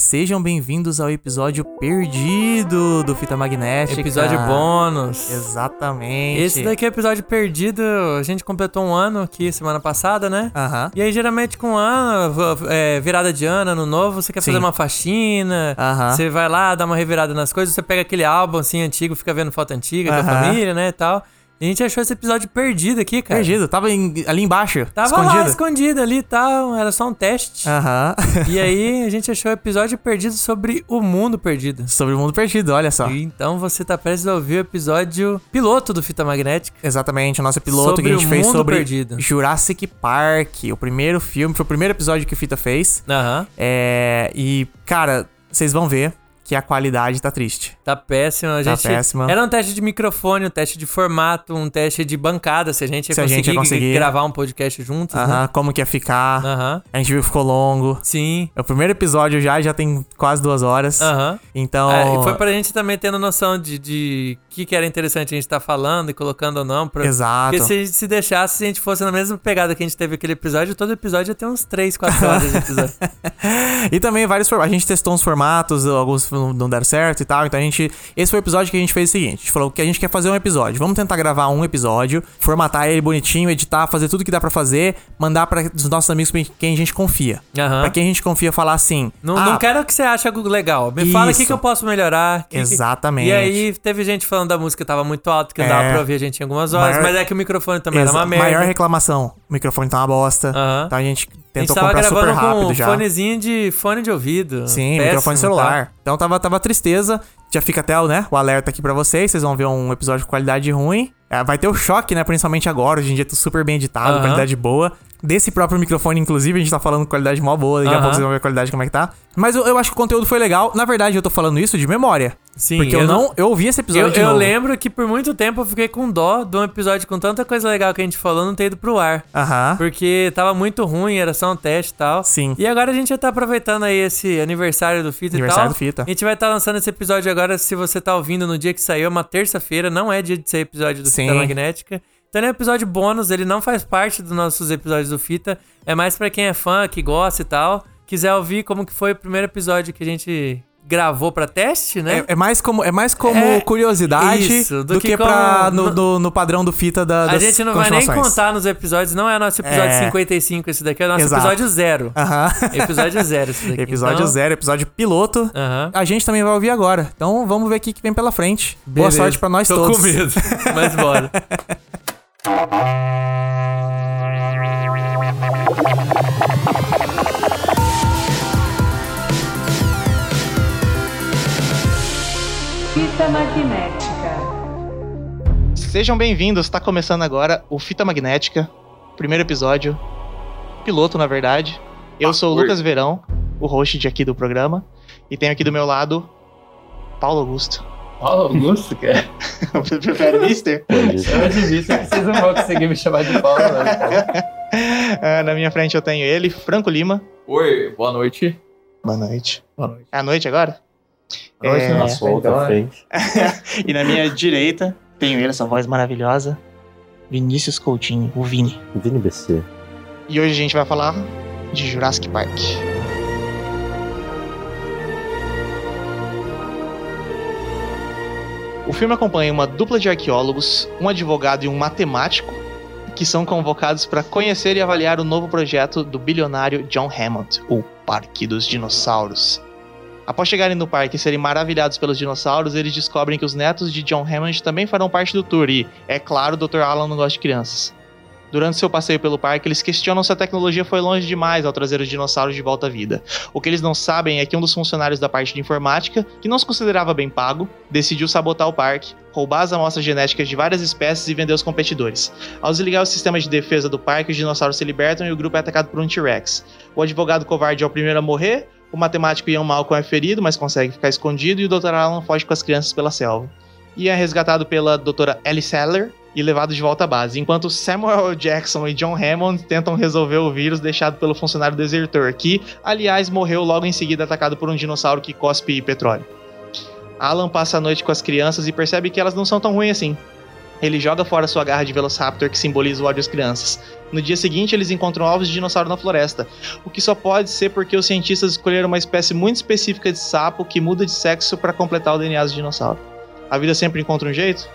Sejam bem-vindos ao episódio perdido do Fita Magnética. Episódio bônus. Exatamente. Esse daqui é episódio perdido. A gente completou um ano aqui semana passada, né? Aham. E aí, geralmente, com um ano, v- é, virada de ano, ano novo, você quer Sim. Ah. fazer uma faxina. Aham. Você vai lá, dá uma revirada nas coisas, você pega aquele álbum assim antigo, fica vendo foto antiga da Aham. família, né? E tal. E a gente achou esse episódio perdido aqui, cara. Perdido, tava em- ali embaixo. Tava escondido. Ah. lá escondido ali e tal. Era só um teste. Aham. E aí, a gente achou o episódio perdido sobre o mundo perdido. Sobre o mundo perdido, olha só. E Então você tá prestes a ouvir o episódio piloto do Fita Magnética. Exatamente, o nosso piloto Sobre que a gente o fez mundo sobre perdido. Jurassic Park, o primeiro filme, foi o primeiro episódio que o Fita fez. Aham. É, e, cara, vocês vão ver que a qualidade tá triste. Tá péssimo. A Tá gente... péssima. Era um teste de microfone, um teste de formato, um teste de bancada, se a gente ia, Se a conseguir, gente ia conseguir. gravar um podcast juntos, né? Aham, como que ia ficar. Aham. A gente viu que ficou longo. Sim. É o primeiro episódio já, já tem quase duas horas. Aham. Então. É, e foi pra gente também tendo noção de, de que, que era interessante a gente tá falando e colocando ou não. Pra... Exato. Porque se, a gente se deixasse, se a gente fosse na mesma pegada que a gente teve aquele episódio, todo episódio ia ter uns 3, 4 horas de episódio. E também vários formatos. A gente testou uns formatos, alguns não não deram certo e tal. Então a gente. Esse foi o episódio que a gente fez o seguinte: a gente falou que a gente quer fazer um episódio. Vamos tentar gravar um episódio, formatar ele bonitinho, editar, fazer tudo que dá pra fazer, mandar para os nossos amigos pra quem a gente confia. Aham. Pra quem a gente confia falar assim. Não, "Ah, não quero que você ache algo legal. Me fala o que, Isso. que eu posso melhorar. que- que- Exatamente. E aí, teve gente falando da música que tava muito alto, que não É. dava pra ouvir a gente em algumas horas, Maior- mas é que o microfone também exa- era uma merda. Maior reclamação. O microfone tá uma bosta. Aham. Então a gente a gente tentou tava comprar super gravando rápido com já. fonezinho de fone de ouvido. Sim, péssimo, microfone tá? celular. Então tava, tava tristeza. Já fica até o, né, o alerta aqui pra vocês. Vocês vão ver um episódio com qualidade ruim. É, vai ter o choque, né? Principalmente agora. Hoje em dia tá super bem editado, Aham. qualidade boa. Desse próprio microfone, inclusive, a gente tá falando com qualidade mó boa. Daqui a Aham. pouco vocês vão ver a qualidade como é que tá. Mas eu, eu acho que o conteúdo foi legal. Na verdade, eu tô falando isso de memória. Sim, porque eu, não. Eu ouvi esse episódio Eu, de eu novo. lembro que por muito tempo eu fiquei com dó de um episódio com tanta coisa legal que a gente falou não ter ido pro ar. Aham. Porque tava muito ruim, era só um teste e tal. Sim. E agora a gente já tá aproveitando aí esse aniversário do Fita Aniversário e tal. do Fita. A gente vai estar lançando esse episódio agora, se você tá ouvindo no dia que saiu, é uma terça-feira, não é dia de sair episódio do Sim. Fita Magnética. Então ele é um episódio bônus, ele não faz parte dos nossos episódios do Fita, é mais pra quem é fã, que gosta e tal, quiser ouvir como que foi o primeiro episódio que a gente gravou pra teste, né? É, é mais como, é mais como É, curiosidade isso, do, do que, que pra, como- no, do- no padrão do fita da, A das gente não vai nem continuações. contar nos episódios, não é nosso episódio É. 55 esse daqui, é nosso Exato. episódio zero. Aham. Episódio zero esse daqui. Episódio então, zero, episódio piloto. Aham. A gente também vai ouvir agora. Então vamos ver o que que vem pela frente. Boa Beleza. sorte pra nós Tô todos. com medo, mas bora. Fita magnética. Sejam bem-vindos, tá começando agora o Fita Magnética, primeiro episódio, piloto na verdade. Eu sou o Lucas Verão, o host de aqui do programa, e tenho aqui do meu lado Paulo Augusto. Paulo Augusto, cara. Prefere Mister? É, Antes disso, vocês não vão conseguir me chamar de Paulo, não. Ah, na minha frente eu tenho ele, Franco Lima. Oi, boa noite. É, Boa noite. Boa noite. É à noite agora? Hoje É, é, nosso então, é. frente. E na minha direita tenho ele, essa voz maravilhosa, Vinícius Coutinho, o Vini. Vini BC. E hoje a gente vai falar de Jurassic Park. O filme acompanha uma dupla de arqueólogos, um advogado e um matemático, que são convocados para conhecer e avaliar o novo projeto do bilionário John Hammond, o Parque dos Dinossauros. Após chegarem no parque e serem maravilhados pelos dinossauros, eles descobrem que os netos de John Hammond também farão parte do tour e, é claro, o Dr. Alan não gosta de crianças. Durante seu passeio pelo parque, eles questionam se a tecnologia foi longe demais ao trazer os dinossauros de volta à vida. O que eles não sabem é que um dos funcionários da parte de informática, que não se considerava bem pago, decidiu sabotar o parque, roubar as amostras genéticas de várias espécies e vender aos competidores. Ao desligar o sistema de defesa do parque, os dinossauros se libertam e o grupo é atacado por um T-Rex. O advogado covarde é o primeiro a morrer, o matemático Ian Malcolm é ferido, mas consegue ficar escondido, e o Dr. Alan foge com as crianças pela selva e é resgatado pela doutora Ellie Sattler e levado de volta à base, enquanto Samuel Jackson e John Hammond tentam resolver o vírus deixado pelo funcionário desertor, que, aliás, morreu logo em seguida atacado por um dinossauro que cospe petróleo. Alan passa a noite com as crianças e percebe que elas não são tão ruins assim. Ele joga fora sua garra de Velociraptor que simboliza o ódio às crianças. No dia seguinte, eles encontram ovos de dinossauro na floresta, o que só pode ser porque os cientistas escolheram uma espécie muito específica de sapo que muda de sexo para completar o DNA do dinossauro. A vida sempre encontra um jeito?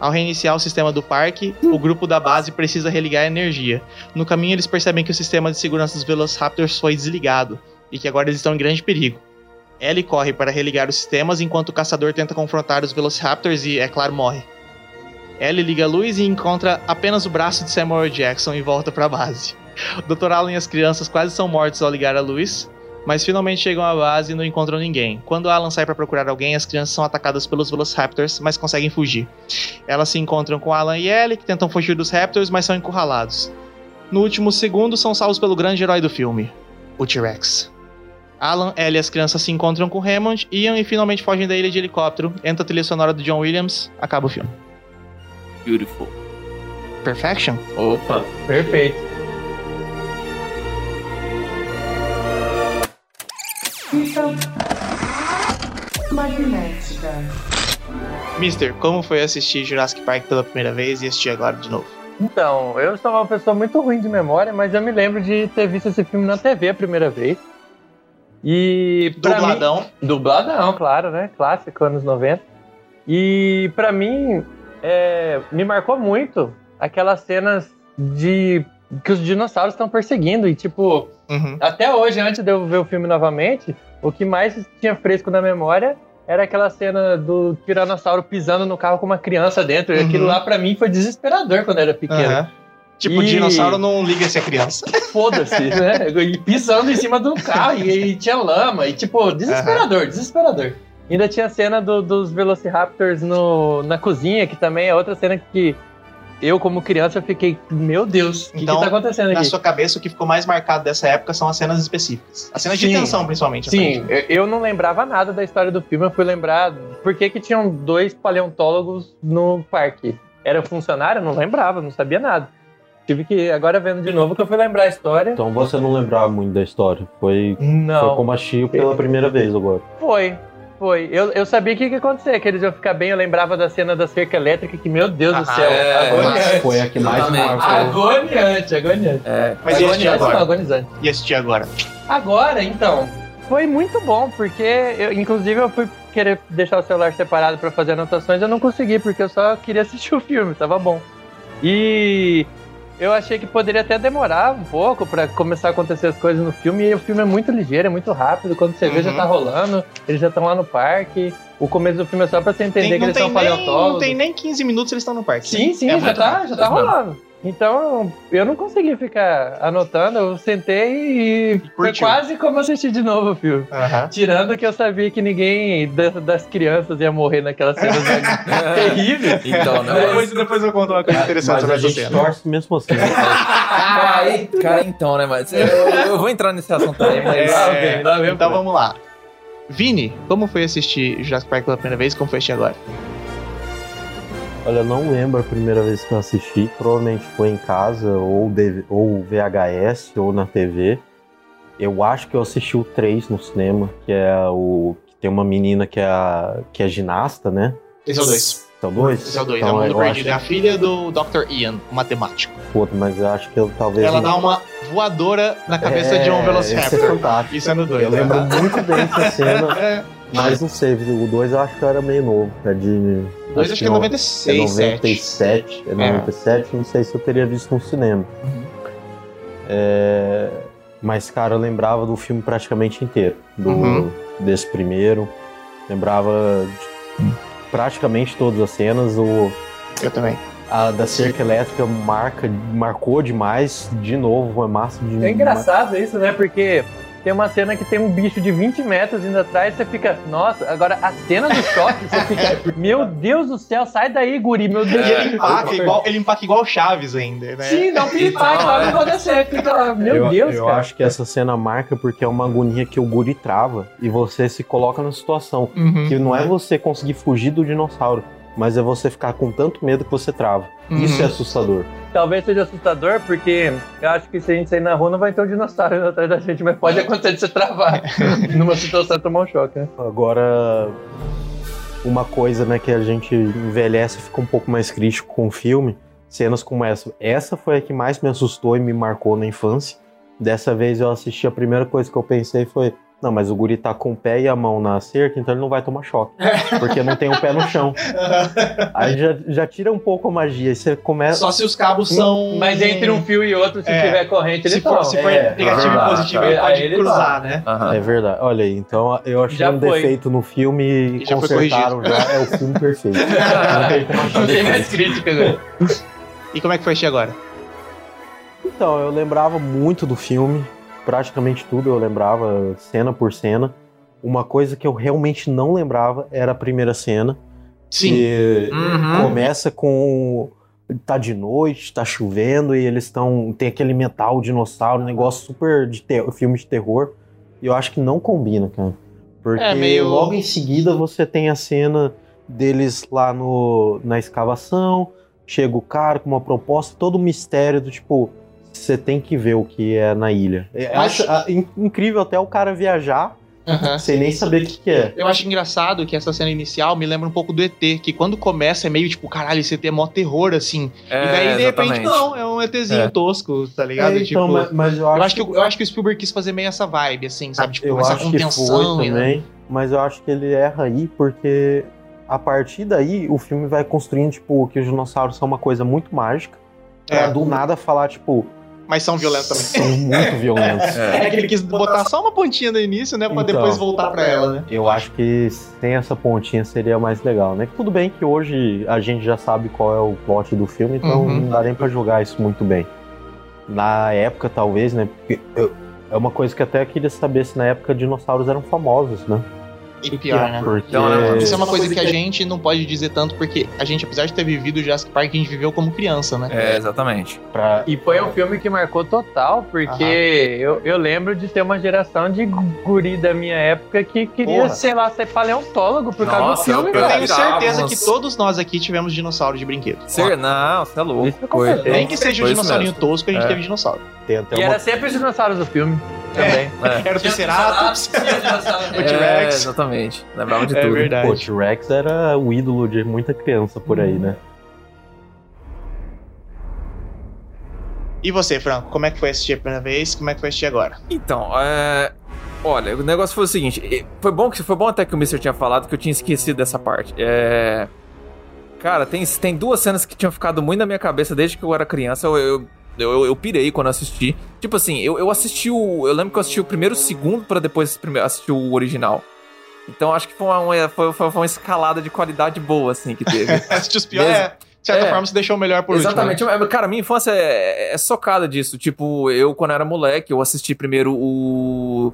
Ao reiniciar o sistema do parque, o grupo da base precisa religar a energia. No caminho, eles percebem que o sistema de segurança dos Velociraptors foi desligado e que agora eles estão em grande perigo. Ellie corre para religar os sistemas enquanto o caçador tenta confrontar os Velociraptors e, é claro, morre. Ellie liga a luz e encontra apenas o braço de Samuel Jackson e volta para a base. Dr. Allen e as crianças quase são mortos ao ligar a luz, mas finalmente chegam à base e não encontram ninguém. Quando Alan sai para procurar alguém, as crianças são atacadas pelos Velociraptors, mas conseguem fugir. Elas se encontram com Alan e Ellie, que tentam fugir dos Raptors, mas são encurralados. No último segundo, são salvos pelo grande herói do filme, o T-Rex. Alan, Ellie e as crianças se encontram com Hammond, Ian e finalmente fogem da ilha de helicóptero. Entra a trilha sonora do John Williams, acaba o filme. Beautiful. Perfection? Opa. Perfeito. Fita magnética. Mister, como foi assistir Jurassic Park pela primeira vez e assistir agora de novo? Então, eu sou uma pessoa muito ruim de memória, mas eu me lembro de ter visto esse filme na TV a primeira vez. E. pra Dubladão. Mim, dubladão, claro, né? Clássico, anos 90. E pra mim, é, me marcou muito aquelas cenas de que os dinossauros estão perseguindo. E, tipo, Uhum. até hoje, antes de eu ver o filme novamente, o que mais tinha fresco na memória era aquela cena do tiranossauro pisando no carro com uma criança dentro. E aquilo Uhum. lá, pra mim, foi desesperador quando eu era pequeno. Aham. Tipo, E- dinossauro não liga se é criança. Foda-se, né? E pisando em cima do carro, e, e tinha lama, e tipo, desesperador, desesperador. Ainda tinha a cena do- dos Velociraptors no, na cozinha, que também é outra cena que eu, como criança, eu fiquei, meu Deus, o que, Então, que tá acontecendo Na aqui? sua cabeça, o que ficou mais marcado dessa época são as cenas específicas. As cenas de Sim. tensão, principalmente. Sim, eu eu não lembrava nada da história do filme, eu fui lembrar por que, que tinham dois paleontólogos no parque. Era funcionário? Eu Não lembrava, não sabia nada. Tive que, agora vendo de novo, que eu fui lembrar a história. Então você não lembrava muito da história. Foi, Não. foi como achei pela primeira vez agora. Foi, foi. Eu, eu sabia o que, que ia acontecer, que eles iam ficar bem. Eu lembrava da cena da cerca elétrica, que, meu Deus Ah, do céu. é. agoniante. Foi a que mais Exatamente. marcou. Agoniante, agoniante. Mas e assistir agoniante não, agora? agonizante. E assistir agora? Agora, então, foi muito bom, porque eu, inclusive eu fui querer deixar o celular separado pra fazer anotações, eu não consegui, porque eu só queria assistir o filme, tava bom. E eu achei que poderia até demorar um pouco pra começar a acontecer as coisas no filme, e o filme é muito ligeiro, é muito rápido, quando você vê já Uhum. tá rolando, eles já estão lá no parque, o começo do filme é só pra você entender Tem- que não, eles tem são nem, não paleontólogos. tem nem 15 minutos eles estão no parque. Sim, sim, já, É muito tá, já tá Não. rolando. Então, eu não consegui ficar anotando, eu sentei e foi Curtiu. quase como assistir de novo o filme. Aham. Tirando que eu sabia que ninguém da- das crianças ia morrer naquela cena terrível. Então, né? Depois, depois eu conto uma coisa interessante É. Mas sobre a essa gente cena. torce mesmo assim. Ah, e- cara, então, né? Mas eu, eu vou entrar nesse assunto aí, mas. É, ok, dá mesmo então pra- vamos lá. Vini, como foi assistir Jurassic Park pela primeira vez? Como foi assistir agora? Olha, eu não lembro a primeira vez que eu assisti. Provavelmente foi em casa, ou, DV ou VHS, ou na TV. Eu acho que eu assisti o 3 no cinema, que é o. que tem uma menina que é, a- que é ginasta, né? Esse é o 2. São dois? Esse é o 2, é Então, o Mundo eu acho Perdido. É a filha do Dr. Ian, o matemático. Puta, mas eu acho que eu talvez. Ela não. dá uma voadora na cabeça É, de um Isso é Velociraptor. fantástico. Isso é no 2. Eu lembro muito bem dessa cena, É, mas não sei, o 2 eu acho que eu era meio novo. É de. dois acho que é não- 96, é 97. 97, é 97, não sei se eu teria visto no cinema. Uhum. É, mas, cara, eu lembrava do filme praticamente inteiro, do, Uhum. desse primeiro. Lembrava de praticamente todas as cenas. O, Eu também. a da cerca elétrica marca, marcou demais, de novo, é massa de É engraçado isso, né? Porque tem uma cena que tem um bicho de 20 metros indo atrás, você fica, nossa, agora a cena do choque, você fica, meu Deus do céu, sai daí, guri, meu É, Deus. E ele empaca, É, ah, igual, ele empaca igual o Chaves ainda, né? Sim, dá um piripaque lá no acontecer. Fica lá, meu eu, Deus, eu cara. acho que essa cena marca porque é uma agonia que o guri trava e você se coloca na situação. Uhum. Que não é você conseguir fugir do dinossauro, mas é você ficar com tanto medo que você trava. Uhum. Isso é assustador. Talvez seja assustador, porque eu acho que se a gente sair na rua não vai ter um dinossauro indo atrás da gente, mas pode acontecer de você travar numa situação e tomar um choque, né? Agora, uma coisa né, que a gente envelhece e fica um pouco mais crítico com o filme. Cenas como essa. Essa foi a que mais me assustou e me marcou na infância. Dessa vez eu assisti, a primeira coisa que eu pensei foi: não, mas o guri tá com o pé e a mão na cerca, então ele não vai tomar choque. Porque não tem o pé no chão. Aí já, já tira um pouco a magia. Aí você começa. Só se os cabos são. Mas entre um fio e outro, se É. tiver corrente, ele Se for, toma. se for É, negativo tá. e positivo, Aí ele pode ele cruzar, né? Aham. É verdade. Olha aí, então eu achei Já um foi. defeito no filme e, E já foi consertaram já. É o filme perfeito. Não tem mais crítica, né? E como é que foi assistir agora? Então, eu lembrava muito do filme, praticamente tudo eu lembrava, cena por cena. Uma coisa que eu realmente não lembrava era a primeira cena. Que Uhum, começa com. Tá de noite, tá chovendo e eles estão. Tem aquele metal dinossauro, um negócio super de ter- filme de terror. E eu acho que não combina, cara. Porque É, meio- logo em seguida você tem a cena deles lá no, na escavação. Chega o cara com uma proposta, todo o mistério do tipo. Você tem que ver o que é na ilha. É, Mas- Ah, acho, ah, in- incrível até o cara viajar Aham. sem nem saber o que, que é. uhum. Eu acho engraçado que essa cena inicial me lembra um pouco do ET, que quando começa é meio tipo, caralho, esse ET é mó terror, assim. e daí, de repente, não, é um ETzinho É. tosco, tá ligado? É, E, tipo, então, mas, mas eu eu, acho acho que, eu acho que o Spielberg quis fazer meio essa vibe, assim, sabe? Tipo, eu essa acho que contenção. foi e- também, mas eu acho que ele erra aí porque a partir daí o filme vai construindo tipo que os dinossauros são uma coisa muito mágica. Pra É. do nada falar tipo Mas são violentos também. são muito violentos. É. É que ele quis botar só uma pontinha no início, né? Pra Então. depois voltar pra ela, né? Eu acho que sem essa pontinha seria mais legal, né? Tudo bem que hoje a gente já sabe qual é o plot do filme, então Uhum. não dá nem pra julgar isso muito bem. Na época, talvez, né? Porque eu- é uma coisa que até eu queria saber se na época dinossauros eram famosos, né? E pior, né? Porque Então, né, mano? Isso é uma coisa que a gente não pode dizer tanto, porque a gente, apesar de ter vivido o Jurassic Park, a gente viveu como criança, né? É, exatamente. pra, E foi um filme que marcou total, porque Aham. eu, eu lembro de ter uma geração de guri da minha época que queria, Porra. sei lá, ser paleontólogo por causa Nossa, do filme, eu- Eu cara. tenho certeza Nossa. que todos nós aqui tivemos dinossauro de brinquedo. Ser, não, você é louco. Isso com certeza. Nem que seja o Foi isso dinossaurinho mesmo. tosco, a gente É. teve dinossauro. ter até E uma era assim. sempre os dinossauros do filme É. também. Era o Triceratops. É, T-Rex. exatamente. Lembrava É de tudo. Pô, T-Rex era o ídolo de muita criança por aí, né? E você, Franco, como é que foi assistir a primeira vez? Como é que foi assistir agora? Então, é... olha, o negócio foi o seguinte, e- foi bom que foi bom até que o Mr. tinha falado que eu tinha esquecido dessa parte. É... Cara, tem, tem duas cenas que tinham ficado muito na minha cabeça desde que eu era criança. Eu, eu, eu, eu pirei quando eu assisti. Tipo assim, eu, eu assisti o. Eu lembro que eu assisti o primeiro o segundo pra depois prime- assistir o original. Então acho que foi uma, uma- foi, foi- foi uma escalada de qualidade boa, assim, que teve. Assistir os piores, Mesmo. é, de certa É. forma, você deixou o melhor por né? Exatamente. Cara, minha infância é, é socada disso. Tipo, eu, quando era moleque, eu assisti primeiro o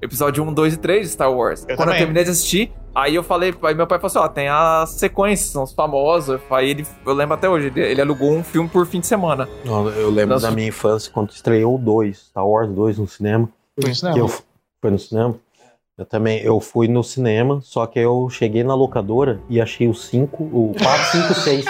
episódio 1, 2 e 3 de Star Wars. quando também. eu terminei de assistir, aí eu falei, aí meu pai falou assim: ó, tem as sequências, são os famosos. Aí ele, eu lembro até hoje, ele, ele alugou um filme por fim de semana. Eu lembro Nossa. da minha infância quando estreou o 2, Star Wars 2 no cinema. último. Isso né, não. que eu f- foi no cinema? Eu também, eu fui no cinema, só que eu cheguei na locadora e achei o 5, o 4, 5, 6.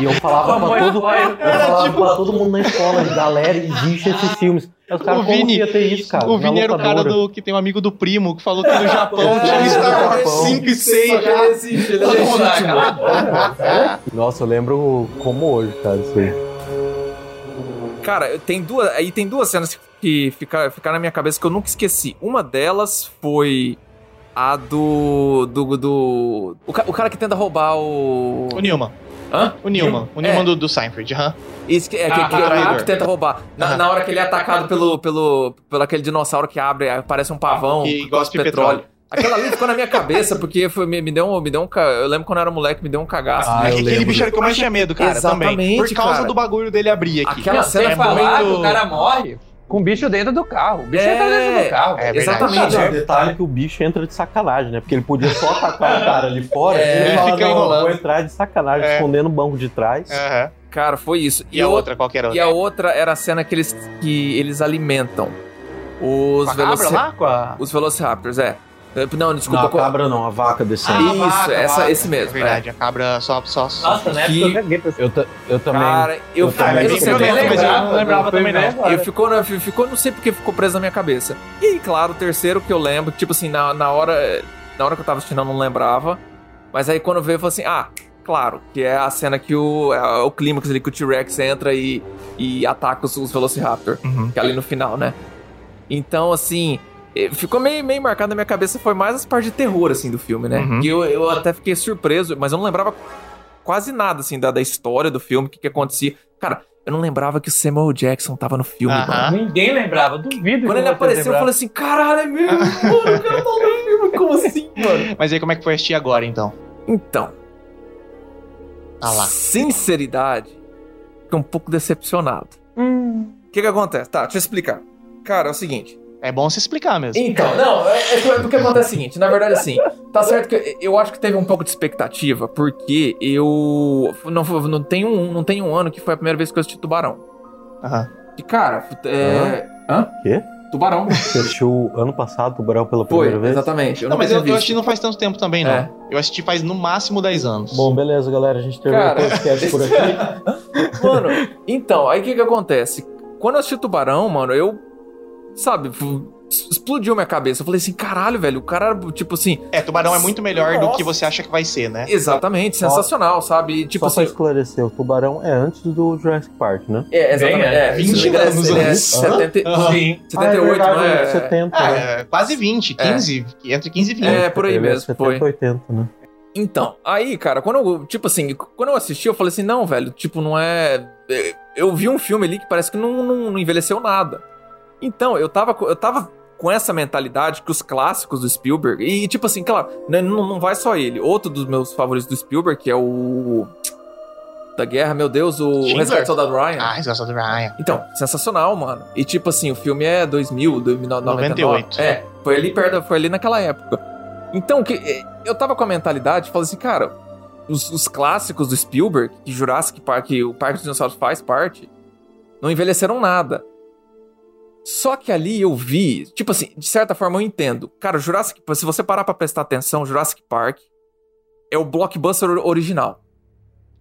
E eu falava pra todo, eu falava tipo pra todo mundo na escola, galera, existe esses filmes. Os caras O como Vini- que ia ter isso, cara? o Na Vini era o cara locadora. do, que tem um amigo do primo que falou que no Japão É, tinha Star no Wars Japão. 5 e 6 já. existe, ele Todo mundo lá, cara. Nossa, eu lembro como hoje, cara, isso aí. Cara, tem duas, aí tem duas cenas que fica- ficaram na minha cabeça que eu nunca esqueci. Uma delas foi a do. do. do o, ca- o cara que tenta roubar o. O Newman. Hã? O Newman. O É. Newman do, do Seinfeld, aham. Isso que, é, que, Ah, que, o traidor. que tenta roubar. Na, Aham. na hora que ele é atacado pelo, pelo, pelo aquele dinossauro que abre, aí parece um pavão. Ah, que com gosta de petróleo. Aquela ali ficou na minha cabeça, porque foi- me, me deu um, me deu um. ca- Eu lembro quando eu era moleque, me deu um cagaço. Ah, eu aquele lembro. bicho era que eu mais tinha medo, cara, também. Exatamente, Por causa cara. do bagulho dele abrir aqui. é Aquela cena Sem foi falar muito- que o cara morre com o bicho dentro do carro. O bicho É. entra dentro do carro. É verdade. Não, Exatamente. não, o detalhe é que o bicho entra de sacanagem, né? Porque ele podia só atacar o cara ali fora É, e ele ele fala, fica não, enrolando." vou entrar de sacanagem, É. escondendo o banco de trás. Aham. Cara, foi isso. E a outra, qual que era? E a outra era a cena que eles, que eles alimentam. Os, Com a cabra veloci- lá? Com a... os Velociraptors, é. Não, desculpa. Não, a co- cabra não, a vaca descendo. Ah, isso, vaca, essa, vaca. esse É mesmo. é. verdade, a cabra só... só, só- Nossa, né? Que- Eu caguei pra esse Eu, ta- eu também. Cara, eu, Eu fiquei- também eu não fiquei sei bem como é que- violento, mas eu não lembrava Foi também, não. mesmo, Eu cara. É, ficou, na- ficou, não sei porque ficou preso na minha cabeça. E claro, o terceiro que eu lembro, tipo assim, na, na hora. Na hora que eu tava assistindo, eu não lembrava. Mas aí quando veio, eu falei assim: ah, claro, que é a cena que o, é o clímax ali que o T-Rex entra e, e ataca os, os Velociraptor, Uhum. que é ali no final, né? Então, assim, eh, ficou meio, meio marcado na minha cabeça, foi mais as partes de terror, assim, do filme, né? Uhum. Que eu, eu até fiquei surpreso, mas eu não lembrava quase nada, assim, da, da história do filme, o que, que acontecia. Cara, eu não lembrava que o Samuel Jackson tava no filme, Aham. mano. Ninguém lembrava, duvido. que Quando ele vocês apareceu, eu lembraram. falei assim, caralho, é mesmo? Mano, o cara tá no filme, como assim, mano? Mas aí como é que foi assistir agora, então? Então, Ah lá. sinceridade, fiquei um pouco decepcionado. O que que acontece? Tá, deixa eu explicar. Cara, é o seguinte. É bom se explicar mesmo. Então, não, é, é que- é porque acontece o seguinte, na verdade, assim, tá certo que eu acho que teve um pouco de expectativa, porque eu. Não, foi- não, tem um, não tem um ano que foi a primeira vez que eu assisti Tubarão. Aham. E, cara, é. Hã? Quê? Tubarão. Você assistiu ano passado Tubarão pela Foi, primeira vez? exatamente. Eu Não, não, mas tinha eu, eu visto. assisti não faz tanto tempo também, não. É. Eu assisti faz no máximo 10 anos. Bom, beleza, galera. A gente terminou o Cara, podcast por aqui. Mano, então, aí o que que acontece? Quando eu assisti Tubarão, mano, eu. Sabe, f- explodiu minha cabeça. Eu falei assim, caralho, velho, o cara, tipo assim. É, Tubarão é muito melhor do Nossa. que você acha que vai ser, né? Exatamente, Só- sensacional, sabe? E, Tipo É. Só pra assim. esclarecer, o Tubarão é antes do Jurassic Park, né? É, Bem, é, 20 ele anos ele é antes. 70, Aham. Sim. Ah, é 78, verdade, não é? é 70, Ah, né? é, quase 20, 15, entre 15 e 20. É, por aí Ele é mesmo, 70, foi. 80, né? Então, aí, cara, quando eu, tipo assim, quando eu assisti, eu falei assim, não, velho, tipo, não é... é, Eu vi um filme ali que parece que não, não- não envelheceu nada. Então, eu tava, co- eu tava com essa mentalidade que os clássicos do Spielberg, e, tipo assim, claro, né, não, não vai só ele. Outro dos meus favoritos do Spielberg, que é o... Da Guerra, meu Deus, o Schindler. Resgate do Soldado Ryan. Ah, esse é do Ryan. Então, sensacional, mano. E tipo assim, o filme é 2000, 2099. 98. É, foi ali perto, foi ali naquela época. Então, que eh, eu tava com a mentalidade, falei assim, cara, os, os clássicos do Spielberg, que Jurassic Park, que o Parque dos Dinossauros faz parte, não envelheceram nada. Só que ali eu vi, tipo assim, de certa forma eu entendo. Cara, o Jurassic, se você parar pra prestar atenção, o Jurassic Park é o blockbuster original.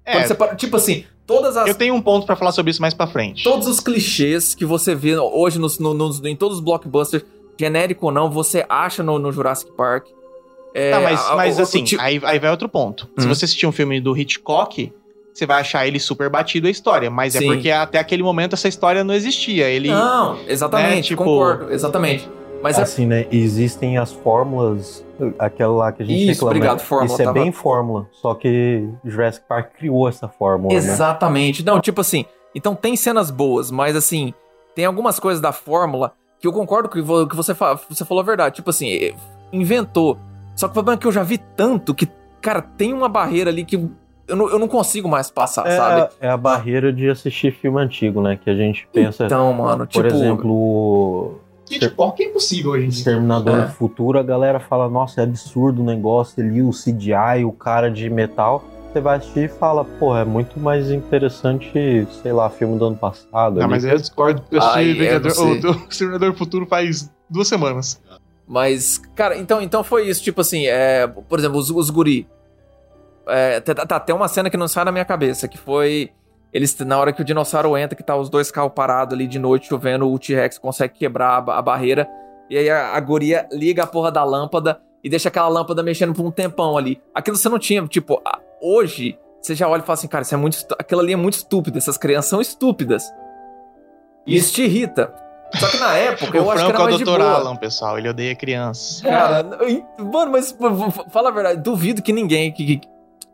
Quando É, você para- tipo assim, todas as eu tenho um ponto pra falar sobre isso mais pra frente. todos os clichês que você vê hoje nos, no- nos- em todos os blockbusters, genérico ou não, você acha no, no Jurassic Park. É, Tá, mas, a- mas o- o assim, ti- aí, aí vai outro ponto. Se Hum. você assistir um filme do Hitchcock, você vai achar ele super batido a história, mas é Sim. Ah. porque até aquele momento essa história não existia. Ele Não, exatamente, né, tipo- concordo, exatamente. Mas é, assim, né? Existem as fórmulas, aquela lá que a gente Isso, reclama. obrigado, fórmula, Isso é tava- bem fórmula, só que Jurassic Park criou essa fórmula, né? Exatamente. Não, tipo assim, então tem cenas boas, mas assim, tem algumas coisas da fórmula que eu concordo que, vo- que você, fa- você falou a verdade. Tipo assim, eh, inventou. Só que o problema é que eu já vi tanto que, cara, tem uma barreira ali que eu não, eu não consigo mais passar, É, sabe? é a barreira de assistir filme antigo, né? Que a gente pensa, Então, mano, por tipo. exemplo, o Hitchcock é impossível hoje em dia. Exterminador É. do Futuro, a galera fala, nossa, é absurdo o negócio ali, o CGI, o cara de metal. Você vai assistir e fala, porra, é muito mais interessante, sei lá, filme do ano passado. Não, ali. Ah, mas eu discordo, porque eu Ai, é assisti eu não Vingador- sei. o, o Exterminador do Futuro faz duas semanas. Mas, cara, então, então foi isso. Tipo assim, é, por exemplo, os, os guri. É, tá, tá- tá até uma cena que não sai da minha cabeça, que foi. Eles, na hora que o dinossauro entra, que tá os dois carros parados ali de noite chovendo, o T-Rex consegue quebrar a, ba- a barreira. E aí a, a guria liga a porra da lâmpada e deixa aquela lâmpada mexendo por um tempão ali. Aquilo você não tinha, tipo, a- hoje você já olha e fala assim, cara, isso é muito. estu- Aquilo ali é muito estúpido, essas crianças são estúpidas. E isso te irrita. Só que na época eu o acho que Franco é era o mais de Dr. boa. Alan, pessoal. Ele odeia crianças. Cara, mano, mas pô, f- fala a verdade, duvido que ninguém, que, que-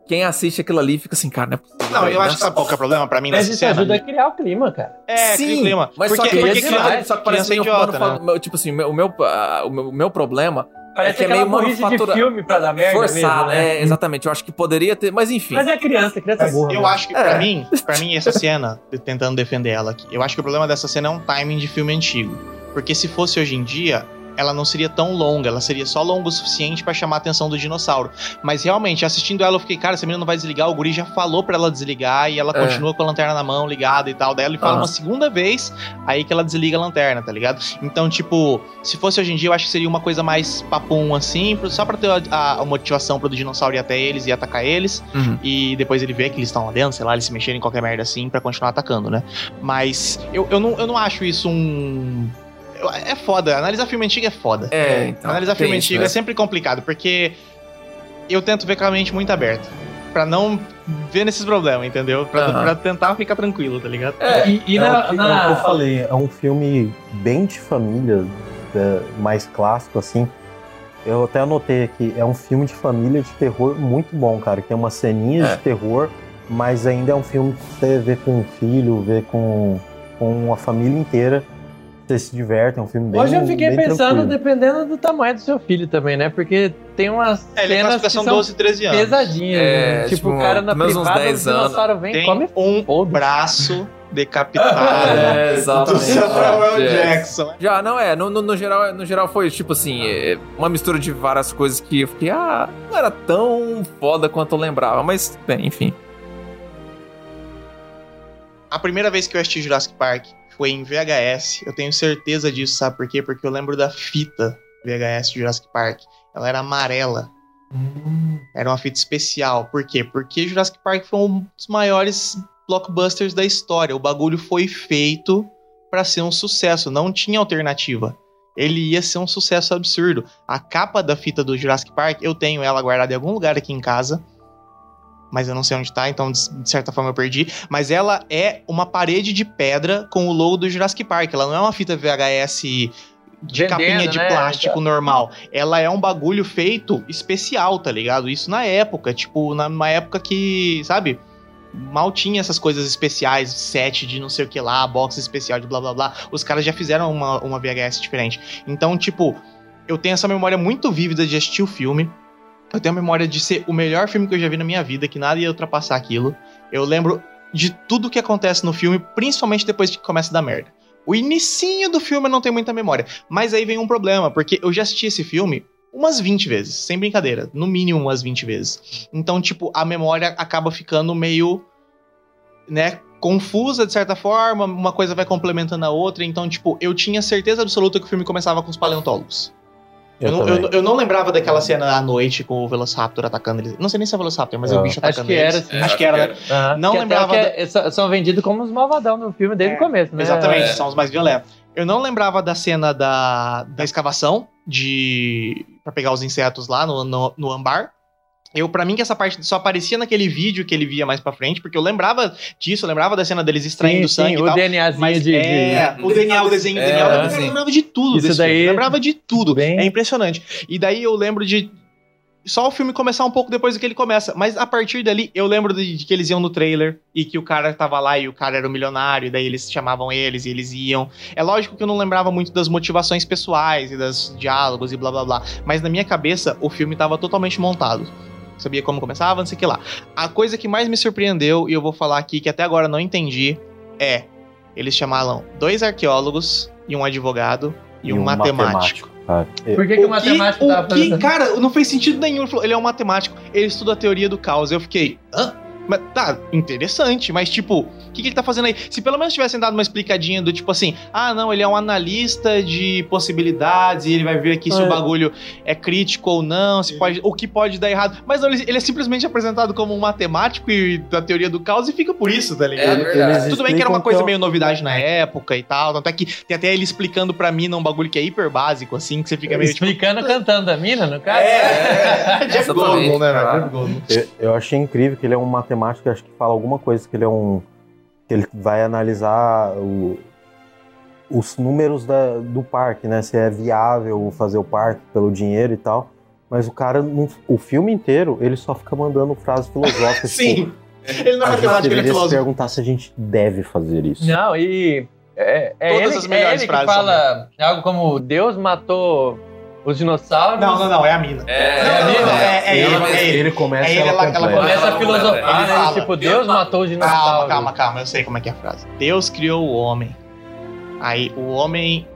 quem assiste aquilo ali fica assim, cara, não é possível. Não, velho, eu né? acho que sabe qual que é o problema pra mim Mas nessa isso cena? ajuda a criar o clima, cara. É, cria Sim, clima. mas porque, só que, porque criança, criança, só que parece criança é meio idiota, né? manufatu- Tipo assim, meu- o meu, ah, o meu, o meu problema Parece que é aquela meio burrice manufatura- de filme pra dar merda mesmo, forçar, né? Exatamente, eu acho que poderia ter, mas enfim. Mas é criança, criança. Mas- Eu acho que, É. pra mim, pra mim, essa cena, tentando defender ela aqui, eu acho que o problema dessa cena é um timing de filme antigo. Porque se fosse hoje em dia, ela não seria tão longa, ela seria só longa o suficiente pra chamar a atenção do dinossauro. Mas realmente, assistindo ela, eu fiquei, cara, essa menina não vai desligar, o guri já falou pra ela desligar e ela É. continua com a lanterna na mão ligada e tal. Daí ele fala Aham. uma segunda vez, aí que ela desliga a lanterna, tá ligado? Então, tipo, se fosse hoje em dia, eu acho que seria uma coisa mais papum assim, pro- só pra ter a, a motivação pro dinossauro ir até eles e atacar eles. Uhum. E depois ele vê que eles estão lá dentro, sei lá, eles se mexerem em qualquer merda assim pra continuar atacando, né? Mas eu, eu, não, eu não acho isso um. eu- É foda, analisar filme antigo é foda. É, então, analisar tem filme isso, antigo né? é sempre complicado, porque. eu tento ver com a mente muito aberta. Pra não ver nesses problemas, entendeu? Pra, Aham. É, pra tentar ficar tranquilo, tá ligado? E, na- na- eu falei, um é um filme bem de família, é, mais clássico, assim. Eu até anotei aqui, é um filme de família de terror muito bom, cara. que Tem uma ceninha É. de terror, mas ainda é um filme que você vê com um filho, vê com, com a família inteira. Você se diverte, é um filme bem Hoje eu fiquei bem pensando, tranquilo. dependendo do tamanho do seu filho também, né? Porque tem umas É, ele é cenas que classificação são 12, 13 anos. pesadinhas. É, né? tipo, tipo, o cara na pelo menos uns privada, 10 o dinossauro vem e Tem come um fogo. braço decapitado É, do exatamente. Samuel É. Jackson. Já, não é. No, no, no geral, no geral foi, tipo assim, é, uma mistura de várias coisas que eu fiquei, ah, não era tão foda quanto eu lembrava, mas, bem, enfim. A primeira vez que eu assisti Jurassic Park foi em VHS. Eu tenho certeza disso, sabe por quê? Porque eu lembro da fita VHS de Jurassic Park. Ela era amarela. Era uma fita especial. Por quê? Porque Jurassic Park foi um dos maiores blockbusters da história. O bagulho foi feito pra ser um sucesso, não tinha alternativa. Ele ia ser um sucesso absurdo. A capa da fita do Jurassic Park, eu tenho ela guardada em algum lugar aqui em casa. Mas eu não sei onde tá, então de de certa forma eu perdi. Mas ela é uma parede de pedra com o logo do Jurassic Park. Ela não é uma fita VHS de Vendendo, capinha de né? plástico normal. Ela é um bagulho feito especial, tá ligado? Isso na época, tipo, na- numa época que, sabe? Mal tinha essas coisas especiais, set de não sei o que lá, box especial de blá blá blá. Os caras já fizeram uma, uma VHS diferente. Então, tipo, eu tenho essa memória muito vívida de assistir o filme. Eu tenho a memória de ser o melhor filme que eu já vi na minha vida, que nada ia ultrapassar aquilo. Eu lembro de tudo que acontece no filme, principalmente depois que começa a dar merda. O inicinho do filme eu não tenho muita memória. Mas aí vem um problema, porque eu já assisti esse filme umas 20 vezes, sem brincadeira. No mínimo umas 20 vezes. Então, tipo, a memória acaba ficando meio. né? Confusa de certa forma, uma coisa vai complementando a outra. Então, tipo, eu tinha certeza absoluta que o filme começava com os paleontólogos. Eu, não, eu também. não- eu não lembrava daquela cena à noite com o Velociraptor atacando eles. Não sei nem se é o Velociraptor, mas é o É. bicho atacando Acho que eles. era, assim. acho que era, né? Aham. Não Que até lembrava o que é- são- São vendidos como os malvadão no filme desde É, o começo, né? Exatamente, É. são os mais violentos. Eu não lembrava da cena da, da escavação de para pegar os insetos lá no, no, no ambar. Eu, para mim, que essa parte só aparecia naquele vídeo que ele via mais pra frente, porque eu lembrava disso, eu lembrava da cena deles Sim, extraindo sim, sangue e o tal. DNAzinho Mas de, de- é, o DNA, o desenho, É, o DNA, eu sim. lembrava de tudo Isso desse daí- filme, lembrava de tudo. Bem- É impressionante. E daí eu lembro de só o filme começar um pouco depois do que ele começa, mas a partir dali eu lembro de, de que eles iam no trailer e que o cara tava lá e o cara era o milionário, e daí eles chamavam eles e eles iam. É lógico que eu não lembrava muito das motivações pessoais e dos diálogos e blá blá blá, mas na minha cabeça o filme tava totalmente montado. Sabia como começava, não sei o que lá. A coisa que mais me surpreendeu, e eu vou falar aqui que até agora eu não entendi, é eles chamaram dois arqueólogos e um advogado e, um, matemático. cara. É, Por que, O que o matemático o tava que- fazendo? Cara, não fez sentido nenhum. Ele falou, ele é um matemático, ele estuda a teoria do caos. Eu fiquei, hã? Mas tá, interessante, mas tipo, o que, que ele tá fazendo aí? Se pelo menos tivessem dado uma explicadinha do tipo assim, ah, não, ele é um analista de possibilidades e ele vai ver aqui se o bagulho é crítico ou não, se pode, o que pode dar errado. Mas não, ele, ele é simplesmente apresentado como um matemático e da teoria do caos e fica por isso, tá ligado? É verdade. eles Tudo bem que era uma explicam coisa é um- meio novidade na época e tal, tanto é que tem até ele explicando pra mim num bagulho que é hiper básico, assim, que você fica meio tipo, Explicando cantando a mina, no caso? é, Jeff Exatamente, Goldblum, né, cara. velho? Jeff Goldblum. Eu, eu achei incrível que ele é um matemático, eu acho que fala alguma coisa que ele é um. que ele vai analisar o- os números da- do parque, né? Se é viável fazer o parque pelo dinheiro e tal. Mas o cara, não- o filme inteiro, ele só fica mandando frases filosóficas. tipo, Sim. Ele não é a gente matemático, ele é deveria se filósofo. perguntar se a gente deve fazer isso. Não, e. É, é Todas ele, as melhores é ele frases que fala algo como Deus matou os dinossauros. Não, não, não, é a mina. É, Não, não, não, é, é ele, é ele. Ele começa É ele, ela ela- ela completa. Começa a Ele filosofar, né? fala. Ele, Tipo, Deus matou os dinossauros. Calma, calma, calma, eu sei como é que é a frase. Deus criou o homem. Aí, o homem.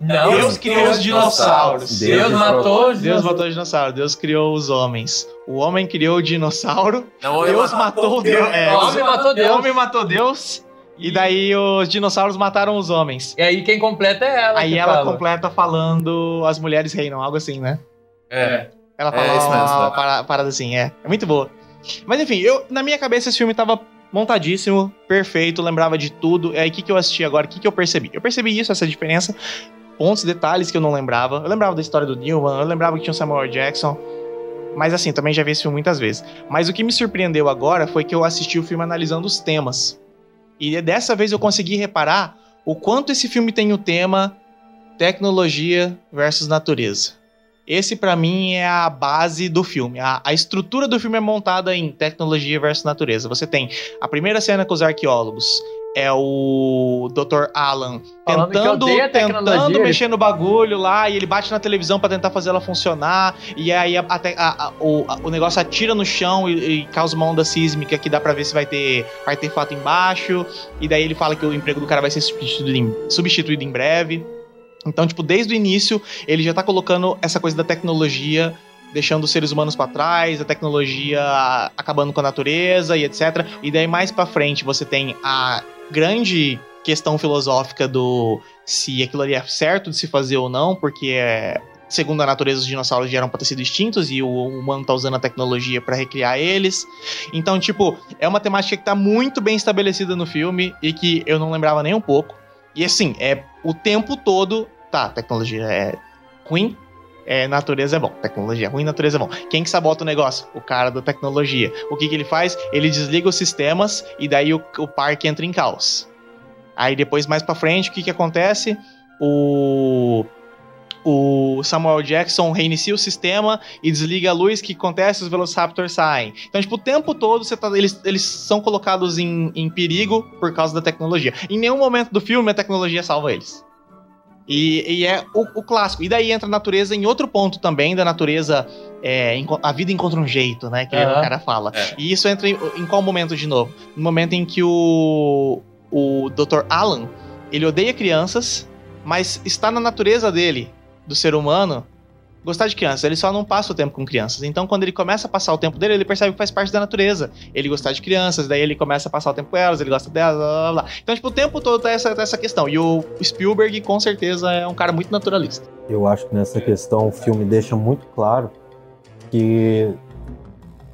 Não, Deus criou os dinossauros. Deus Deus matou os Deus dinossauros. matou os dinossauros, Deus criou os homens. O homem criou É o dinossauro. Não, eu- Deus matou o Deus. é, O homem matou O Deus. homem matou Deus. E daí os dinossauros mataram os homens. E aí quem completa é ela. Aí que ela fala. completa falando as mulheres reinam, algo assim, né? É. Ela É, fala isso mesmo, uma né? para- parada assim, é. É muito boa. Mas enfim, eu, na minha cabeça esse filme tava montadíssimo, perfeito, lembrava de tudo. É aí o que, que eu assisti agora, o que, que eu percebi? Eu percebi isso, essa diferença. Pontos, detalhes que eu não lembrava. Eu lembrava da história do Newman, eu lembrava que tinha o Samuel Jackson. Mas assim, também já vi esse filme muitas vezes. Mas o que me surpreendeu agora foi que eu assisti o filme analisando os temas. E é dessa vez eu consegui reparar o quanto esse filme tem o tema tecnologia versus natureza. Esse pra mim é a base do filme. A, a estrutura do filme é montada em tecnologia versus natureza. Você tem a primeira cena com os arqueólogos. É o Dr. Alan Falando que tentando, odeia a tentando tecnologia. mexer no bagulho lá e ele bate na televisão pra tentar fazer ela funcionar. E aí a- até a- a- o, a- o negócio atira no chão e, e causa uma onda sísmica que dá pra ver se vai ter artefato embaixo. E daí ele fala que o emprego do cara vai ser substituído em- substituído em breve. Então, tipo, desde o início ele já tá colocando essa coisa da tecnologia deixando os seres humanos pra trás, a tecnologia acabando com a natureza e etc. E daí mais pra frente você tem a grande questão filosófica do se aquilo ali é certo de se fazer ou não, porque é, segundo a natureza os dinossauros já eram pra ter sido extintos e o humano tá usando a tecnologia pra recriar eles. Então, tipo, é uma temática que tá muito bem estabelecida no filme e que eu não lembrava nem um pouco. E assim, é o tempo todo, tá, tecnologia é ruim, é, natureza é bom. Tecnologia é ruim, natureza é bom. Quem que sabota o negócio? O cara da tecnologia. O que, que ele faz? Ele desliga os sistemas e daí o, o parque entra em caos. Aí depois, mais pra frente, o que, que acontece? O. O Samuel Jackson reinicia o sistema e desliga a luz. O que acontece? Os Velociraptors saem. Então, tipo, o tempo todo você tá- eles, eles são colocados em, em perigo por causa da tecnologia. Em nenhum momento do filme a tecnologia salva eles. E, e é o, o clássico. E daí entra a natureza em outro ponto também, da natureza. é, enco- a vida encontra um jeito, né? Que Aham. o cara fala. É. E isso entra em, em qual momento de novo? No momento em que o, o Dr. Alan ele odeia crianças, mas está na natureza dele, do ser humano, gostar de crianças. Ele só não passa o tempo com crianças. Então, quando ele começa a passar o tempo dele, ele percebe que faz parte da natureza. Ele gostar de crianças, daí ele começa a passar o tempo com elas, ele gosta delas, blá blá blá. Então, tipo, o tempo todo tá essa, tá essa questão. E o Spielberg, com certeza, é um cara muito naturalista. Eu acho que nessa questão o filme deixa muito claro que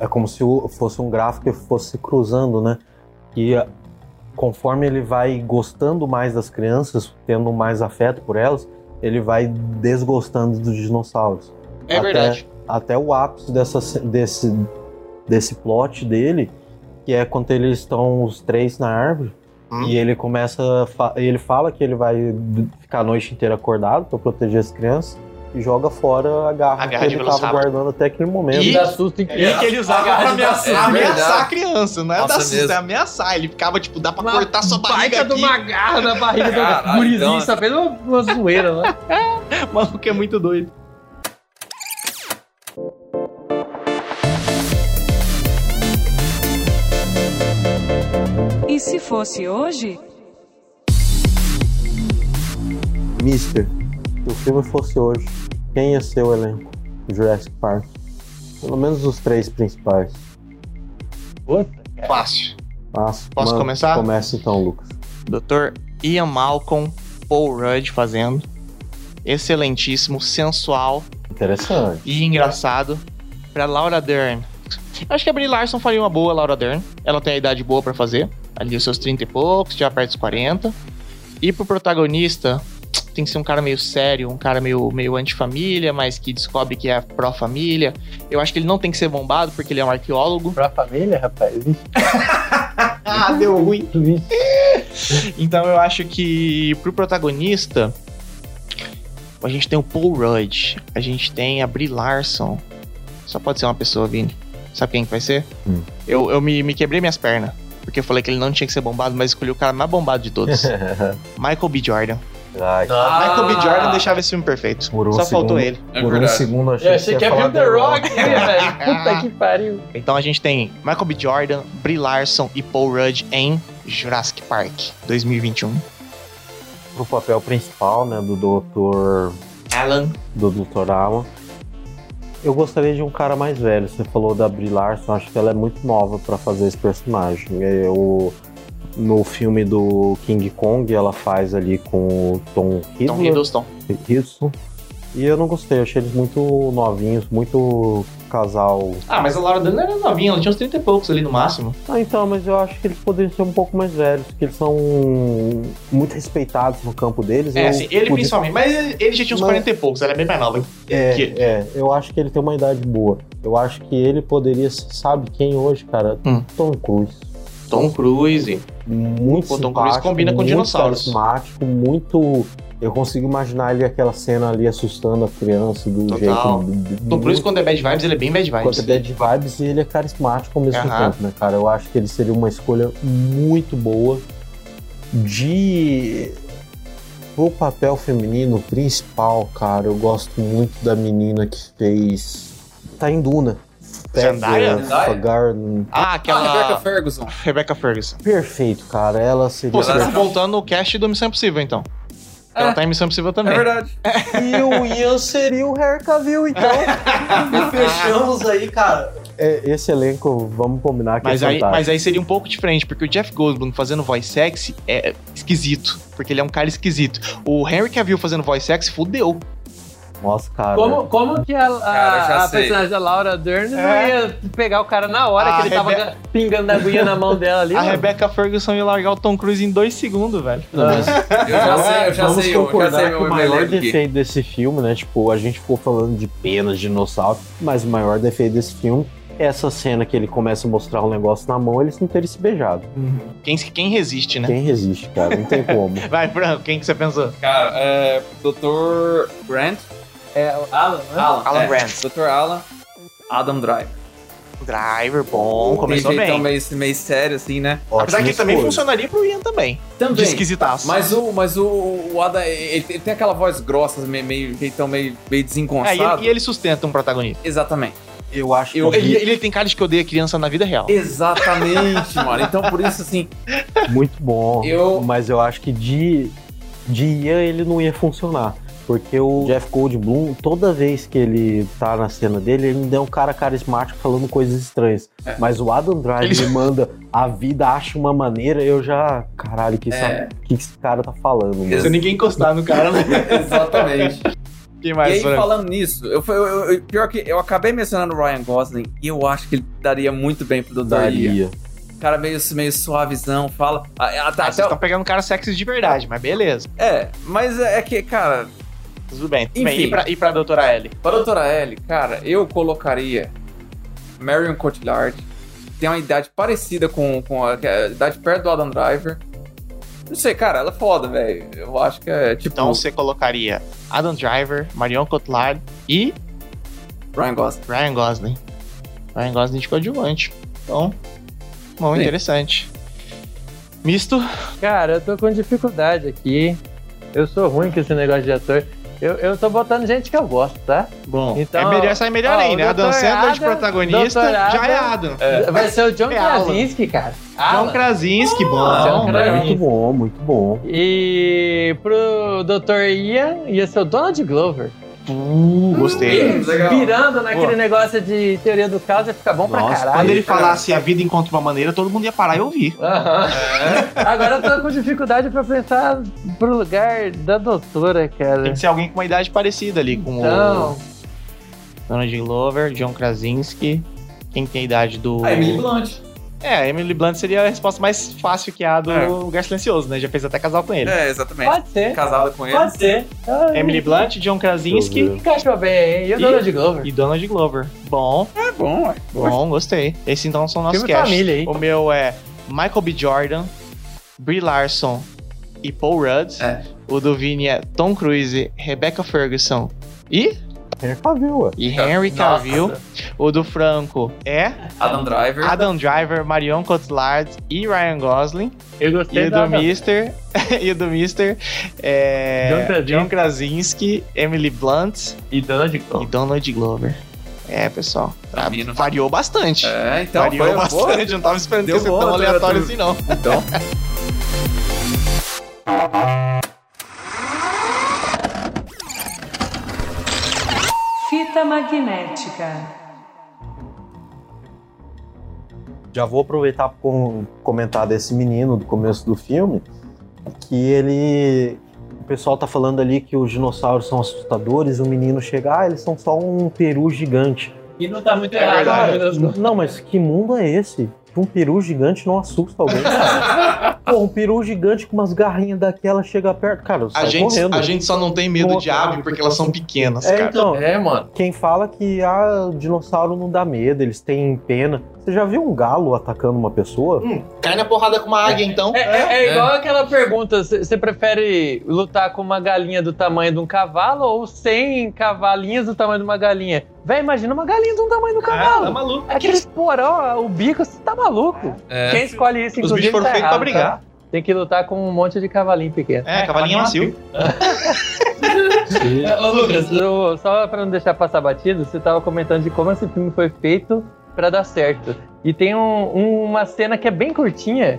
é como se o- fosse um gráfico que fosse cruzando, né? E a- conforme ele vai gostando mais das crianças, tendo mais afeto por elas, ele vai desgostando dos dinossauros. É Até- verdade. Até o ápice dessa, ce- desse, desse plot dele, que é quando eles estão os três na árvore. Hum. E ele começa. a fa- Ele fala que ele vai d- ficar a noite inteira acordado pra proteger as crianças e joga fora a garra, A garra que de ele tava Velociraptor. guardando até aquele momento. E- É. Dá susto em criança. ele usava pra ameaçar, verdade. a criança, não é Nossa, dar susto, mesmo. é ameaçar. Ele ficava, tipo, dá pra Uma cortar sua barriga baita aqui. de uma garra na barriga do Caralho, gurizinho, assim, então- só fez uma, uma zoeira lá. O maluco é muito doido. E se fosse hoje? Mister, se o filme fosse hoje, quem ia ser o elenco? Jurassic Park. Pelo menos os três principais. Fácil. Mas, Posso mano, começar? Começa então, Lucas. Dr. Ian Malcolm, Paul Rudd fazendo. Excelentíssimo, sensual Interessante. e engraçado. Pra Laura Dern. Eu acho que a Brie Larson faria uma boa Laura Dern. Ela tem a idade boa pra fazer. Ali os seus 30 e poucos, já perto dos 40. E pro protagonista, tem que ser um cara meio sério, um cara meio, meio antifamília, mas que descobre que é pró-família. Eu acho que ele não tem que ser bombado, porque ele é um arqueólogo. Pra família, rapaz. Ah, deu ruim. então eu acho que pro protagonista, a gente tem o Paul Rudd, a gente tem a Brie Larson. Só pode ser uma pessoa, Vini. Sabe quem que vai ser? Hum. Eu, eu me, me quebrei minhas pernas. Porque eu falei que ele não tinha que ser bombado, mas escolhi o cara mais bombado de todos. Michael B. Jordan. Ai, Ah, Michael B. Jordan deixava esse filme perfeito. Por um Só faltou segundo. ele. É por um verdade. segundo eu achei, Eu achei você que ia é falar Bill The The Rock, né, velho. Puta que pariu. Então a gente tem Michael B. Jordan, Brie Larson e Paul Rudd em Jurassic Park 2021. pro papel principal, né, do Dr. Alan do Dr. Alan. Eu gostaria de um cara mais velho. Você falou da Brie Larson, acho que ela é muito nova pra fazer esse personagem. Eu no filme do King Kong, ela faz ali com o Tom Tom Hiddleston. Hiddleston. Hiddleston. E eu não gostei, eu achei eles muito novinhos, muito casal. Ah, mas a Laura Dern era novinha, ela tinha uns 30 e poucos ali no máximo. Ah, então, mas eu acho que eles poderiam ser um pouco mais velhos, porque eles são muito respeitados no campo deles. É, Eu assim, ele podia- principalmente. Mas ele ele já tinha uns Mas- 40 e poucos, ela é bem mais nova. É, que- é, eu acho que ele tem uma idade boa. Eu acho que ele poderia ser, sabe quem hoje, cara? Hum. Tom Cruise. Tom Cruise. Muito Pô, Tom Cruise simpático, combina com muito dinossauros. carismático, muito... Eu consigo imaginar ele aquela cena ali assustando a criança do Total. jeito... Tom Cruise, quando é bad vibes, ele é bem bad Quanto Uhum. é vibes. bad vibes e ele é carismático ao mesmo Aham. tempo, né, cara? Eu acho que ele seria uma escolha muito boa de. Pro papel feminino principal, cara, eu gosto muito da menina que fez. Tá em Duna. Zendaya? Peppa Garden. Ah, Ah, Rebecca aquela. Ferguson. Rebecca Ferguson. Perfeito, cara. Ela seria. Pô, você tá Rebecca- voltando o cast do Missão Impossível, então. Ela É. tá em Missão Impossível É também. verdade. E o Ian seria o Harry Cavill, então. Fechamos aí, cara. É, esse elenco, vamos combinar que Mas é aí, fantástico. mas aí seria um pouco diferente, porque o Jeff Goldblum fazendo voice sexy é esquisito. Porque ele é um cara esquisito. O Henry Cavill fazendo voice sexy fudeu. Nossa, cara. Como, como que a, a- Cara, já a sei. personagem da Laura Dern É. não ia pegar o cara na hora A que ele tava Rebe- ga- pingando a aguinha na mão dela ali? A mano? Rebecca Ferguson ia largar o Tom Cruise em dois segundos, velho. Eu já sei, eu já Vamos sei, eu já concordar sei que meu o maior elenco aqui. defeito desse filme, né? Tipo, a gente ficou falando de penas, de dinossauro, mas o maior defeito desse filme é essa cena que ele começa a mostrar um negócio na mão, eles não terem se beijado. Quem, quem resiste, né? Quem resiste, cara? Não tem como. Vai, Fran, quem que você pensou? Cara, é. Dr. Grant. É, o Alan, né? Alan. Alan é. Grant. um Dr. Alan. Adam Driver. Driver, bom, começou Tem jeitão bem. um meio, meio sério, assim, né? Apesar que ele também Ótima escolha. funcionaria pro Ian também. De esquisitaço. Mas o, mas o, o Adam, ele, ele tem aquela voz grossa, assim, meio, meio jeitão meio, É, meio e, desengonçado. ele, e ele sustenta um protagonista. Exatamente. Eu acho que é Eu- Ele, ele tem cara de que odeia criança na vida real. Exatamente, mano. Então, por isso, assim, muito bom. Eu- Mas eu acho que de, de Ian ele não ia funcionar. Porque o Jeff Goldblum, toda vez que ele tá na cena dele, ele ainda é um cara carismático falando coisas estranhas. Mas o Adam Driver Ele- ele... manda a vida acha uma maneira, eu já. Caralho, que, essa- É. que, que esse cara tá falando? mano? Se ninguém encostar no cara, né? exatamente. Quem e mais, aí, Fran? falando nisso, eu, fui- eu- eu- eu- pior que eu acabei mencionando o Ryan Gosling e eu acho que ele daria muito bem pro Dr. Ian. Daria. Cara meio, meio suavizão, fala. a- a- Ah, até, vocês estão pegando cara sexy de verdade, mas beleza. é, mas é que, cara, Tudo bem. Tudo Enfim. bem. E pra, e pra doutora Ellie? Para a doutora Ellie, cara, eu colocaria Marion Cotillard, que tem uma idade parecida com, com a, que é a idade perto do Adam Driver. Não sei, cara, ela é foda, velho. Eu acho que é tipo Então você colocaria Adam Driver, Marion Cotillard e Ryan Gosling. Ryan Gosling. Ryan Gosling de coadjuvante. Então, bom, Sim. interessante. Misto? Cara, eu tô com dificuldade aqui. Eu sou ruim com esse negócio de ator. Eu, eu tô botando gente que eu gosto, tá? Bom, Então, é melhor, sai melhor ó, aí, né? o Adam Dr. Sandler de Adam, protagonista, Dr. Adam. já é Adam. Vai ser o John É Alan. Krasinski, cara. John Alan. Krasinski, John bom. Krasinski. É Muito bom, muito bom. E pro Dr. Ian ia ser o Donald Glover. Uh, gostei. legal. Virando naquele negócio de teoria do caos ia ficar bom pra Nossa, caralho. Quando ele falasse a vida encontra uma maneira, todo mundo ia parar e ouvir. Aham. Agora eu tô com dificuldade pra pensar pro lugar da doutora, cara. Tem que ser alguém com uma idade parecida ali, com Então, o Donald Glover, John Krasinski. Quem tem a idade do. Ah, Emily Blunt. É, Emily Blunt seria a resposta mais fácil que a do É. Lugar Silencioso, né? Já fez até casal com ele. É, exatamente. pode ser. Casada com ele. Pode ser. É. Ai, Emily Blunt, John Deixa eu Krasinski ver. Encaixou bem, hein? E o É. E- Donald Glover. e Donald Glover. Bom, É bom, ué. bom, gostei. Esses então são nossos Filme cast. família, hein? O meu é Michael B. Jordan, Brie Larson e Paul Rudd. É. O do Vini é Tom Cruise, Rebecca Ferguson e, Henry Cavill, É, tá ué. e Henry Nossa. Cavill. O do Franco é Adam Driver. Adam Driver, Marion Cotillard e Ryan Gosling. Eu E gostei o do Mister, e o do Mister John é Krasinski. John Krasinski, Emily Blunt E Donald e Donald Glover. É, pessoal, tá- Menino. variou bastante. É, então variou foi uma boa. bastante, não tava esperando Deu que ia ser boa, tão deu- aleatório deu- assim, não. Então, Fita magnética. Já vou aproveitar para comentar desse menino do começo do filme, que ele. O pessoal tá falando ali que os dinossauros são assustadores, o menino chega, ah, eles são só um peru gigante. E não tá muito errado. verdade. pelo menos não. Não, mas que mundo é esse? Que um peru gigante não assusta alguém, cara. Pô, um peru gigante com umas garrinhas daquela chega perto. Cara, A sai gente, né? correndo. a gente só não tem medo de Correndo. ave porque elas são pequenas, É, cara. então, É, mano. quem fala que ah, o dinossauro não dá medo, eles têm pena. Você já viu um galo atacando uma pessoa? Cai na porrada com uma águia, então. É, é- é igual aquela pergunta: você prefere lutar com uma galinha do tamanho de um cavalo ou 100 cavalinhas do tamanho de uma galinha? Véi, imagina uma galinha do tamanho do Ah, tá cavalo. maluco. Aqueles porão, o bico, você tá maluco. Quem escolhe isso, É. Os inclusive, bichos foram tá feitos pra errado, brigar. tá? Tem que lutar com um monte de cavalinho pequeno. É, cavalinho macio. É, Ô, Lucas, Eu- só pra não deixar passar batido, você tava comentando de como esse filme foi feito pra dar certo. E tem um- um- uma cena que é bem curtinha,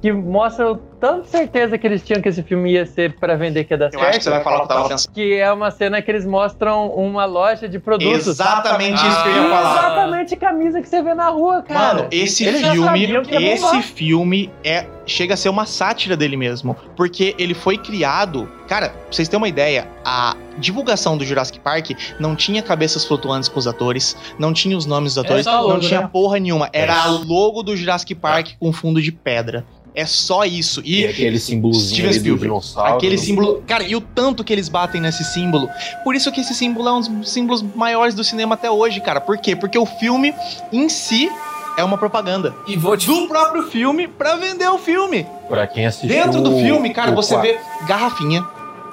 que mostra o tanto certeza que eles tinham que esse filme ia ser pra vender que ia dar Eu certo. acho que você vai falar o que eu tava pensando. que é uma cena que eles mostram uma loja de produtos. Exatamente isso que eu ia Exatamente. falar. Exatamente camisa que você vê na rua, cara. Mano, esse eles já filme, sabiam que ia esse bombar. filme é chega a ser uma sátira dele mesmo, porque ele foi criado, cara, pra vocês terem uma ideia, a divulgação do Jurassic Park não tinha cabeças flutuantes com os atores, não tinha os nomes É dos Era atores, só logo, não tinha né? porra nenhuma, era É. a logo do Jurassic Park com fundo de pedra. É só isso. E, E aquele símbolozinho Steven ali do Spielberg. dinossauro. Aquele símbolo. Cara, e o tanto que eles batem nesse símbolo. Por isso que esse símbolo é um dos símbolos maiores do cinema até hoje, cara. Por quê? Porque o filme em si é uma propaganda. e vou te. Do próprio filme pra vender o filme. Pra quem assistiu. Dentro do filme, cara, o você quarto. vê garrafinha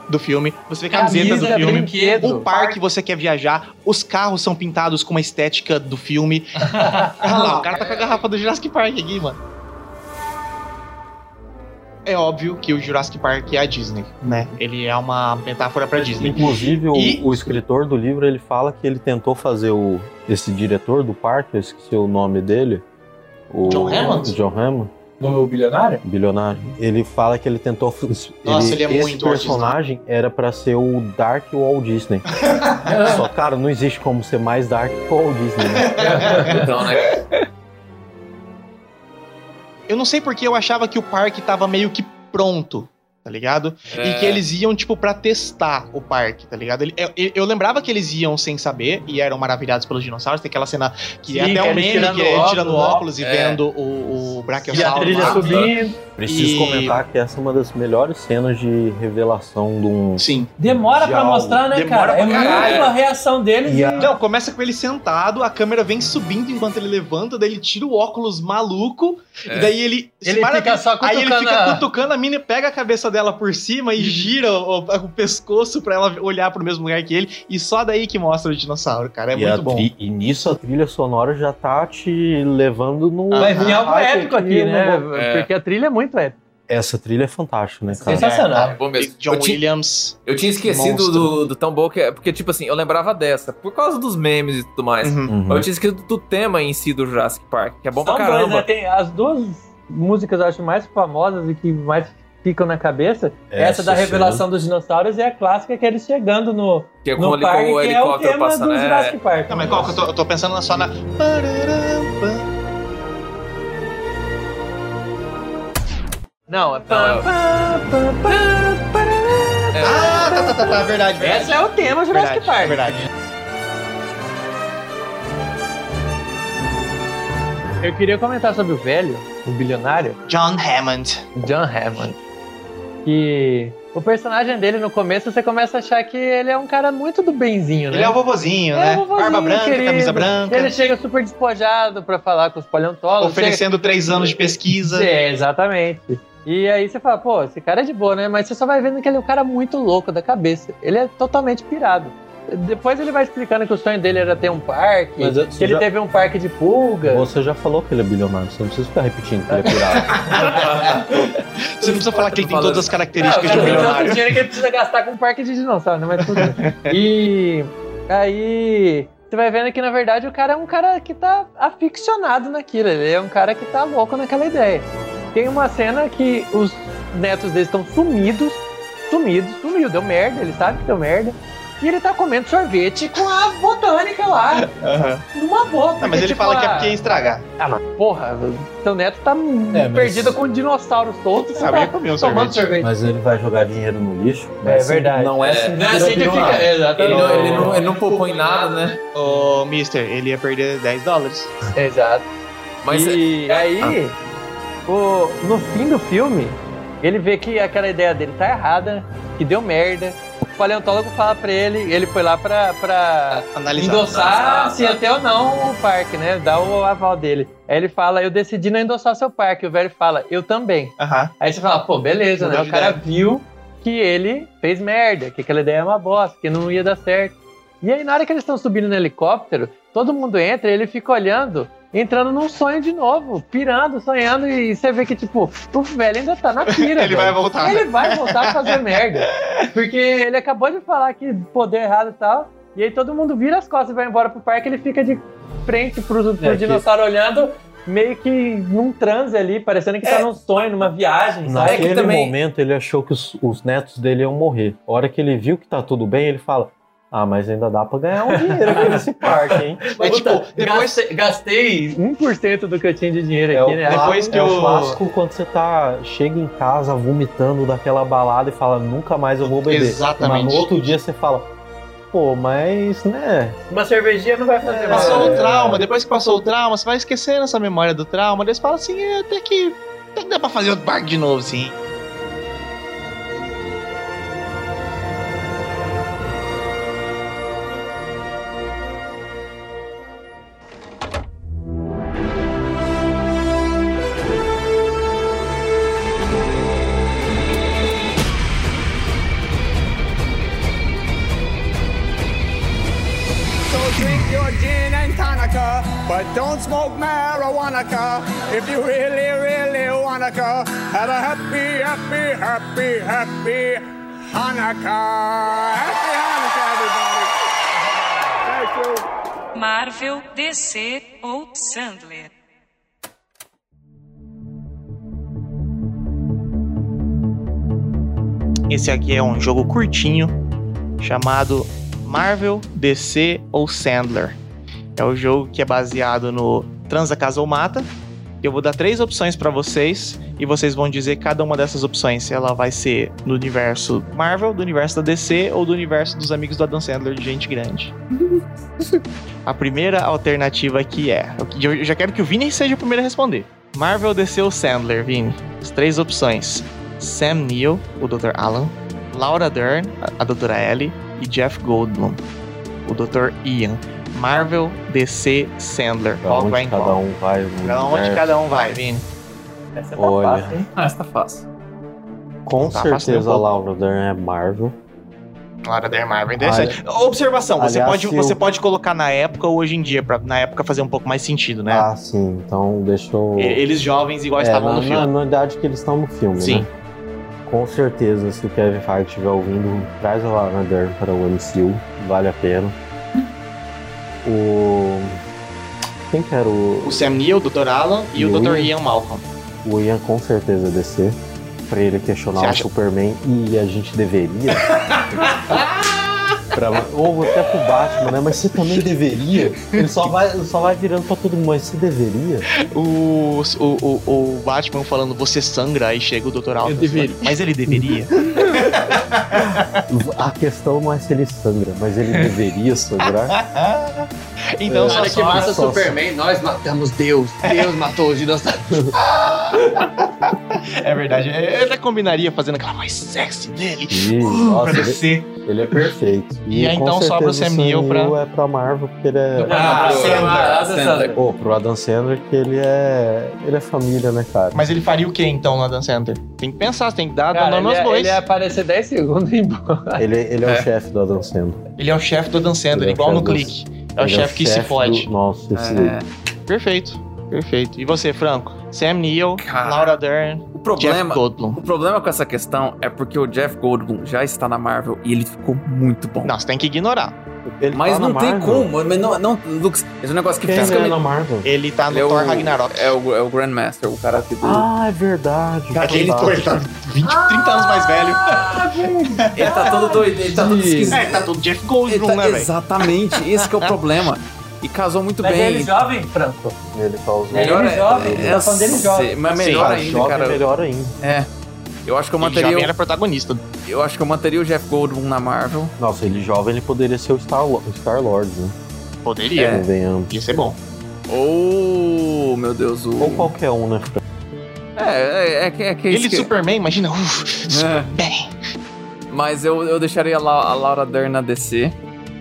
do filme, você vê camiseta do filme. brinquedo. O parque você quer viajar, os carros são pintados com uma estética do filme. Olha lá, o cara tá com a garrafa do Jurassic Park aqui, mano. É óbvio que o Jurassic Park é a Disney, né? Ele é uma metáfora pra Disney. Inclusive, o, E- o escritor do livro, ele fala que ele tentou fazer o, esse diretor do parque, eu esqueci o nome dele. O, John Hammond? John Hammond, é No bilionário? bilionário. Ele fala que ele tentou... Nossa, ele é esse muito Walt personagem era pra ser o Dark Walt Disney. Só, cara, não existe como ser mais Dark que o Walt Disney, né? Então, né? Eu não sei porque eu achava que o parque tava meio que pronto, tá ligado? É. E que eles iam, tipo, pra testar o parque, tá ligado? Ele- Eu, eu- eu lembrava que eles iam sem saber e eram maravilhados pelos dinossauros. Tem aquela cena que é Sim, até que um eles meme tirando que é óculos, tirando né? óculos e É. vendo o, o E a Brachiosauro é trilha lá. subindo. Preciso E- comentar que essa é uma das melhores cenas de revelação de um... Sim. Demora pra Diálogo. mostrar, né, Demora cara? É pra caralho. muito a reação deles. E a- Não, começa com ele sentado, a câmera vem subindo enquanto ele levanta, daí ele tira o óculos maluco, É. e daí ele. se Ele para- fica só Aí ele cutucando fica a- cutucando Uhum. a mina, pega a cabeça dela por cima e gira o, o pescoço pra ela olhar pro mesmo lugar que ele, e só daí que mostra o dinossauro, cara. É e, a muito bom. tri- e nisso a trilha sonora já tá te levando no. Vai É vir algo Ai, épico que- aqui, né? É. Porque a trilha é muito épica. Essa trilha é fantástica, né, cara? Sensacional. É bom mesmo. John Eu tinha- Williams. Eu tinha esquecido Monstro. do, do tão bom que é. Porque, tipo assim, eu lembrava dessa. Por causa dos memes e tudo mais. Uhum. Uhum. Mas eu tinha esquecido do tema em si do Jurassic Park, que é bom São pra dois, né? caramba. Tem as duas músicas, eu acho, mais famosas e que mais ficam na cabeça. É, Essa, da cena- revelação dos dinossauros e a clássica que é eles chegando no, que é com no o helico- parque, o que é o helicóptero tema passando. do é. Jurassic Park. Não, mas qual que eu tô, eu tô pensando só na. Não, é... Não, Ah, tá, tá, tá, tá, verdade, verdade. Essa é o tema Jurassic Verdade, é Park. verdade. Eu queria comentar sobre o velho, o bilionário, John Hammond. John Hammond. Que o personagem dele no começo você começa a achar que ele é um cara muito do benzinho, né? Ele é o vovozinho, É né? o vovozinho, Barba branca, querido. camisa branca. Ele chega super despojado pra falar com os paleontólogos. Oferecendo três anos de pesquisa. chega... É, exatamente. E aí você fala, pô, esse cara é de boa, né? Mas você só vai vendo que ele é um cara muito louco da cabeça. Ele é totalmente pirado. Depois ele vai explicando que o sonho dele era ter um parque, Mas eu- que ele já- teve um parque de pulga. Você já falou que ele é bilionário, você não precisa ficar repetindo que ele é pirata. Você não precisa falar que ele tem Falando. todas as Ah, o características de um cara tem milionário. tanto dinheiro que ele precisa gastar com um parque de dinossauro, né? Mas tudo bem. E aí você vai vendo que, na verdade, o cara é um cara que tá aficionado naquilo. Ele é um cara que tá louco naquela ideia. Tem uma cena que os netos deles estão sumidos, sumidos, sumiu. Deu merda, ele sabe que deu merda. E ele tá comendo sorvete com a botânica lá, Aham. numa boa. Não, mas ele tipo, fala que é a- porque ia estragar. Ah, mas porra, seu neto tá É, mas- perdido com dinossauros todos. Ah, eu ia comer um tá tomando sorvete. sorvete. Mas ele vai jogar dinheiro no lixo? Mas verdade. Não é assim. Não, assim que fica. é, Ele Exatamente. não, ele, não, ele não poupou em nada, né? Ô, mister, ele ia perder 10 dólares. Exato. Mas e aí, o- no fim do filme, ele vê que aquela ideia dele tá errada, que deu merda. O paleontólogo fala pra ele, ele foi lá pra, pra Analisar. endossar se até ou não o parque, né? Dar o aval dele. Aí ele fala, eu decidi não endossar seu parque. O velho fala, eu também. Aham. Aí você fala, pô, beleza, né? Mudou O de cara viu que ele fez merda, que aquela ideia é uma bosta, que não ia dar certo. E aí, na hora que eles estão subindo no helicóptero, todo mundo entra e ele fica olhando, entrando num sonho de novo, pirando, sonhando, e você vê que, tipo, o velho ainda tá na pira. Ele velho. vai voltar. Ele vai voltar a fazer merda. Porque ele acabou de falar que poder errado e tal. E aí todo mundo vira as costas e vai embora pro parque. Ele fica de frente pro, pro É, que- dinossauro olhando, meio que num transe ali, parecendo que tá num sonho, numa viagem, sabe? Naquele também- momento ele achou que os, os netos dele iam morrer. A hora que ele viu que tá tudo bem, ele fala: Ah, mas ainda dá pra ganhar um dinheiro aqui nesse parque, hein? É tipo, depois, Gastei, gastei 1% do que eu tinha de dinheiro aqui, né? clássico. Depois que é o- o clássico quando você tá, chega em casa vomitando daquela balada e fala: Nunca mais eu vou beber. Exatamente. Mas no outro dia você fala: Pô, mas né? Uma cervejinha não vai fazer mal. passou É. o trauma, depois que passou o trauma, você vai esquecendo essa memória do trauma. Daí você fala assim, é, até que. Até que dá pra fazer outro barco de novo, sim. So drink your gin and tonica, but don't smoke marijuana. If you really, really wanna, have a happy, happy, happy, happy Hanukkah. Happy Hanukkah, everybody. Thank you. Marvel, DC ou Sandler. Esse aqui é um jogo curtinho chamado Marvel, DC ou Sandler. É o jogo que é baseado no Transa Casa ou Mata. Eu vou dar três opções pra vocês e vocês vão dizer cada uma dessas opções se ela vai ser do universo Marvel, do universo da DC ou do universo dos amigos do Adam Sandler de gente grande. A primeira alternativa aqui é, eu já quero que o Vini seja o primeiro a responder. Marvel, DC ou Sandler, Vini? As três opções. Sam Neill, o Dr. Alan, Laura Dern, a- a Doutora Ellie, e Jeff Goldblum, o Dr. Ian. Marvel, DC, Sandler. Pra Qual onde vai em cada qual? um vai? no Pra onde universo? cada um vai, Vini? Essa tá Olha. fácil, hein? Ah, está fácil. Com Tá, passa um certeza a pouco. Laura Dern é Marvel. Laura Dern, Marvel, interessante. Observação, você, aliás, pode, se você eu- pode colocar na época ou hoje em dia, pra na época fazer um pouco mais sentido, né? Ah, sim. Então deixa eu. E- Eles jovens igual É, estavam na, no filme. na- na idade que eles estão no filme, Sim. né? Com certeza, se o Kevin Feige estiver ouvindo, traz a Laura Dern para o MCU, vale a pena. O... Quem que era o... O Sam Neill, o Dr. Alan e, E o o Dr. Ian. Ian Malcolm. O Ian com certeza ia descer, pra ele questionar Você o acha- Superman e a gente deveria... Pra- Ou até pro Batman, né? Mas você também deveria. Ele só vai, só vai virando pra todo mundo, mas você deveria. O, o, o, o Batman falando, você sangra, aí chega o Dr. Alan. Mas ele deveria. A questão não é se ele sangra, mas ele deveria sangrar. então, só Olha que só- massa só- Superman, nós matamos Deus. Deus matou os dinossauros. É verdade. Eu até combinaria fazendo aquela voz sexy dele. Ih, Uh, pra nossa, descer. Ele é perfeito. E aí, com então, certeza sobra o o Sam Sam Neill pra- Neill é pra Marvel, porque ele é. Ah, Ah, Sandler. Sandler. Sandler. Pô, pro Adam Sandler, que ele é. Ele é família, né, cara? Mas ele faria o que então na Dan Center? Tem que pensar, tem que dar Cara, dar nome ele, aos ia, dois. ele é ia aparecer 10 segundos e ir embora. Ele, ele é, É. o chefe do Adam Sandler. Ele é o chefe do Dan Sandler, Ele é o igual no chefe do- clique. É o Ele chefe que se chefe fode. do- É. Nossa, esse. Perfeito, perfeito. E você, Franco? Sam Neill, Cara. Laura Dern, O Jeff problema, Goldblum. o problema com essa questão é porque o Jeff Goldblum já está na Marvel e ele ficou muito bom. Não, você tem que ignorar. Ele Mas tá não na tem Marvel. como. Mas não, não, Lux, esse negócio que Quem é fisicamente. na Marvel? Ele tá no é o- Thor Ragnarok. É o, é o Grandmaster, o cara que. Ah, é verdade. Aquele verdade. Thor, ele tá 20, 30 anos mais velho. Ele tá todo doido, ele tá todo esquisito. É, tá todo Jeff Ele Goldblum, tá- né, velho? exatamente, esse que é o problema. E casou muito Mas bem. é ele jovem, Franco. Ele tá usando. Melhor é- jovem, é- tá falando dele jovem. Mas Sim, melhor cara, ainda, Jovem, cara. melhor ainda. Eu acho que eu Ele já manteria, era protagonista. eu acho que eu manteria o Jeff Goldblum na Marvel. Nossa, ele jovem, ele poderia ser o Star, Star Lord, né? É. Poderia. Convenhamos. Ia ser bom. Ou, Oh, meu Deus, o Ou qualquer um, né? É, é, é, que- é que Ele isso que- É. Superman, imagina. Uf, Né? Superman. Mas eu, eu deixaria a, Lau- a Laura Dern na DC.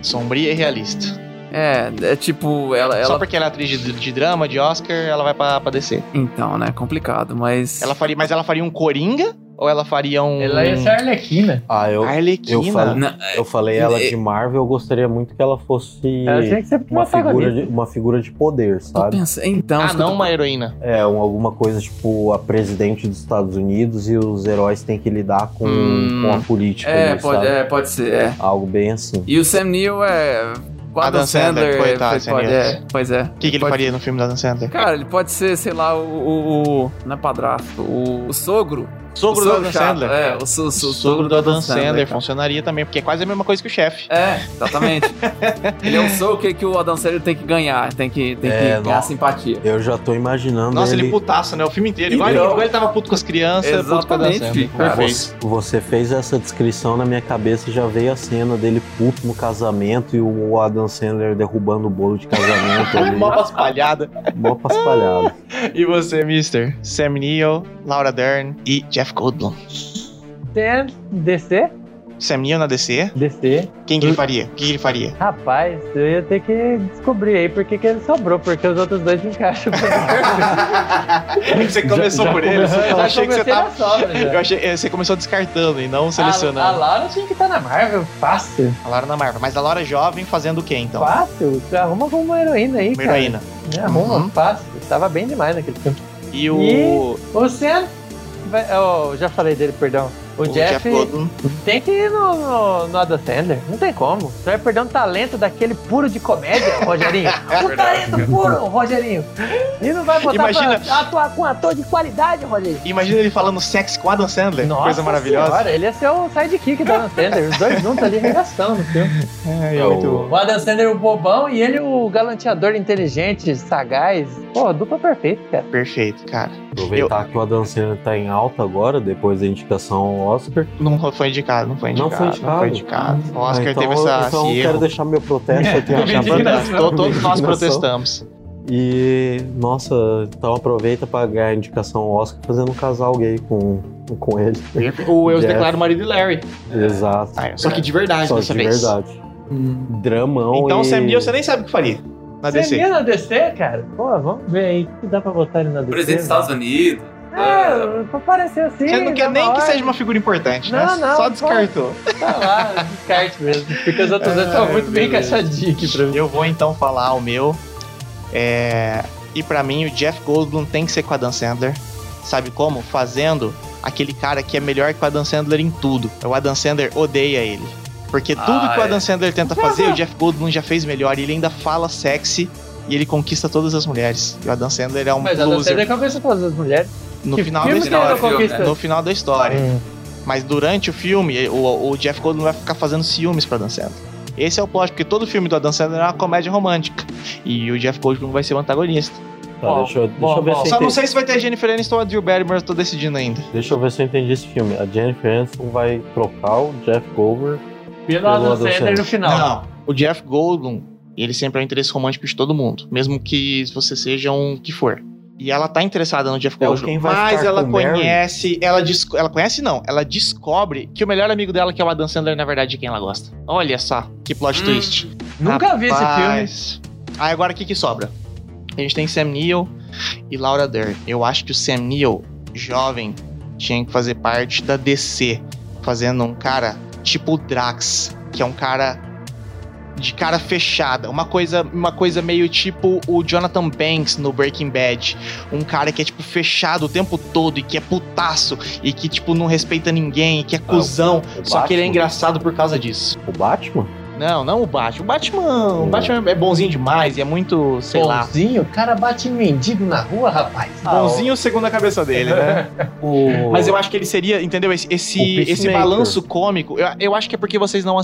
Sombria e realista. É, é tipo, ela. Só ela... porque ela é atriz de, de drama, de Oscar, ela vai pra, pra DC. Então, né? Complicado, mas. Ela faria, mas ela faria um Coringa? Ou ela faria um. Ela ia ser Arlequina. Ah, eu, eu, Arlequina. fal- Não, eu falei ela é- de Marvel, eu gostaria muito que ela fosse Ela tinha que ser uma uma, figura protagonista. de, uma figura de poder, Tô sabe? pensando. Então, Ah, isso que eu não tô- uma heroína. É, um- alguma coisa tipo a presidente dos Estados Unidos e os heróis têm que lidar com, Hum. com a política. É, ali, pode, sabe? é, pode ser. é. Algo bem assim. E o Sam Neill é. O Adam Adam Sandler, Sandler, coitado, ele Sam pode, Neill. é, pois é. O que, que ele Pode- faria no filme da Dan Sandler? Cara, ele pode ser, sei lá, o. o, o- não é padrasto, o, o sogro. Sogro o do Adam chato, Sandler. É, o, so- so- O sogro do Adam Sandler cara. funcionaria também, porque é quase a mesma coisa que o chefe. É, exatamente. ele é um sogro que, que o Adam Sandler tem que ganhar, tem que, tem É, que ganhar nossa. simpatia. Eu já tô imaginando. Nossa, ele ele putaço, né? O filme inteiro. Igual, Então. ele, igual ele tava puto com as crianças, puto com a Dan Exatamente, Sandler. filho, cara. Perfeito. Você fez essa descrição na minha cabeça e já veio a cena dele puto no casamento e o Adam Sandler derrubando o bolo de casamento ali. Mó paspalhada. Mó paspalhado. E você, Mister? Sam Neill, Laura Dern e Jeff Goldblum. Tem DC? Sam Neill na DC? DC. Quem que ele faria? O que ele faria? Rapaz, eu ia ter que descobrir aí por que que ele sobrou, porque os outros dois não encaixam. Você começou por ele. Eu Já achei que você tá comecei tava. na sobra, já. Eu achei, é, você começou descartando e não A, a selecionando. Laura tinha que estar na Marvel, fácil. A Laura na Marvel. Mas a Laura jovem fazendo o quê, então? Fácil. Você arruma como uma heroína aí, Uma cara. heroína. Me arruma, Uhum. fácil. Tava bem demais naquele filme. E o. O Sam. vai- Oh, já falei dele, perdão. O, Jeff, Goldblum. tem que ir no, no, no Adam Sandler. Não tem como. Você vai perder um talento daquele puro de comédia, Rogerinho. É um talento puro, Rogerinho. E não vai botar Imagina- pra atuar com um ator de qualidade, Rogerinho. Imagina ele falando sexo com Adam Sandler. Nossa coisa maravilhosa. Senhora, ele ia ser o sidekick do Adam Sandler. Os dois juntos ali regaçando no filme. É, é Eu- muito bom. O Adam Sandler o bobão e ele o galanteador inteligente, sagaz. Pô, dupla perfeita, cara. Perfeito, cara. Aproveitar que o Adam Sandler tá em alta agora, depois da indicação ao Oscar. Não foi indicado, não foi Não indicado. foi indicado? indicado. O Oscar então, teve essa, Então esse eu quero erro. É, deixar meu protesto aqui. a chamada. Protesto. To- Todos nós Indignação. protestamos. E, nossa, então aproveita pra ganhar indicação ao Oscar fazendo um casal gay com, com ele. O Eu Jeff. Declaro Marido e Larry. Exato. Ah, só que de verdade Só dessa de vez. verdade. Hum. é Dramão Então, e... Sam Neill, você nem sabe o que faria na Você DC. ia na DC, cara? Pô, vamos ver aí o que dá pra botar ele Tá na DC. Presidente dos Estados Unidos. É, pra parecer assim. Você não quer dá nem uma que hora, seja uma figura importante, né? Não, não, Só pô. descartou. É, Tá lá, descarte mesmo. Porque os outros dois estão muito bem encaixadinhos aqui pra mim. Eu vou então falar o meu. É, E pra mim, o Jeff Goldblum tem que ser com a Dan Sandler. Sabe como? Fazendo aquele cara que é melhor que o Adam Sandler em tudo. O Adam Sandler odeia ele. Porque tudo Ah, que o é. Adam Sandler tenta fazer, o Jeff Goldblum já fez melhor. E ele ainda fala sexy e ele conquista todas as mulheres. E o Adam Sandler é um Mas a Dan loser Sandler convenceu todas as mulheres. no que final é da filme que ele tá história. não né? conquista? No final da história. Mas durante o filme, o, o Jeff Goldblum vai ficar fazendo ciúmes pra Dan Sandler. Esse é o plot, porque todo filme do Adam Sandler é uma comédia romântica. E o Jeff Goldblum vai ser o antagonista. Tá, deixa, eu- deixa eu ver se eu Só não entendi, sei se vai ter a Jennifer Aniston ou a Drew Barrymore, eu tô decidindo ainda. deixa eu ver se eu entendi esse filme. A Jennifer Aniston vai trocar o Jeff Goldberg Pelo Adam Adam Sandler. Sandler no final. O Jeff Goldblum, ele sempre é o interesse romântico de todo mundo. Mesmo que você seja um que for. E ela tá interessada no Jeff É, Goldblum, quem vai mas ficar ela com Mary? conhece, ela, desco- ela conhece não, ela descobre que o melhor amigo dela, que é o Adam Sandler, na verdade é quem ela gosta. Olha só, que plot twist. Nunca vi esse filme. esse filme. Ah, agora o que que sobra? A gente tem Sam Neill e Laura Dern. Eu acho que o Sam Neill, jovem, tinha que fazer parte da DC, fazendo um cara tipo o Drax, que é um cara de cara fechada, uma coisa, uma coisa meio tipo o Jonathan Banks no Breaking Bad, um cara que é tipo fechado o tempo todo e que é putaço e que tipo não respeita ninguém, e que é cuzão, Ah, o só que ele é Batman. engraçado por causa disso. O Batman? Não, não o Batman. O Batman, o Batman é bonzinho demais e é muito, sei lá. Bonzinho? O cara bate em mendigo na rua, rapaz. Bonzinho segundo a cabeça dele, né? O- Mas eu acho que ele seria, entendeu? Esse, esse, O esse Peacemaker. balanço cômico, eu, eu acho que é porque vocês não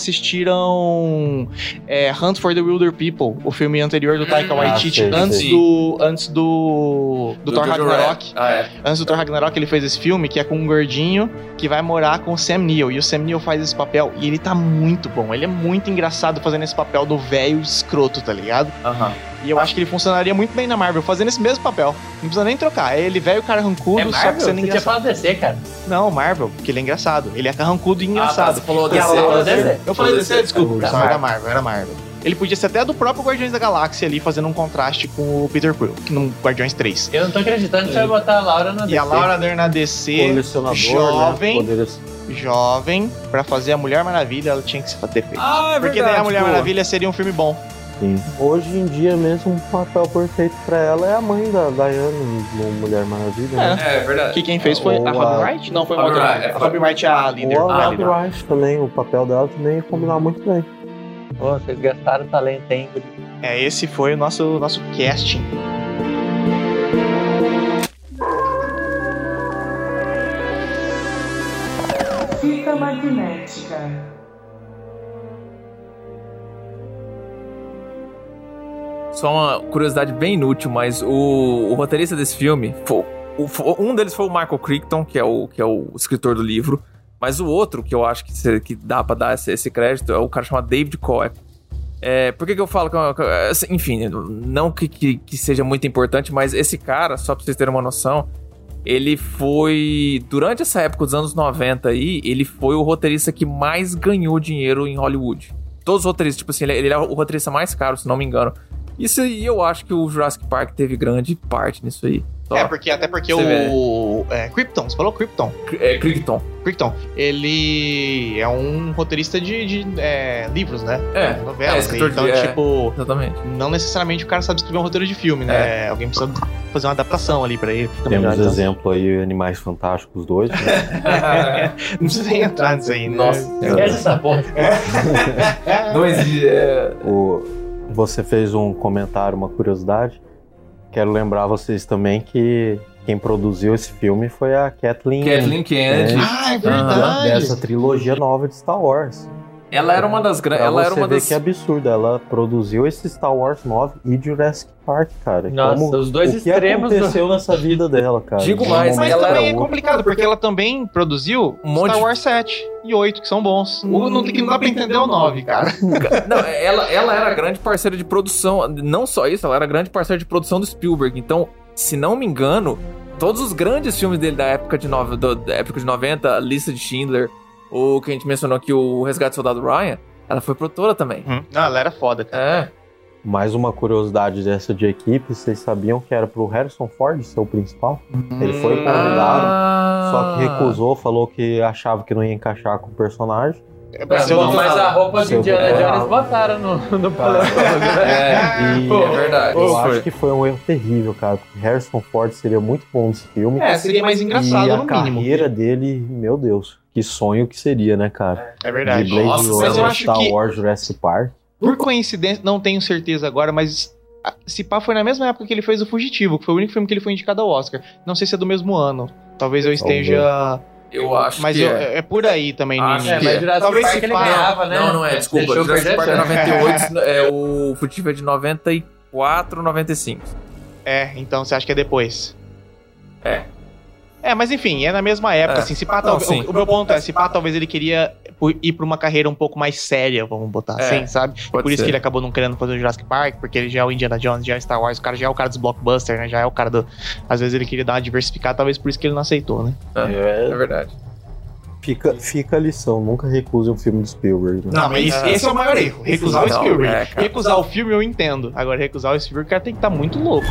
assistiram é, Hunt for the Wilder People, o filme anterior do Taika Waititi, Ah, sei, antes, sei. Do, antes do, do, Thor Jojo Ragnarok. Rabbit. Ah, é. Antes do Thor Ragnarok, ele fez esse filme que é com um gordinho que vai morar com o Sam Neill. E o Sam Neill faz esse papel e ele tá muito bom. Ele é muito engraçado fazendo esse papel do velho escroto, tá ligado? Aham. E eu acho que ele funcionaria muito bem na Marvel, fazendo esse mesmo papel. Não precisa nem trocar. É ele velho carrancudo, É um só Marvel? que sendo Você tinha engraçado. falado DC, cara. Não, Marvel, porque ele é engraçado. Ele é carrancudo e Ah, tá, engraçado. você falou E a DC. Laura Deserto. Eu falei DC, desculpa. Tá, Não, era Marvel, era Marvel. Ele podia ser até do próprio Guardiões da Galáxia ali, fazendo um contraste com o Peter Quill, que no Guardiões 3. Eu não tô acreditando que você vai botar a Laura no DC. E a Laura Dern na DC, colecionador, jovem. né? Poderes- jovem, pra fazer a Mulher Maravilha, ela tinha que ser ter feito. Ah, é Porque verdade, daí a Mulher boa. Maravilha seria um filme bom. Sim. Hoje em dia mesmo, o papel perfeito pra ela é a mãe da Diana no Mulher Maravilha, né? É, é verdade. Que quem fez foi Ou a a- Robin Wright? Não, foi uma Robin outra. Wright, é, A Robin Wright é a líder. Ou a a Robin líder. Wright também, o papel dela também ia combinar muito bem. Pô, vocês gastaram talento, hein? É, esse foi o nosso, nosso casting. Fita magnética. Só uma curiosidade bem inútil, mas o, o roteirista desse filme, fo- o- fo- um deles foi o Michael Crichton, que é o, que é o escritor do livro, mas o outro, que eu acho que, se- que dá pra dar esse, esse crédito, é o cara chamado David Coe. É, por que, que eu falo que. é uma- que é- assim, Enfim, não que, que, que seja muito importante, mas esse cara, só pra vocês terem uma noção, ele foi. Durante essa época dos anos 90 aí, ele foi o roteirista que mais ganhou dinheiro em Hollywood. Todos os roteiristas, tipo assim, ele, ele é o roteirista mais caro, se não me engano. Isso aí eu acho que o Jurassic Park teve grande parte nisso aí. Só, É, porque, até porque Você o. É, Krypton, você falou Krypton? é, Crichton. Krypton, ele é um roteirista de, de, é, livros, né? É, é, novelas. escritor de- então, é. tipo, Exatamente. não necessariamente o cara sabe escrever um roteiro de filme, né? É. Alguém precisa fazer uma adaptação ali pra ele. Fica melhor, Temos então. exemplo aí, Animais Fantásticos 2. Né? Não precisa nem entrar nisso aí, né? Nossa. É. Esquece essa porra. Não existe. É... o, você fez um comentário, uma curiosidade. Quero lembrar vocês também que quem produziu esse filme foi a Kathleen, Kathleen Kennedy. É. Ah, é da- verdade. dessa trilogia nova de Star Wars. Ela era uma das Pra grandes. É, Ela você era uma ver das. que é absurdo, ela produziu esse Star Wars 9 e Jurassic Park, cara. Nossa, Como- os dois o que extremos. do- aconteceu nessa vida dela, cara? Digo De um Mas mais, momento ela pra também é outro. complicado, porque ela também produziu Um monte Star de- Wars 7 e 8, que são bons. Não, não, tem- não dá pra entender o 9, cara. Não, ela, ela era grande parceira de produção. Não só isso, ela era grande parceira de produção do Spielberg. Então, se não me engano, todos os grandes filmes dele da época de, nove, do- da época de 90, a Lista de Schindler, o que a gente mencionou aqui, o Resgate do Soldado Ryan, ela foi produtora também. Hum. Não, ela era foda, cara. É. Mais uma curiosidade dessa de equipe, vocês sabiam que era pro Harrison Ford ser o principal? Ele foi convidado, Ah. só que recusou, falou que achava que não ia encaixar com o personagem. É pra Mas ser o nome. a roupa de Seu Indiana Bob. Jones botaram no, no É, E é verdade. eu Foi. acho que foi um erro terrível, cara, porque Harrison Ford seria muito bom nesse filme. É, seria mais engraçado e a no mínimo. carreira dele, meu Deus, que sonho que seria, né, cara? É verdade. De Blade Nossa, mas eu Runner, acho Star que- Wars, Jurassic Park. Por coincidência, não tenho certeza agora, mas a- se pá foi na mesma época que ele fez O Fugitivo, que foi o único filme que ele foi indicado ao Oscar. Não sei se é do mesmo ano. Talvez eu esteja. Eu acho mas que eu- é. é. por aí também. né? Acho Nini. que é. Jurassic Talvez Park se ele pá- ganhava, né? Não, não é, desculpa. Deixou Jurassic Park é perder, 98, é, o Fugitivo é de 94, 95. É, então você acha que é depois. É. É, mas enfim, é na mesma época, É. assim, se pá, Não, talvez, sim. o, o meu ponto é, se pá, talvez ele queria pu- ir pra uma carreira um pouco mais séria, vamos botar É, assim, sabe? pode Por isso ser. que ele acabou não querendo fazer o Jurassic Park, porque ele já é o Indiana Jones, já é o Star Wars, o cara já é o cara dos blockbusters, né? Já é o cara do... Às vezes ele queria dar uma diversificada, talvez por isso que ele não aceitou, né? É verdade. Fica, fica a lição, nunca recuse um filme do Spielberg. Né? mas isso- é. o maior erro, recusar Não, é, cara. recusar o filme eu entendo, agora recusar o Spielberg, o cara tem que estar muito louco.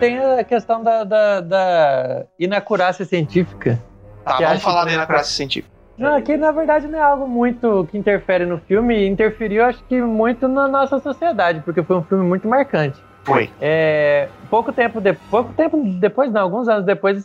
Tem a questão da, da, da inacurácia científica. Tá, Que vamos acha falar que- da Democracia Científica. Não, aqui na verdade não é algo muito que interfere no filme, interferiu acho que muito na nossa sociedade, porque foi um filme muito marcante. Foi. É, pouco, tempo de- pouco tempo depois, não, alguns anos depois,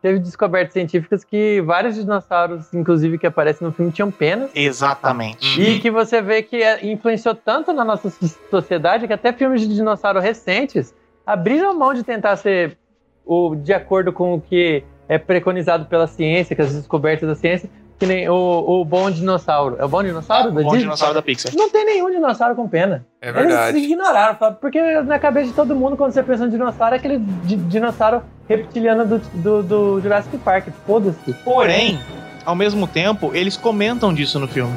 teve descobertas científicas que vários dinossauros, inclusive que aparecem no filme, tinham penas. Exatamente. E que você vê que é, influenciou tanto na nossa so- sociedade que até filmes de dinossauro recentes abriram mão de tentar ser o, de acordo com o que é preconizado pela ciência, com as descobertas da ciência, que nem o, o bom dinossauro. É o bom dinossauro? da O bom Disney? dinossauro da Pixar. Não tem nenhum dinossauro com pena. É verdade. Eles ignoraram, falaram, porque na cabeça de todo mundo, quando você pensa em dinossauro, é aquele di- dinossauro reptiliano do, do, do Jurassic Park. Foda-se. Porém, ao mesmo tempo, eles comentam disso no filme.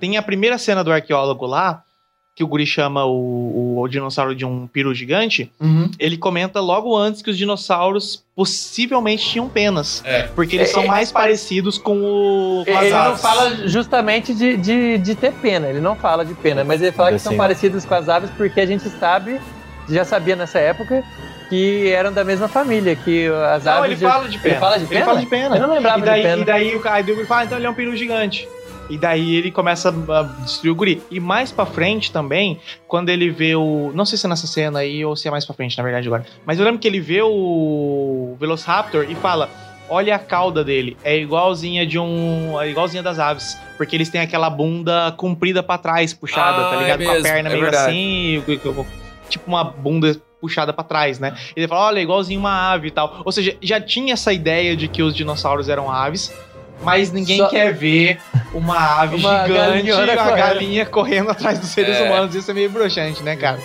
Tem a primeira cena do arqueólogo lá, que o guri chama o, o- o dinossauro de um peru gigante. Uhum. Ele comenta logo antes que os dinossauros possivelmente tinham penas. Porque eles É, são é. mais parecidos com o. com as Ele não aves. fala justamente de, de, de ter pena, ele não fala de pena, mas ele fala que são Assim. parecidos com as aves porque a gente sabe, já sabia nessa época, que eram da mesma família, que as Não, aves. ele fala de pena. Ele fala de pena? Eu não lembrava e daí, de pena. E daí o cara do guri fala, ah, então ele é um peru gigante. E daí ele começa a destruir o guri. E mais pra frente também, quando ele vê o... Não sei se é nessa cena aí ou se é mais pra frente, na verdade, agora. Mas eu lembro que ele vê o Velociraptor e fala... Olha a cauda dele, é igualzinha de um. É igualzinha das aves. Porque eles têm aquela bunda comprida pra trás, puxada, Ah, tá ligado? é Com a mesmo, perna é meio verdade. assim e o- o- o- tipo uma bunda puxada pra trás, né? Ele fala, olha, igualzinho uma ave e tal. Ou seja, já tinha essa ideia de que os dinossauros eram aves, mas ninguém Só- quer ver uma ave Uma gigante, galinhona uma correndo. galinha correndo atrás dos seres É. humanos. Isso é meio broxante, né, cara?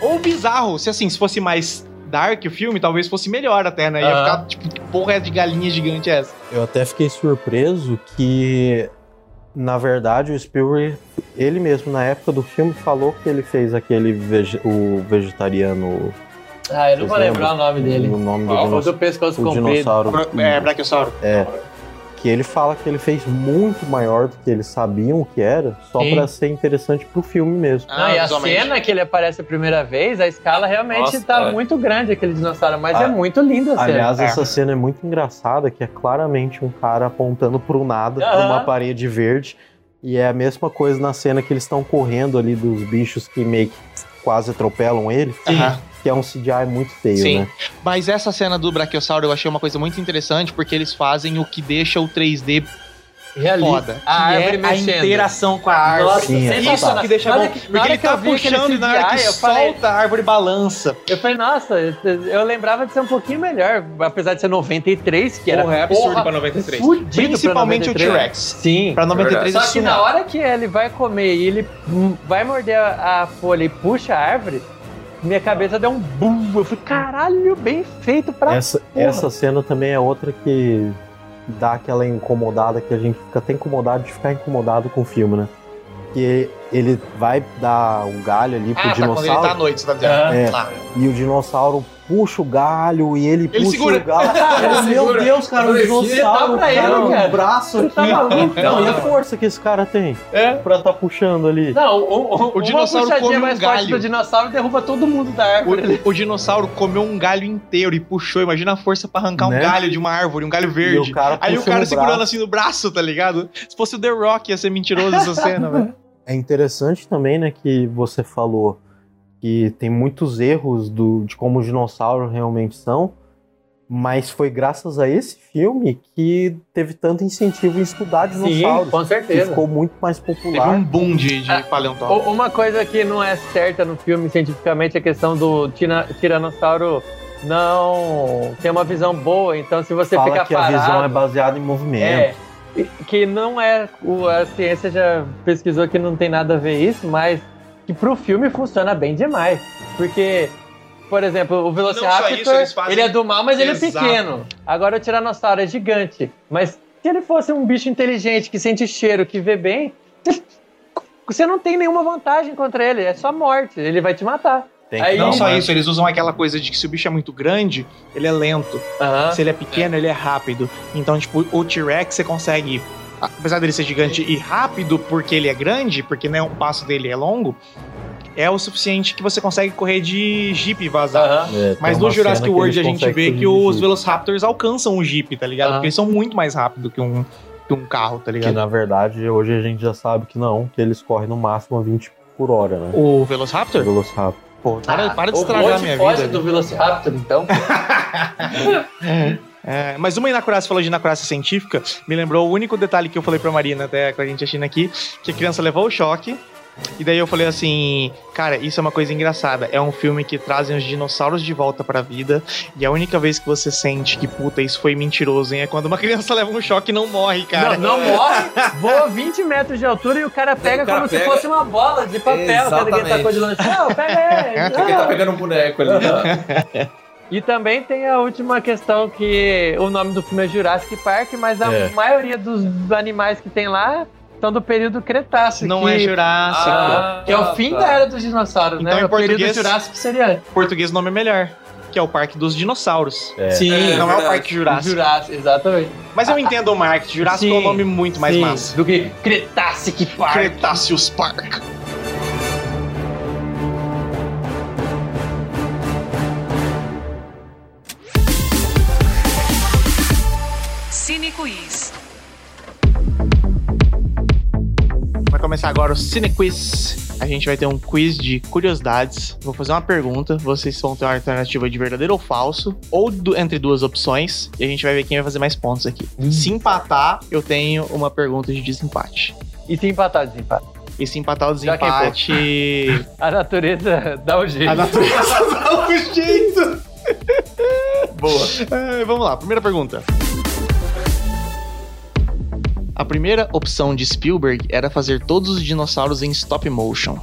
Ou bizarro, se assim, se fosse mais dark o filme, talvez fosse melhor até, né? Ia Aham. ficar, tipo, que porra é de galinha gigante é essa? Eu até fiquei surpreso que, na verdade, o Spielberg, ele mesmo, na época do filme, falou que ele fez aquele vege- o vegetariano. Ah, eu não vocês vou lembrar lembram? o nome dele. O nome do, Ah, o dinoss- do pescoço o comprido. dinossauro. Bra- é, Brachiosauro. É. Que ele fala que ele fez muito maior do que eles sabiam o que era, só Sim. pra ser interessante pro filme mesmo. Não, Ah, e a cena que ele aparece a primeira vez, a escala realmente Nossa, tá é. muito grande aquele dinossauro, mas Ah, é muito linda a cena. Aliás, É. essa cena é muito engraçada, que é claramente um cara apontando pro nada, pra Aham. uma parede verde. E é a mesma coisa na cena que eles estão correndo ali dos bichos que meio que quase atropelam ele. Aham. Que é um CGI muito feio, Sim. né? Mas essa cena do Brachiosauro eu achei uma coisa muito interessante, porque eles fazem o que deixa o 3D Realista. foda. A que árvore é mexendo. a interação com a árvore. Nossa, Sim, é isso fantástico. que deixa Na hora bom. que- na porque hora ele que eu tá vi aquele puxando e na hora que CGI, eu falei- solta, a árvore balança. Eu falei, nossa, eu lembrava de ser um pouquinho melhor, apesar de ser 93, que era. Porra, é absurdo pra 93. fudido pra Principalmente o 93. T-Rex. Sim. Pra 93 Só isso que não. na hora que ele vai comer e ele hum, vai morder a, a folha e puxa a árvore, minha cabeça deu um bum. Eu falei, caralho, bem feito pra. Essa, porra." essa cena também é outra que dá aquela incomodada que a gente fica até incomodado de ficar incomodado com o filme, né? Que ele vai dar um galho ali Ah, pro tá, quando ele dinossauro. tá à noite, você tá dizendo. É, Tá. E o dinossauro puxa o galho e ele, puxa segura. o galho. Eu, Ele Meu segura. Deus, cara, o Ele dinossauro dá pra ele, cara, cara. um braço Você aqui. tá maluco, Não, e a cara? força que esse cara tem é? pra tá puxando ali. Não, o, o, O dinossauro uma come puxadinha um mais forte galho. do dinossauro derruba todo mundo da árvore. O, o dinossauro comeu um galho inteiro e puxou. Imagina a força pra arrancar um Né? galho de uma árvore, um galho verde. E o cara Aí o puxa cara no segurando braço. assim no braço, tá ligado? Se fosse o The Rock, ia ser mentiroso essa cena, velho. É interessante também, né, que você falou que tem muitos erros do, de como os dinossauros realmente são, mas foi graças a esse filme que teve tanto incentivo em estudar dinossauros. com certeza. Que ficou muito mais Teve popular. um boom de, de paleontólogo. O- Uma coisa que não é certa no filme cientificamente é a questão do tina- tiranossauro não ter uma visão boa. Então, se você Fala ficar que parado, a visão é baseada em movimento. É, que não é. o- A ciência já pesquisou que não tem nada a ver isso, mas que pro filme funciona bem demais. Porque, por exemplo, o Velociraptor, isso, eles fazem- ele é do mal, mas ele é Exato. pequeno. Agora o Tiranossauro é gigante. Mas se ele fosse um bicho inteligente, que sente cheiro, que vê bem, você não tem nenhuma vantagem contra ele. É só morte. Ele vai te matar. Tem Aí- não só É isso, eles usam aquela coisa de que se o bicho é muito grande, ele é lento. Ah. Se ele é pequeno, ele é rápido. Então, tipo, o T-Rex você consegue. Apesar dele ser gigante e rápido, porque ele é grande, porque né, o passo dele é longo, é o suficiente que você consegue correr de Jeep e vazar. É, tem Mas no uma Jurassic cena que World a eles gente conseguem vê fugir que de os Jeep. Velociraptors alcançam o Jeep, tá ligado? Ah. Porque eles são muito mais rápidos que um, que um carro, tá Que ligado? na verdade hoje a gente já sabe que não, que eles correm no máximo a 20 por hora, né? O Velociraptor? Velociraptor. Pô, Para, para de Ah, o estragar Monte minha foge vida. do Velociraptor, então. É, mas uma inacurácia falou de inacurácia científica, me lembrou o único detalhe que eu falei pra Marina, até com a gente assistindo aqui, que a criança levou o choque. E daí eu falei assim, cara, isso é uma coisa engraçada. É um filme que trazem os dinossauros de volta pra vida. E a única vez que você sente que, puta, isso foi mentiroso, hein? É quando uma criança leva um choque e não morre, cara. Não, não morre, voa 20 metros de altura e o cara pega O cara como pega- se fosse uma bola de papel, tá ligado? Ele tacou de longe. Não, pega aí. Ele tá pegando um boneco ali. E também tem a última questão que o nome do filme é Jurassic Park, mas a É. maioria dos animais que tem lá são do período Cretáceo. Não que- é Jurássico. Ah, que é o fim tá. da era dos dinossauros, Então, né? em o período português- Jurássico seria. português o nome é melhor, que é o Parque dos Dinossauros. É. Sim, não é, o verdade. Parque Jurássico. Jurássico, exatamente. Mas eu entendo o marketing, Jurássico é um Sim, nome muito mais sim, massa. Do que Cretácic Park. Cretaceous Park. Cine Quiz. Vai começar agora o Cine Quiz. A gente vai ter um quiz de curiosidades. Vou fazer uma pergunta, vocês vão ter uma alternativa de verdadeiro ou falso, ou du- entre duas opções, e a gente vai ver quem vai fazer mais pontos aqui. Se empatar, eu tenho uma pergunta de desempate. E se empatar, desempate. E se empatar o Já quem for. desempate. A natureza dá o jeito. A natureza dá o jeito. Boa. É, vamos lá, primeira pergunta. A primeira opção de Spielberg era fazer todos os dinossauros em stop motion.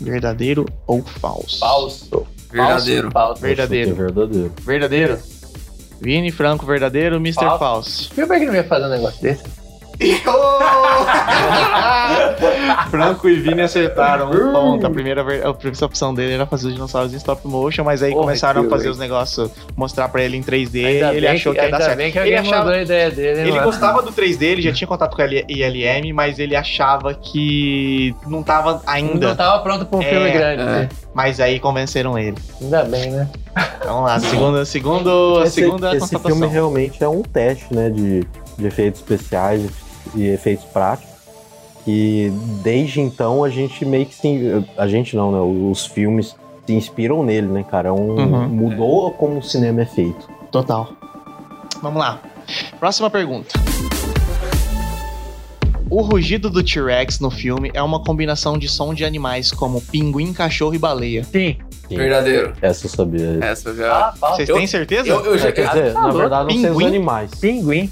Verdadeiro ou falso? Falso. Verdadeiro. Falso. Verdadeiro. é verdadeiro. Verdadeiro? Vini Franco, verdadeiro, Mr. Falso. Falso. falso. Spielberg não ia fazer um negócio desse. Franco e Vini acertaram Uh! um ponto. A primeira, ver- a primeira opção dele era fazer os dinossauros em stop motion, mas aí começaram a que fazer doido. os negócios, mostrar pra ele em 3D, Ainda ele bem achou que, ia dar ainda né? certo. bem que ele alguém achava, mudou a ideia dele. ele mano. gostava do 3D, ele já tinha contato com a ILM, mas ele achava que não tava ainda. Não tava pronto pra um É, filme grande, É. né? Mas aí convenceram ele. Ainda bem, né? Vamos lá, segunda, segundo, esse, segunda é esse constatação. filme realmente é um teste, né, de, de efeitos especiais e efeitos práticos. E desde então a gente meio que se, a gente não, né, os filmes se inspiram nele, né, cara? É Um, Uhum. Mudou como o cinema é feito. Total. Vamos lá. Próxima pergunta. O rugido do T-Rex no filme é uma combinação de som de animais como pinguim, cachorro e baleia. Sim. Verdadeiro. Essa eu sabia. É. Essa já. Vocês têm certeza? Eu, eu já É, quer dizer, Tá na verdade não sei os animais. Pinguim.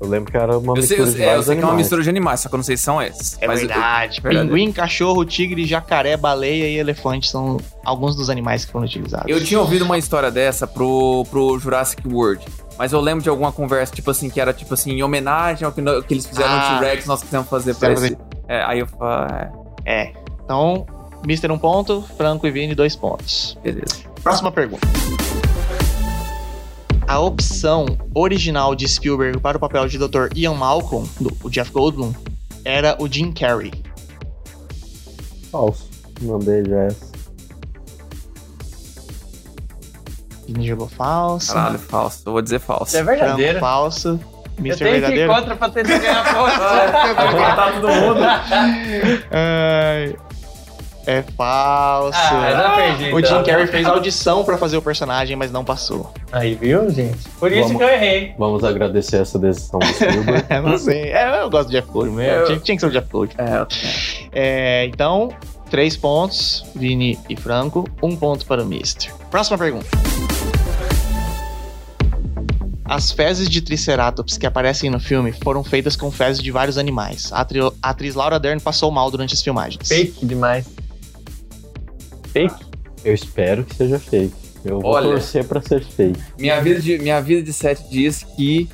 Eu lembro que era uma Eu sei, mistura eu, de sei- é, eu vários sei que é uma animais. mistura de animais, só que eu não sei se são esses. É Mas eu- verdade. Pinguim, é cachorro, tigre, jacaré, baleia e elefante são alguns dos animais que foram utilizados. Eu tinha ouvido uma história dessa pro, pro Jurassic World. Mas eu lembro de alguma conversa, tipo assim, que era tipo assim, em homenagem ao que, no- que eles fizeram Ah. no T-Rex, nós quisemos fazer pra Quisemos esse. É, aí eu falei. É. Então, Mr. um ponto, Franco e Vini dois pontos. Beleza. Próxima pergunta. A opção original de Spielberg para o papel de Dr. Ian Malcolm, do o Jeff Goldblum, era o Jim Carrey. Falso. Mandei já essa. Vini jogou falso. Caralho, falso. Eu vou dizer falso. É verdadeiro. Franco, falso. Eu Mr. tenho Verdadeiro. que ir contra pra tentar ganhar Ah, pontos. matar todo mundo. Ai, é falso. é Ah, eu já perdi, é. o Jim então. Carrey fez audição pra fazer o personagem, mas não passou. Aí, viu, gente? Por isso Vamos- que eu errei. Vamos agradecer essa decisão do Spielberg. Eu não sei. É, eu gosto de Jeff Goldblum. é, Eu- Tinha, tinha que ser o Jeff Goldblum. É, então, três pontos, Vini e Franco. Um ponto para o Mister. Próxima pergunta. As fezes de Triceratops que aparecem no filme foram feitas com fezes de vários animais. A, atri- a atriz Laura Dern passou mal durante as filmagens. Fake demais. Fake? Eu espero que seja fake. Eu vou Olha. torcer pra ser fake. Minha vida, de, minha vida de sete dias que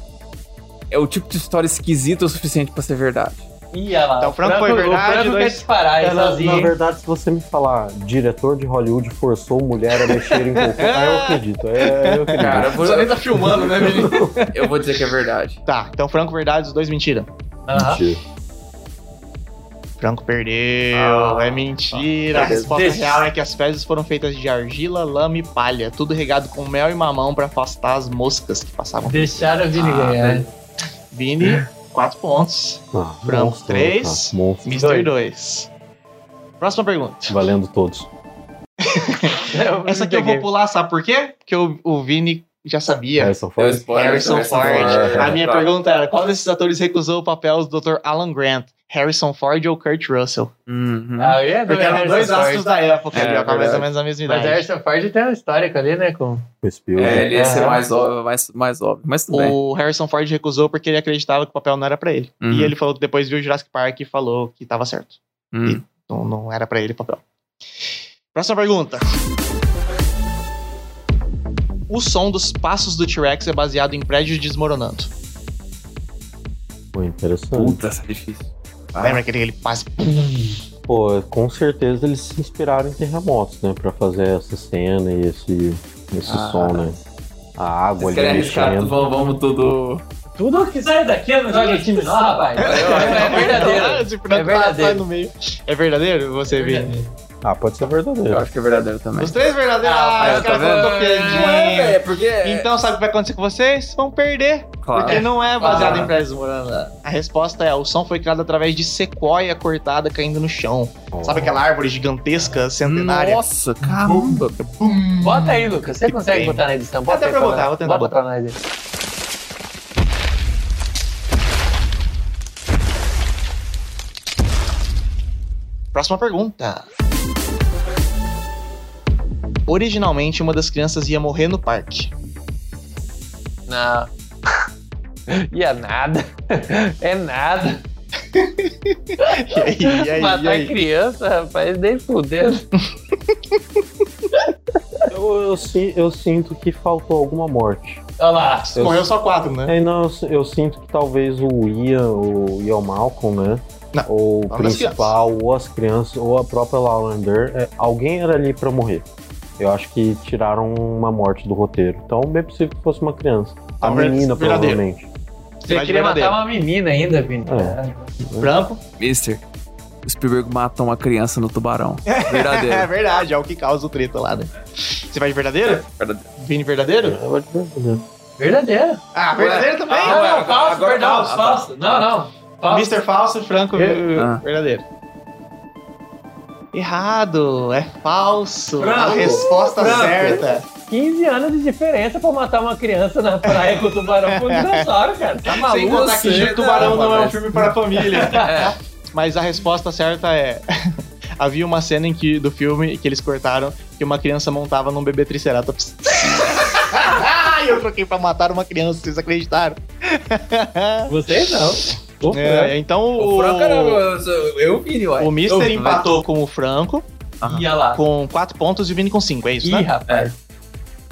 é o tipo de história esquisita o suficiente pra ser verdade. Ih, olha lá. Então, o Franco foi O verdade, Franco dois- quer disparar É aí Cara, na- sozinho. na verdade, se você me falar diretor de Hollywood forçou mulher a mexer em cocô, aí eu acredito. É, eu acredito. Cara, eu vou- Você nem tá filmando, né, menino? Eu vou dizer que é verdade. Tá, então Franco verdade, os dois mentira. Mentira. Franco perdeu. Ah, é mentira. tá. A resposta Desiste. real é que as fezes foram feitas de argila, lama e palha, tudo regado com mel e mamão pra afastar as moscas que passavam. Deixaram o Vini ganhar. velho. Vini, 4 pontos. Ah, Franco, monstro, 3. cara, monstro. Mr. 2. Próxima pergunta. Valendo todos. Essa aqui é eu vou pular, sabe por quê? Porque o, o Vini já sabia. Harrison um Ford. É o spoiler, então, Harrison Harrison Ford. Ford. A minha Tá. pergunta era: qual desses atores recusou o papel do Dr. Alan Grant? Harrison Ford ou Kurt Russell? Ah, eu ia Porque ver o eram dois Harrison astros Ford. da época, É, ali, ó, com mais verdade. ou menos a mesma idade. Mas Harrison Ford tem um histórico ali, né? Com... É, ele ia ser Aham. mais óbvio, mais, mais óbvio. Mas tudo bem. O Harrison Ford recusou porque ele acreditava que o papel não era pra ele. Uhum. E ele falou que depois viu Jurassic Park e falou que tava certo. Hum. Não, não era pra ele o papel. Próxima pergunta. O som dos passos do T-Rex é baseado em prédios desmoronando. Foi interessante. É. Puta, essa é difícil. Lembra aquele, aquele passe? Pô, com certeza eles se inspiraram em terremotos, né? Pra fazer essa cena e esse, esse Ah. som, né? A água Vocês ali querem arriscar? Tudo, mexendo. vamos, vamos tudo. Tudo que sai daqui é no jogo time não, rapaz. É verdadeiro. É verdadeiro. no meio. É verdadeiro você, Vini? Ah, pode ser verdadeiro. Eu acho que é verdadeiro também. Os três verdadeiros. Ah, Ah, tá os caras vendo? colocou É, piadinha. velho, porque- Então, sabe o que vai acontecer com vocês? Vão perder. Claro. Porque não é baseado Ah. em prédios desmoronando. A resposta é: o som foi criado através de sequoia cortada caindo no chão. Sabe aquela árvore gigantesca, centenária? Nossa, caramba. Bota aí, Lucas. Você consegue tem. botar na edição? Vou Bota até aí pra pra botar, nós. vou tentar Bota botar. pra nós aí. Próxima pergunta. Originalmente, uma das crianças ia morrer no parque. Não. E é nada. É nada. E aí, e aí, Matar e aí? criança, rapaz, nem fudendo. Eu, eu si- eu sinto que faltou alguma morte. Olha lá. Eu- Morreu só quatro, né? É, não, eu, si- eu sinto que talvez o Ian, o Ian Malcolm, né? ou o uma das principal, ou as crianças, ou a própria Laulander, é, alguém era ali pra morrer. Eu acho que tiraram uma morte do roteiro. Então, bem possível que fosse uma criança. A Talvez menina, verdadeiro. provavelmente. Você queria matar uma menina ainda, Vini. Branco? Mister, o Spielberg matou uma criança no tubarão. é Verdadeiro. verdade, é o que causa o treta lá, né? Você vai de É, verdadeiro? Verdadeiro. Vini verdadeiro? Eu acho que verdadeiro. Verdadeiro. Ah, verdadeiro também? Não, não, falso, agora perdão, falso. falso. Não, não. Falso. Mr. Falso É. e Franco Eu- Ah. verdadeiro. Errado, é falso. Franco, A resposta Franco. certa. 15 anos de diferença pra matar uma criança na praia com o tubarão com o dinossauro, cara. Tá maluco? Sem contar que você Gil Tubarão não, não é um mas- filme para a família. Mas a resposta certa é. Havia uma cena em que, do filme que eles cortaram que uma criança montava num bebê triceratops. Ai, eu troquei pra matar uma criança, vocês acreditaram? Vocês não. O É, Franco. então o. O Franco era. Eu, eu vi, uai. o Eu Mister vi, empatou com o Franco Ia lá. com 4 pontos e o Vini com 5, é isso, Ih, né? rapaz.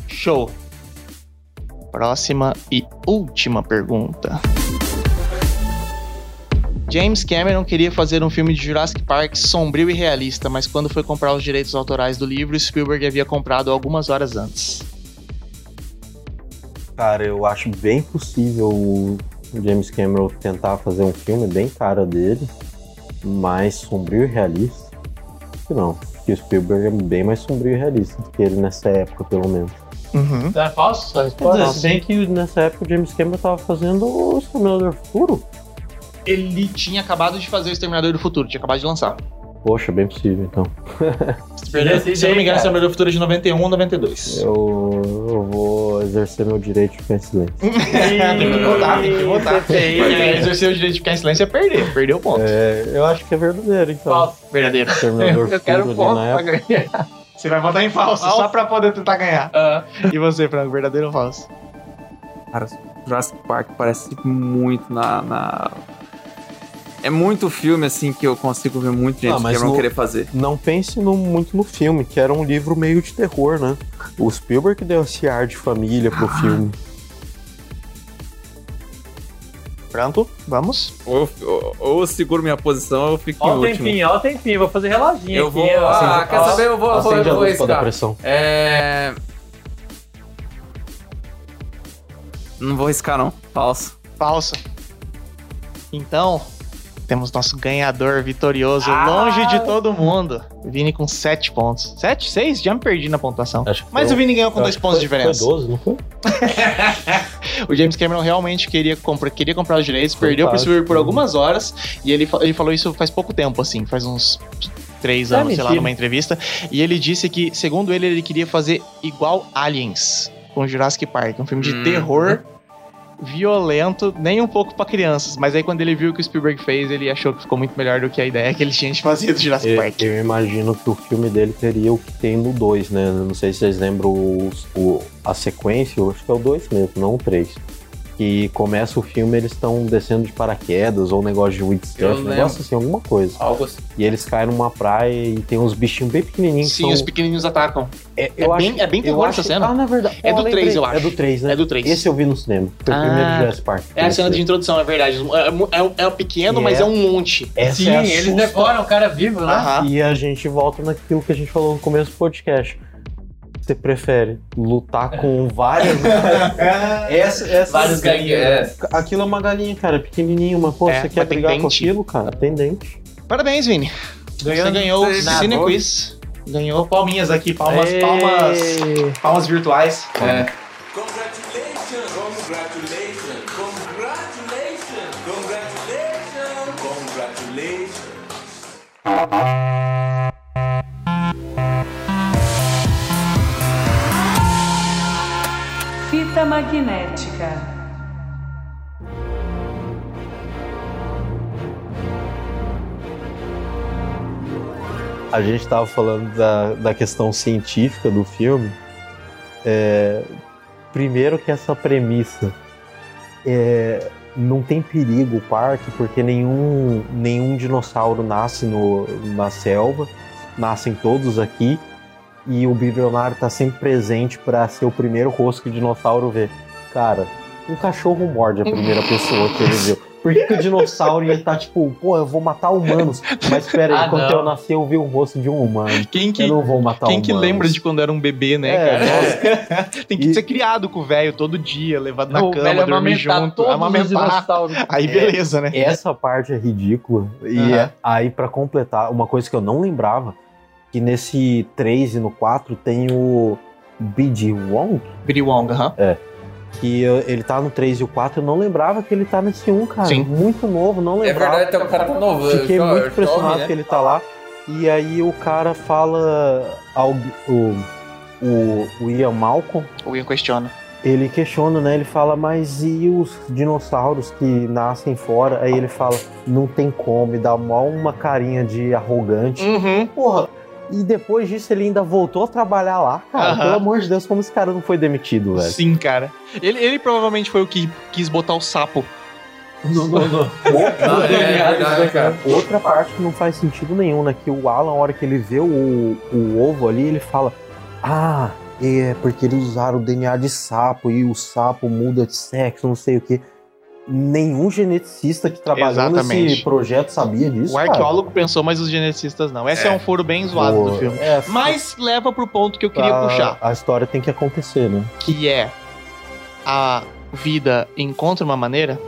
Show. Próxima e última pergunta. James Cameron queria fazer um filme de Jurassic Park sombrio e realista, mas quando foi comprar os direitos autorais do livro, Spielberg havia comprado algumas horas antes. Cara, eu acho bem possível o James Cameron tentar fazer um filme bem cara dele, mais sombrio e realista. Acho Que não, porque o Spielberg é bem mais sombrio e realista do que ele nessa época, pelo menos. Uhum. tá É falso sua Quer dizer, resposta? se bem que nessa época o James Cameron tava fazendo o Exterminador do Futuro. Ele tinha acabado de fazer o Exterminador do Futuro, tinha acabado de lançar. Poxa, bem possível, então. Se eu não me engano, Exterminador do Futuro é de 91 ou 92. Eu, eu vou exercer meu direito de ficar em silêncio. É, tem que votar, tem que votar. CPI. né, Exercer o direito de ficar em silêncio é perder, perdeu o ponto. É, eu acho que é verdadeiro, então. Falso. Verdadeiro. Exterminador do Eu quero um Futuro ponto ali na pra época. ganhar. Você vai votar em falso, só pra poder tentar ganhar. Ah. E você, Franco, verdadeiro ou falso? Cara, Jurassic Park parece muito na, na- É muito filme, assim, que eu consigo ver muito gente Ah, mas que vão no- querer fazer. Não pense no- muito no filme, que era um livro meio de terror, né? O Spielberg que deu esse ar de família pro Ah. filme. Franco, vamos? Ou, ou, ou eu seguro minha posição ou eu fico Ó o em último. tempinho, ó o tempinho. Vou fazer reloginho Eu aqui. vou. ó. Ah, quer saber? Eu vou, eu vou, Acende a eu vou luz pra dar arriscar. pressão. É. Não vou arriscar, não. Falso. Falso. Então, temos nosso ganhador vitorioso, longe de todo mundo. Vini com 7 pontos. 7? 6? Já me perdi na pontuação. Mas foi- o Vini ganhou com eu 2 acho que pontos de foi- foi diferença. 12, não foi? O James Cameron realmente queria, compra, queria comprar os direitos, perdeu pro fácil. Spielberg por algumas horas, e ele, fa- ele falou isso faz pouco tempo, assim, faz uns três É anos, sei lá, mentira. numa entrevista. E ele disse que, segundo ele, ele queria fazer igual Aliens, com Jurassic Park, um filme de Uhum. Hum. terror violento, nem um pouco pra crianças. Mas aí quando ele viu o que o Spielberg fez, ele achou que ficou muito melhor do que a ideia que ele tinha de fazer do Jurassic eu, Park. eu imagino que o filme dele teria o que tem no 2, né? Eu Não sei se vocês lembram os- o- a sequência, eu acho que é o 2 mesmo, não o 3. Que começa o filme, eles estão descendo de paraquedas ou um negócio de Eu windsurf, um lembro. negócio assim, alguma coisa. Algo assim. E eles caem numa praia e tem uns bichinhos bem pequenininhos. Sim, os pequenininhos atacam. É, é bem, é bem terror essa cena. Ah, na verdade. É Ó, do lembrei. 3, eu acho. É do 3, né? É do 3. Esse eu vi no cinema. Foi Ah, o primeiro Jurassic Park. É a cena de introdução, é verdade. É, mu- é, um- é um pequeno, mas é um monte. Essa Sim, é a eles susto- um decoram o cara vivo, né? Ah, E a gente volta naquilo que a gente falou no começo do podcast. Você prefere lutar com várias. essa, essa Vários galinhas. Aquilo é uma galinha, cara, pequenininha, mas pô, É, você mas quer tem brigar com dente. aquilo, cara? Tem dente. Parabéns, Vini. Ganhou- você ganhou o Nada. Cine Quiz. Ganhou palminhas aqui, palmas, Ei. palmas, palmas virtuais. É. Congratulations! Congratulations! Congratulations! Congratulations! Congratulations! Fita magnética. A gente tava falando da, da questão científica do filme. É, primeiro que essa premissa é, não tem perigo o parque, porque nenhum, nenhum dinossauro nasce no, na selva, nascem todos aqui, e o bilionário tá sempre presente para ser o primeiro rosto que o dinossauro vê. Cara, um cachorro morde a primeira pessoa que ele viu. Por que, que o dinossauro ia estar tipo, pô, eu vou matar humanos? Mas pera aí, Ah, quando não. eu nasci, eu vi o rosto de um humano. Quem que, eu não vou matar quem que humanos. lembra de quando era um bebê, né, É, cara? Tem que ser criado com o velho todo dia, levado na O cama, velho dormir amamentar junto, todos os amamentar. dinossauros. Aí beleza, né? Essa parte é ridícula. E Aham. é- aí, pra completar, uma coisa que eu não lembrava, que nesse 3 e no 4 tem o BD Wong. BD Wong, aham. É. Que eu- ele tá no 3 e o 4, eu não lembrava que ele tá nesse 1, cara. Sim. Muito novo, não É lembrava. verdade, até o cara tá novo. Fiquei jo- muito jovem, impressionado né? que ele tá lá. E aí o cara fala... Ao, o, o, o Ian Malcolm, O Ian questiona. ele questiona, né? Ele fala, mas e os dinossauros que nascem fora? Aí ele fala, não tem como, e dá mal uma carinha de arrogante. Uhum. Porra. E depois disso ele ainda voltou a trabalhar lá, cara. Aham. Pelo amor de Deus, como esse cara não foi demitido, velho? Sim, cara. Ele, ele provavelmente foi o que quis botar o sapo. Não, não, não. Não, é verdade, cara. né, Outra parte que não faz sentido nenhum, né? Que o Alan, a hora que ele vê o, o ovo ali, ele fala: Ah, é porque eles usaram o DNA de sapo e o sapo muda de sexo, não sei o quê. Nenhum geneticista que trabalhou nesse Exatamente. projeto sabia disso. o arqueólogo pensou, mas os geneticistas não. Esse é, um furo bem zoado do filme. mas leva pro ponto que eu queria Ah. puxar. É, tá, A história tem que acontecer, né? que é a vida encontra uma maneira?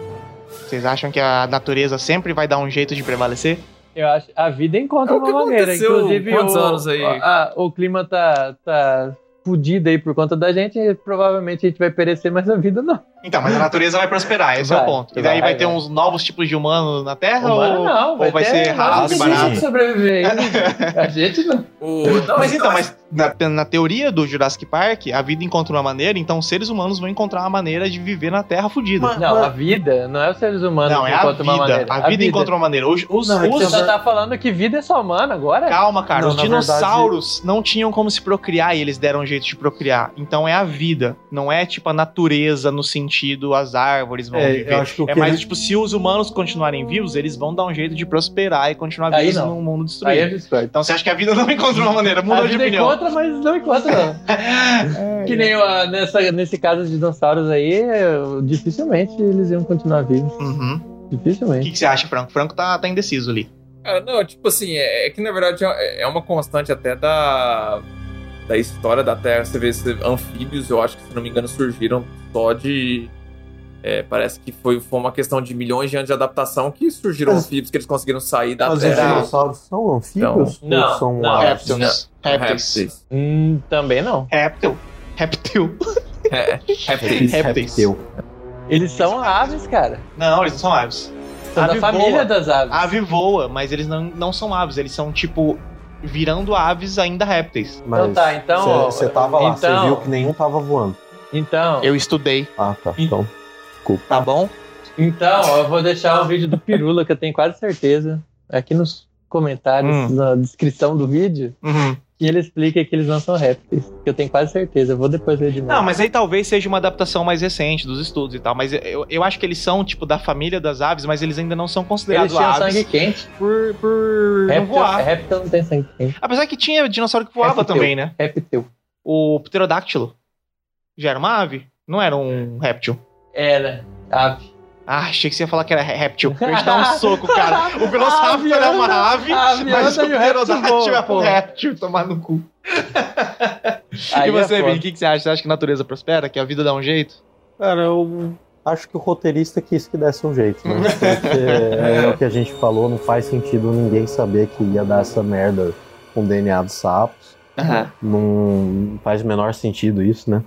Vocês acham que a natureza sempre vai dar um jeito de prevalecer? É, Eu acho a vida É encontra É uma maneira. aconteceu? Inclusive, Quantos o, anos aí? a- o clima tá, tá fudido aí por conta da gente. e provavelmente a gente vai perecer, mas a vida não. Então, mas a natureza vai prosperar, esse é o Vai, ponto. E daí vai, vai, ter uns novos tipos de humano na Terra? Humano ou não, ou vai vai, ter ser raso e vários barato? jeitos de sobreviver A gente não. mas então, mas na, na teoria do Jurassic Park, a vida encontra uma maneira, então os seres humanos vão encontrar uma maneira de viver na Terra fudida. Não, a vida não é os seres humanos Não, que é a encontram uma vida. maneira. A vida encontra uma maneira. Os, os, Não, é que os- você só tá falando que vida é só humana agora? Calma, cara. Não, os na verdade- dinossauros não tinham como se procriar e eles deram um jeito de procriar. Então é a vida. Não é tipo a natureza no sentido as árvores vão É, eu viver. acho que o é que mais ele- tipo, se os humanos continuarem vivos, eles vão dar um jeito de prosperar e continuar Aí vivos não. num mundo Aí eu destruído. então você acha que a vida não encontra uma maneira? A Mudou de vida opinião. encontra, mas não encontra. não. que nem ah, nessa, nesse caso dos dinossauros aí, eu- dificilmente eles iam continuar vivos. Uhum. O Dificilmente. que, que você acha, Franco? Franco tá, tá indeciso ali. Cara, não, tipo assim, é, é que na verdade é é uma constante até da, da história da Terra. Você vê esses anfíbios, eu acho que, se não me engano, surgiram só de É, parece que foi, foi uma questão de milhões de anos de adaptação que surgiram Mas- anfíbios que eles conseguiram sair da Mas os Terra. dinossauros são anfíbios Então, ou não, são não, né? répteis? répteis. Répteis. Hum, também não. Réptil. Réptil. Répteis. Répteis. Eles são aves, cara. Não, eles não são aves. São da família das aves. Ave voa, mas eles não, não são aves. Eles são, tipo, virando aves ainda répteis. Então tá, então, ó, Você tava lá, você então- viu que nenhum tava voando. Então. Eu estudei. Ah, tá. Então, desculpa. Tá bom? Então, ó, eu vou deixar o vídeo do Pirula, que eu tenho quase certeza, aqui nos comentários, na descrição do vídeo, Uhum. que ele explica que eles não são répteis. Que eu tenho quase certeza. Eu vou depois ler de novo. Não, mas aí talvez seja uma adaptação mais recente dos estudos e tal. Mas eu, eu acho que eles são, tipo, da família das aves, mas eles ainda não são Eles considerados tinham aves. sangue quente. Por, por não Réptil, voar. réptil não tem sangue quente. Apesar que tinha dinossauro que voava Réptil. também, né? Réptil. O pterodáctilo. Já era uma ave? Não era um réptil. Era. Ave. Ah, achei que você ia falar que era réptil. Eu ia te dar um soco, cara. O Velociraptor A era uma ave, avianda- a avianda mas o e o réptil Pterodáctilo voa, é um pô. réptil. Tomar no cu. Aí e é você, foda. Vini, o que, que você acha? Você acha que a natureza prospera? Que a vida dá um jeito? Cara, eu acho que o roteirista quis que desse um jeito, né? Porque é o que a gente falou, não faz sentido ninguém saber que ia dar essa merda com DNA dos sapos. Aham. Não faz o menor sentido isso, né?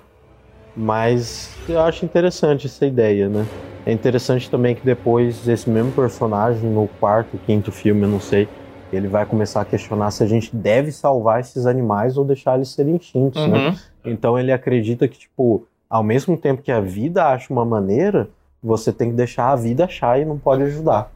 Mas eu acho interessante essa ideia, né? É interessante também que depois esse mesmo personagem, no quarto, quinto filme, eu não sei, ele vai começar a questionar se a gente deve salvar esses animais ou deixar eles serem extintos, né? Uhum. Então ele acredita que, tipo, ao mesmo tempo que a vida acha uma maneira, você tem que deixar a vida achar e não pode ajudar.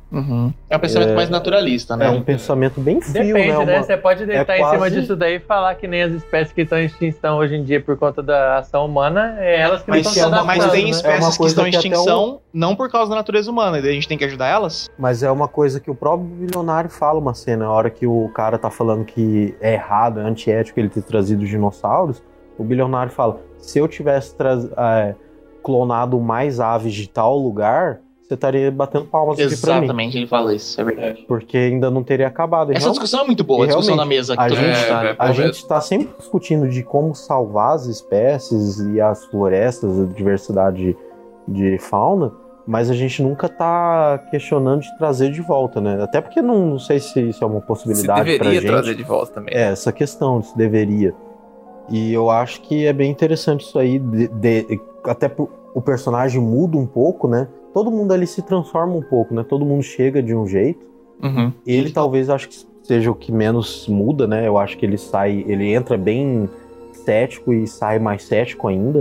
É um pensamento É- mais naturalista, né? É um pensamento bem Depende, frio, né? né? Uma- Você pode deitar é em cima quase- disso daí e falar que nem as espécies que estão em extinção hoje em dia por conta da ação humana, é elas que Mas, não é estão uma- mas tem É uma espécies que coisa estão em que até extinção não por causa da natureza humana, e daí a gente tem que ajudar elas? Mas é uma coisa que o próprio bilionário fala uma cena, a hora que o cara tá falando que é errado, é antiético ele ter trazido os dinossauros, o bilionário fala, se eu tivesse traz- é, clonado mais aves de tal lugar, você estaria batendo palmas aqui pra mim. ele fala isso, é verdade. Porque ainda não teria acabado. E Essa realmente- discussão é muito boa, a e discussão na realmente, mesa que É, A todo mundo gente, tá, né? a gente tá sempre discutindo de como salvar as espécies e as florestas, a diversidade de fauna, mas a gente nunca tá questionando de trazer de volta, né? Até porque não, não sei se isso é uma Se possibilidade pra deveria gente. trazer de volta também. É, essa questão se deveria. E eu acho que é bem interessante isso aí, de- de- até pro- o personagem muda um pouco, né? Todo mundo ali se transforma um pouco, né? Todo mundo chega de um jeito. Uhum, Ele talvez acho que seja o que menos muda, né? Eu acho que ele sai, ele entra bem cético e sai mais cético ainda.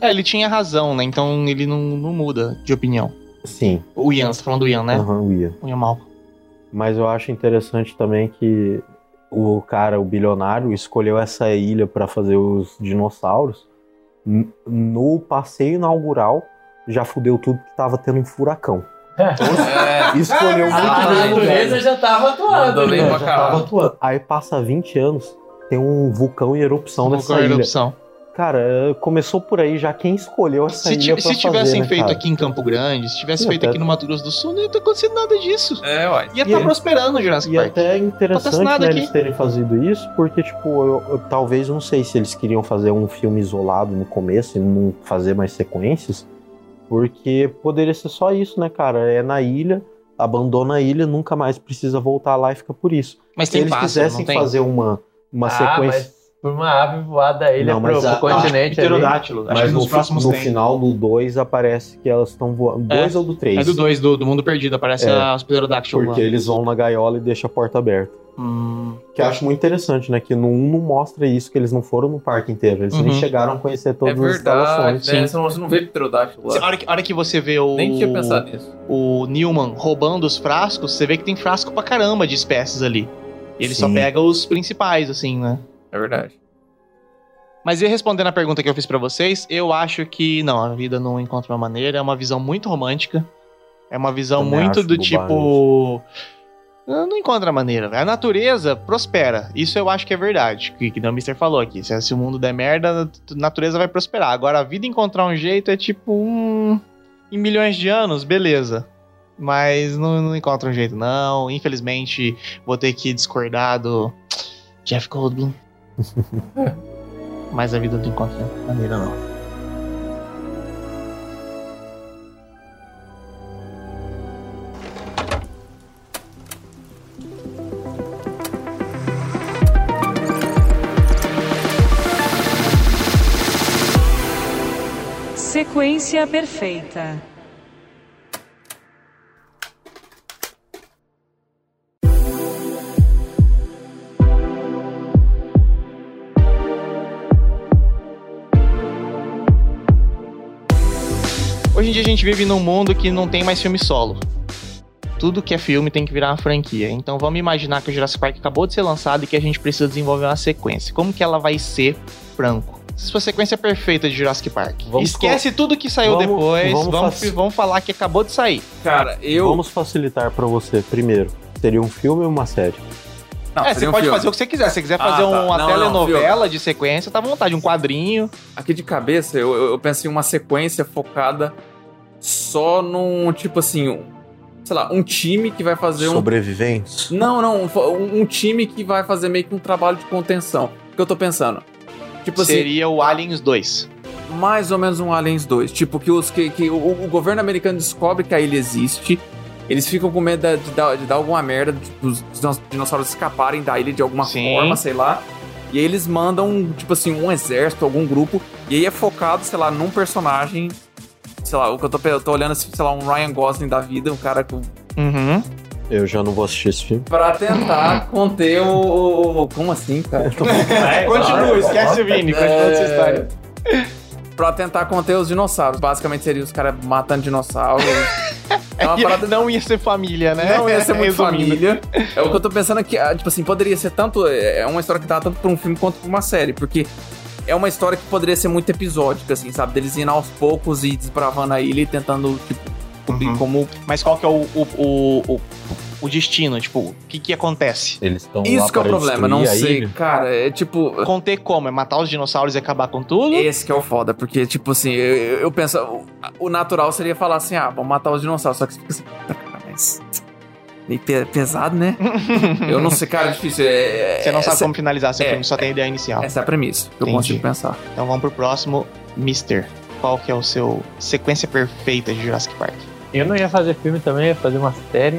É, ele tinha razão, né? Então ele não, não muda de opinião. Sim. O Ian, você tá falando do Ian, né? Aham, o Ian. O Ian Malcolm. Mas eu acho interessante também que o cara, o bilionário, escolheu essa ilha para fazer os dinossauros. N- No passeio inaugural, já fudeu tudo que tava tendo um furacão. Então, É. Escolheu um Ah, A natureza já tava atuando. Mandou bem né? pra Tava caralho. atuando. Aí passa 20 anos, tem um vulcão em erupção Vulcão nessa em ilha. erupção. Cara, eh, começou por aí já quem escolheu essa Se, ilha ti- pra se tivessem fazer, né, feito cara? aqui em Campo Grande, se tivesse Sim, feito até- aqui no Mato Grosso do Sul, não ia ter acontecido nada disso. É, ué. Ia E estar é- prosperando o Jurassic E Park. até é Acontece interessante nada né, aqui. eles terem fazido isso, porque, tipo, eu, eu talvez não sei se eles queriam fazer um filme isolado no começo e não fazer mais sequências, porque poderia ser só isso, né, cara? É na ilha, abandona a ilha, nunca mais precisa voltar lá e fica por isso. Mas se tem eles pássaro, quisessem não tem? fazer uma, uma Ah, sequência. mas por uma ave voada da ilha Não, pro, mas a- pro continente Ah, ali. pterodátilo. Acho que Mas nos no, fi- próximos no tem. final do 2 aparece que elas estão voando. É. 2 ou do 3? É do 2, do, do Mundo Perdido, aparece É. as pterodáctilos lá. Hum. Porque eles vão na gaiola e deixam a porta aberta. Que eu acho muito interessante, né? Que no 1 não mostra isso, que eles não foram no parque inteiro. Eles nem Uhum. chegaram a conhecer É todas as instalações. verdade, né? Você não- Você não vê pterodáctilo A lá. hora, que, a hora que você vê o. Nem tinha pensado nisso. o Newman roubando os frascos, você vê que tem frasco pra caramba de espécies ali. E ele só Sim. pega os principais, assim, né? É verdade. Mas e respondendo a pergunta que eu fiz pra vocês, eu acho que não, a vida não encontra uma maneira, é uma visão muito romântica. É uma visão Também muito acho do bobagem. tipo. "Ah, Não encontra maneira. velho. A natureza prospera. Isso eu acho que é verdade. Que, que o Mr. falou aqui. Se, se o mundo der merda, a natureza vai prosperar. Agora, a vida encontrar um jeito é tipo. Hum, em milhões de anos, beleza. Mas não, não encontra um jeito, não. Infelizmente, vou ter que discordar do Jeff Goldblum. Mas a vida não encontra maneira, não. Sequência perfeita. Hoje em dia a gente vive num mundo que não tem mais filme solo. Tudo que é filme tem que virar uma franquia. Então vamos imaginar que o Jurassic Park acabou de ser lançado e que a gente precisa desenvolver uma sequência. Como que ela vai ser, Franco? Sua sequência é perfeita de Jurassic Park. Vamos Esquece tudo que saiu vamos- depois. vamos Vamos, vamos, faci- falar que acabou de sair. Cara, Vamos facilitar pra você primeiro. Seria um filme ou uma série? Não, é, seria você um pode filme. fazer o que você quiser. Se você quiser Ah, fazer um- tá. uma Não, não, telenovela de sequência, tá à vontade. Um quadrinho. Aqui de cabeça, eu, eu penso em uma sequência focada só num, tipo assim, um- sei lá, um time que vai fazer um Sobreviventes? Não, não, um, fo- um- um time que vai fazer meio que um trabalho de contenção. O que eu tô pensando? Tipo Seria o Aliens 2. assim, mais ou menos um Aliens 2. Tipo, que, os, que, que o, o governo americano descobre que a ilha existe. Eles ficam com medo da- de, dar, de dar alguma merda, de- dos dinos- dinossauros escaparem da ilha de alguma forma, sei lá. E aí eles mandam, tipo assim, um exército, algum grupo. E aí é focado, sei lá, num personagem. Sei lá, o que eu tô, pe- eu tô olhando, sei lá, um Ryan Gosling da vida, um cara com Uhum. Eu já não vou assistir esse filme. Pra tentar conter o. o- o- como assim, cara? É, Continua, esquece o Vini, continua É. essa história. Pra tentar conter os dinossauros. Basicamente seria os caras matando dinossauros. É uma parada- Não ia ser família, né? Não ia ser muito Resumindo. família. É o que eu tô pensando aqui. ah, Tipo assim, poderia ser tanto. É é uma história que dá tanto pra um filme quanto pra uma série. Porque é uma história que poderia ser muito episódica, assim, sabe? Deles indo aos poucos e desbravando a ilha e tentando, tipo, cobrir como. Mas qual que é o, o, o, o, o destino? Tipo, o que que acontece? Eles estão Isso que é o problema, não sei. Cara, é tipo. Conter como? É matar os dinossauros e acabar com tudo? Esse que é o foda, porque, tipo assim, eu, eu- eu penso, o, o natural seria falar assim, ah, vamos matar os dinossauros, só que você fica assim, "Puta, cara, mas... meio pe- pesado, né? eu não sei, cara, é difícil. é- é- Você não sabe essa- como finalizar seu é, filme, só tem a ideia inicial. Essa é a premissa que eu Entendi. consigo pensar. Então vamos pro próximo, Mister. Qual que é o seu sequência perfeita de Jurassic Park? Eu não ia fazer filme também, ia fazer uma série.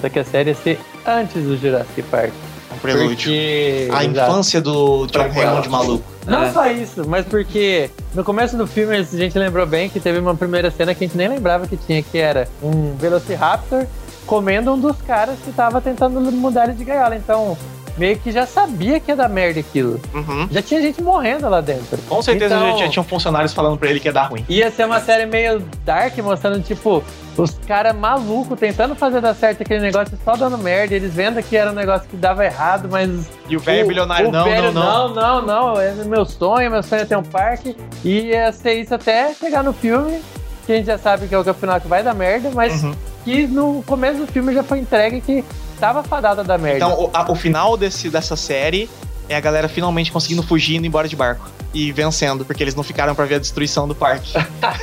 Só que a série ia ser antes do Jurassic Park. Um prelúdio. Porque- A Exato. infância do John Hammond maluco. Não É. só isso, mas porque no começo do filme a gente lembrou bem que teve uma primeira cena que a gente nem lembrava que tinha, que era um Velociraptor comendo um dos caras que tava tentando mudar ele de gaiola. Então, meio que já sabia que ia dar merda aquilo. Uhum. Já tinha gente morrendo lá dentro. Com certeza Então, já tinham funcionários falando pra ele que ia dar ruim. Ia ser uma série meio dark, mostrando, tipo, os caras malucos tentando fazer dar certo aquele negócio e só dando merda. Eles vendo que era um negócio que dava errado, mas. E o velho é bilionário, o não, velho, não, não, não, não. É meu sonho, meu sonho é ter um parque. E ia ser isso até chegar no filme, que a gente já sabe que é o que é o final que vai dar merda, mas Uhum. que no começo do filme já foi entregue que tava fadada da merda. Então, o, a- o final desse, dessa série é a galera finalmente conseguindo fugir e indo embora de barco. E vencendo, porque eles não ficaram pra ver a destruição do parque.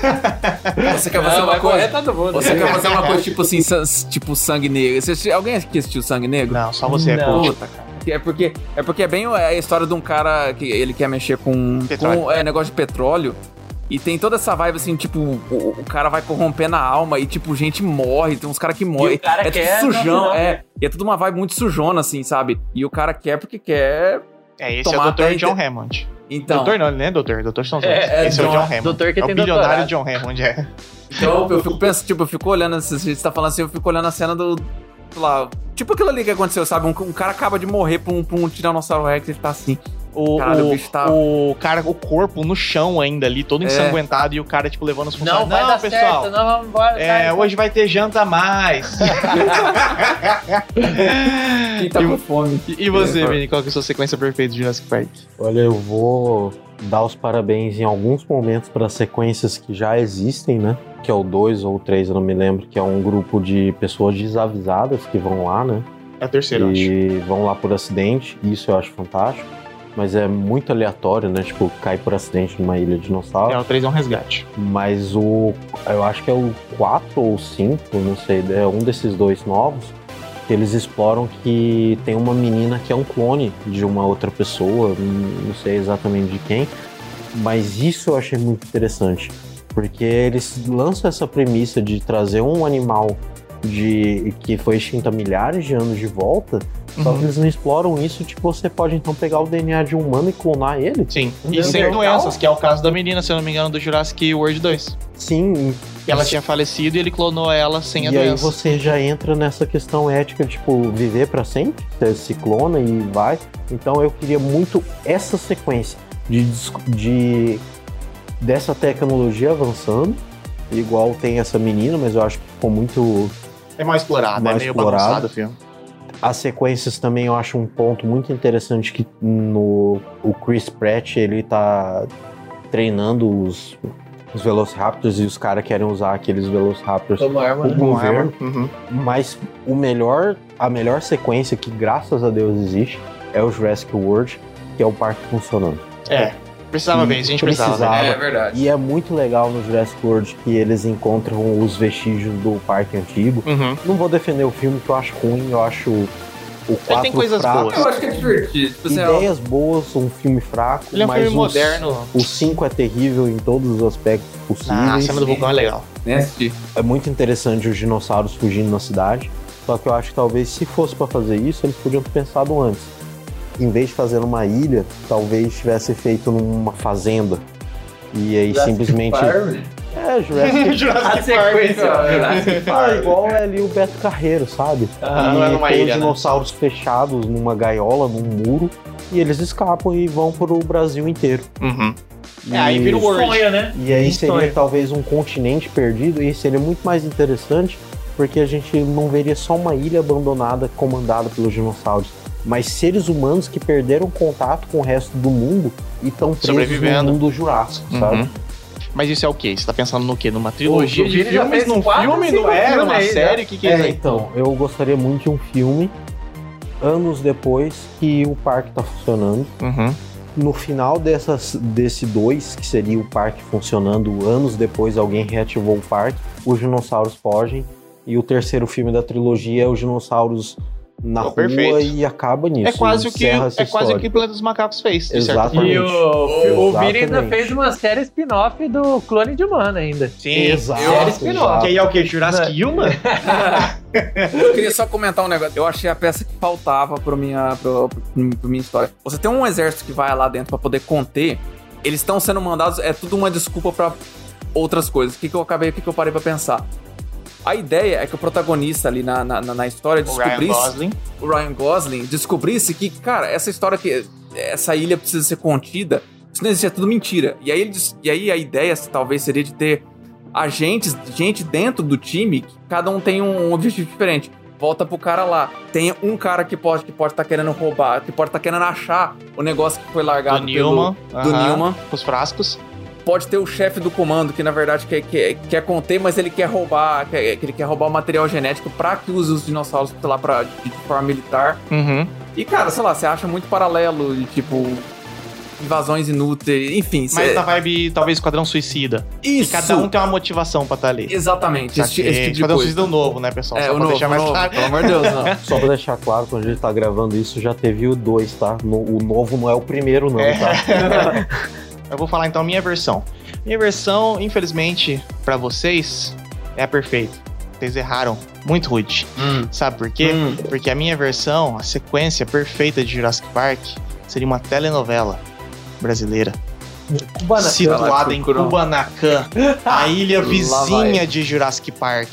É. Você quer fazer Não, uma vai tá? morrer coisa? todo mundo. Você quer fazer uma coisa tipo assim, san- tipo sangue negro? Você assisti- alguém aqui assistiu Sangue Negro? Não, só você, Não. coach. Puta, cara. É porque, é porque é bem a história de um cara que ele quer mexer com, Petróleo. com, é, negócio de petróleo. E tem toda essa vibe assim, tipo, o, o cara vai corrompendo a alma e, tipo, gente morre, tem uns caras que morrem. E o cara é quer, tudo no sujão, final, é. E é tudo uma vibe muito sujona, assim, sabe? E o cara quer porque quer. É, esse é o Dr. John Hammond. Então. Doutor não, ele nem é doutor, doutor são os É, outros. é Esse é o John- John Hammond. doutor que é o tem bilionário John doutorado. Hammond, é. Então eu fico pensando, tipo, eu fico olhando, se você tá falando assim, eu fico olhando a cena do. Sei lá, tipo aquilo ali que aconteceu, sabe? Um, um cara acaba de morrer pra um, pra um Tiranossauro Rex e ele tá assim. O, Caralho, o, o bicho tá. o cara, o corpo no chão ainda ali, todo É. ensanguentado, e o cara, tipo, levando os funcionários. vai dar pessoal. certo, não, vamos embora. é, hoje vai ter janta a mais. Quem tá com fome? E, e você, É. Vini, qual que é a sua sequência perfeita de Jurassic Park? Olha, eu vou dar os parabéns em alguns momentos para sequências que já existem, né? Que é o 2 ou o 3, eu não me lembro, que é um grupo de pessoas desavisadas que vão lá, né? É a terceira, eu acho. E vão lá por acidente, isso eu acho fantástico. Mas é muito aleatório, né? Tipo, cai por acidente numa ilha de dinossauro. É, o 3 é um resgate. Mas o. Eu acho que é o 4 ou 5, não sei, é um desses dois novos. Que eles exploram que tem uma menina que é um clone de uma outra pessoa, não não sei exatamente de quem. Mas isso eu achei muito interessante. Porque eles lançam essa premissa de trazer um animal de que foi extinta há milhares de anos de volta. Só Uhum. que eles não exploram isso de que você pode então pegar o DNA de um humano e clonar ele. Sim. E sem doenças, que é o caso da menina, se eu não me engano, do Jurassic World 2. Sim. Ela tinha falecido e ele clonou ela sem a e aí doença. você já entra nessa questão ética, tipo, viver pra sempre, você se clona e vai. Então eu queria muito essa sequência de, dis- de- dessa tecnologia avançando, igual tem essa menina, mas eu acho que ficou muito É mais explorado, mais é meio explorado. bagunçado o filme. as sequências também eu acho um ponto muito interessante que no o Chris Pratt ele tá treinando os, os Velociraptors e os caras querem usar aqueles Velociraptors Como arma, o né? Como governo. arma, uhum. Mas o melhor, a melhor sequência que graças a Deus existe é o Jurassic World, que é o parque funcionando. É. Hum, Precisava ver isso, a gente precisava. ver. E é muito legal no Jurassic World que eles encontram os vestígios do parque antigo. Uhum. Não vou defender o filme, que eu acho ruim, eu acho o 4 coisas fraco. boas. Eu acho que é divertido, tipo, assim, Ideias boas, um filme fraco. Ele é um mas filme o- moderno. O 5 é terrível em todos os aspectos possíveis. Ah, a cena do vulcão é legal. É, é muito interessante os dinossauros fugindo na cidade. Só que eu acho que talvez se fosse pra fazer isso, eles podiam ter pensado antes. Em vez de fazer numa ilha, talvez tivesse feito numa fazenda. E aí Jurassic simplesmente. Farm? É, Jurassic, Jurassic A sequência, né? Park, ó. Jurassic Park. Ah, igual é ali o Beto Carreiro, sabe? Ah, E não é numa tem ilha, né? dinossauros fechados numa gaiola, num muro, e eles escapam e vão pro Brasil inteiro. Uhum. E- É, aí vira o World. Sonho, né? E aí seria Sonho. talvez um continente perdido, e seria muito mais interessante, porque a gente não veria só uma ilha abandonada comandada pelos dinossauros, mas seres humanos que perderam contato com o resto do mundo e estão presos no Sobrevivendo. mundo jurássico, sabe? Uhum. Mas isso é o quê? Você tá pensando no quê? Numa trilogia O de Vini já filmes? fez Num quatro, filme? cinco Não era? filmes Uma aí, né? série? O que que é é, isso aí? Então, eu gostaria muito de um filme anos depois que o parque tá funcionando. Uhum. No final dessas, desse dois, que seria o parque funcionando, anos depois alguém reativou o parque, os dinossauros fogem. E o terceiro filme da trilogia é os dinossauros na rua perfeito. e acaba nisso. É quase o que encerra essa é quase o história. que o Planeta dos Macacos fez. de certa Exatamente. E forma. o, o Vini ainda Exatamente. fez uma série spin-off do clone de humano ainda. Sim, Exato, eu- série spin-off. Que aí é o quê? Jurassic Human? Eu queria só comentar um negócio. Eu achei a peça que faltava pra minha, pro, pro- pro minha história. Você tem um exército que vai lá dentro pra poder conter, eles estão sendo mandados, é tudo uma desculpa pra outras coisas. O que, que eu acabei, o que, que eu parei pra pensar? A ideia é que o protagonista ali na, na, na- na história O Ryan descobrisse. Gosling. o Ryan Gosling descobrisse que, cara, essa história que essa ilha precisa ser contida, isso não existe, é tudo mentira. E aí, ele dis- e aí a ideia assim, talvez seria de ter agentes, gente dentro do time, que cada um tem um objetivo diferente. Volta pro cara lá. Tem um cara que pode que pode estar querendo roubar, que pode estar querendo achar o negócio que foi largado Do pelo- Newman. do aham, Newman. Os frascos. Pode ter o chefe do comando, que na verdade quer, quer, quer conter, mas ele quer roubar, quer, que ele quer roubar o material genético pra que use os dinossauros, sei lá, pra, de forma militar. Uhum. E, cara, sei lá, você acha muito paralelo e, tipo, invasões inúteis, enfim. Mas cê- na vibe, talvez, Esquadrão Suicida. Isso. E cada um tem uma motivação pra estar ali. Exatamente, esse, ti- esse tipo de Esquadrão coisa. Suicida é o novo, né, pessoal? É, Só o pra novo, deixar o mais novo, claro. pelo amor de Deus, não. Só pra deixar claro, quando a gente tá gravando isso, já teve o dois, tá? No- o novo não é o primeiro, não, tá? Eu vou falar então a minha versão. Minha versão, infelizmente, pra vocês, é a perfeita. Vocês erraram. Muito rude. Hum. Sabe por quê? Porque a minha versão, a sequência perfeita de Jurassic Park, seria uma telenovela brasileira. Kubanacan. situada em Kubanacan, a ilha Lá vizinha vai. de Jurassic Park.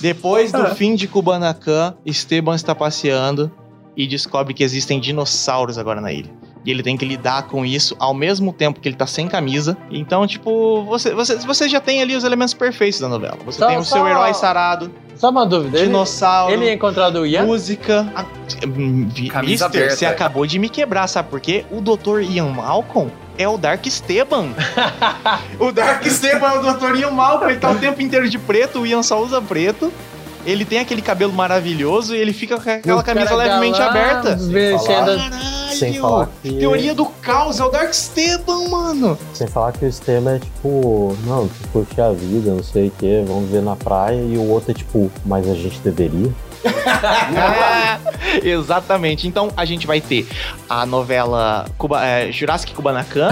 Depois do fim de Kubanacan, Esteban está passeando e descobre que existem dinossauros agora na ilha. E ele tem que lidar com isso ao mesmo tempo que ele tá sem camisa. Então, tipo, você, você, você já tem ali os elementos perfeitos da novela. Você Só- tem o seu só- herói sarado. Só uma dúvida. ele- Dinossauro. Ele, é encontrado o Ian? Música. a- hum, vi- Camisa Mister, aberta. você acabou de me quebrar, sabe por quê? O Dr. Ian Malcolm é o Dark Esteban. o Dark Esteban é o Dr. Ian Malcolm, ele tá o tempo inteiro de preto, o Ian só usa preto. Ele tem aquele cabelo maravilhoso e ele fica com aquela O camisa cara levemente galã, aberta. desvestindo- Sem falar que- Teoria do caos, é o Dark Esteban, mano. Sem falar que o sistema é tipo, não, tem que curtir a vida, não sei o que, vamos ver na praia, e o outro é tipo, mas a gente deveria. Exatamente. Então a gente vai ter a novela Cuba- é, Jurassic Kubanacan,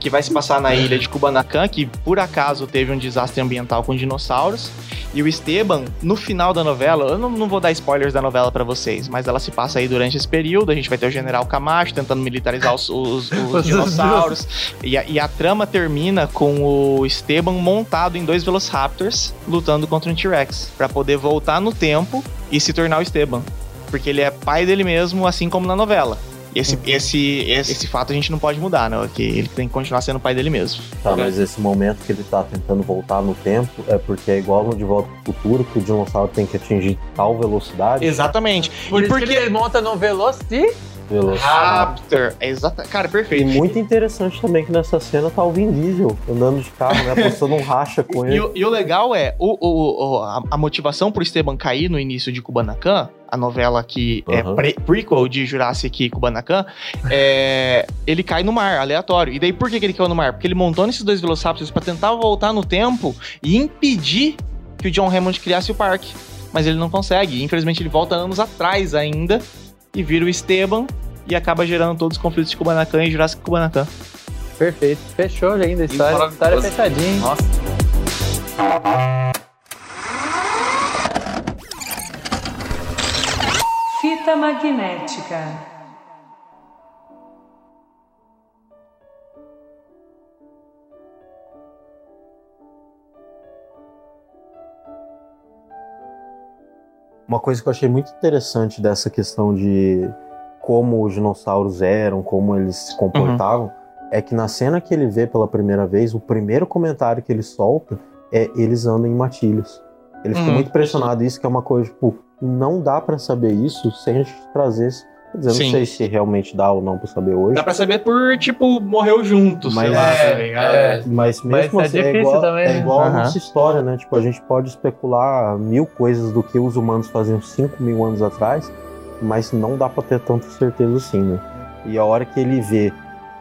que vai se passar na ilha de Kubanacan, que por acaso teve um desastre ambiental com dinossauros. E o Esteban, no final da novela, eu não, não vou dar spoilers da novela pra vocês, mas ela se passa aí durante esse período. A gente vai ter o general Camacho tentando militarizar os, os- os dinossauros. E a, e a trama termina com o Esteban montado em dois Velociraptors lutando contra um T-Rex, pra poder voltar no tempo e se tornar o Esteban. Porque ele é pai dele mesmo, assim como na novela. E Esse, esse, esse, esse fato a gente não pode mudar, né? Que ele tem que continuar sendo pai dele mesmo. Tá, mas esse momento que ele tá tentando voltar no tempo é porque é igual no De Volta pro Futuro, que o dinossauro tem que atingir tal velocidade. Exatamente. Por e porque ele monta no Veloci. Velocidade. Raptor, é exata... Cara, E perfeito. muito interessante também que nessa cena tá o Vin Diesel andando de carro, né? Passando um racha com E ele. o, e o legal é, o, o- o- a, a motivação pro Esteban cair no início de Kubanacan, a novela que é Aham. pre- prequel de Jurassic e Kubanacan, é, ele cai no mar, aleatório. E daí por que, que ele caiu no mar? Porque ele montou nesses dois Velociraptors pra tentar voltar no tempo e impedir que o John Hammond criasse o parque. Mas ele não consegue. Infelizmente ele volta anos atrás ainda e vira o Esteban e acaba gerando todos os conflitos de Kubanacan e Jurassic Kubanacan. Perfeito. Fechou ainda a história. História é fechadinha. Nossa. Fita magnética. Uma coisa que eu achei muito interessante dessa questão de como os dinossauros eram, como eles se comportavam, é que na cena que ele vê pela primeira vez, o primeiro comentário que ele solta é eles andam em matilhos. Ele ficou Uhum. muito impressionado isso, que é uma coisa, tipo, não dá pra saber isso sem a gente trazer. esse- Quer dizer, eu Sim. não sei se realmente dá ou não pra saber hoje. Dá pra saber por, tipo, morreu junto, Mas- sei lá, É, tá ligado? é, mas mesmo Mas é assim, é difícil igual, também, é né? igual a Aham. nossa história, né? Tipo, a gente pode especular mil coisas do que os humanos faziam 5 mil anos atrás, mas não dá pra ter tanta certeza assim, né? E a hora que ele vê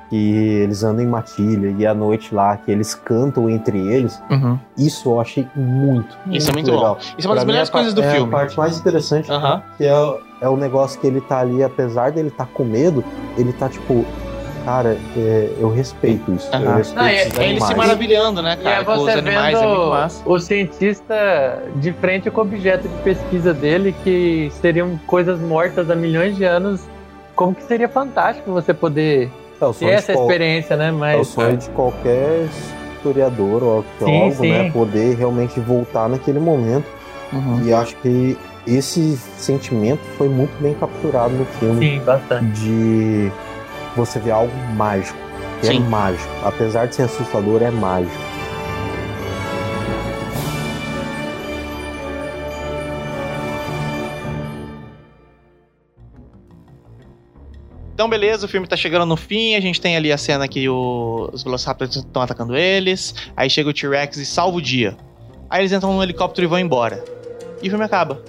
que eles andam em matilha e à noite lá, que eles cantam entre eles, Uhum. isso eu achei muito, Isso é muito bom. legal. Isso é uma das Pra mim, melhores a par- coisas do é filme. A parte mais interessante Aham. que é, o- é o negócio que ele tá ali, apesar dele tá com medo, ele tá tipo, cara, é, eu respeito isso. Eu respeito Não, e- esses e ele se animais. maravilhando, né, E é cara? com os você animais, é muito massa. vendo o cientista de frente com o objeto de pesquisa dele, que seriam coisas mortas há milhões de anos. Como que seria fantástico você poder É o ter sonho de essa qual- experiência, né? É o Mas sonho de qualquer historiador ou Sim, arqueólogo, sim. Uhum. né? Poder realmente voltar naquele momento. E acho que esse sentimento foi muito bem capturado no filme. Sim, bastante. De você ver algo mágico. que É Sim. mágico. Apesar de ser assustador, é mágico. Então, beleza, o filme tá chegando no fim. A gente tem ali a cena que o- os Velociraptors estão atacando eles. Aí chega o T-Rex e salva o dia. Aí eles entram no helicóptero e vão embora. E o filme acaba.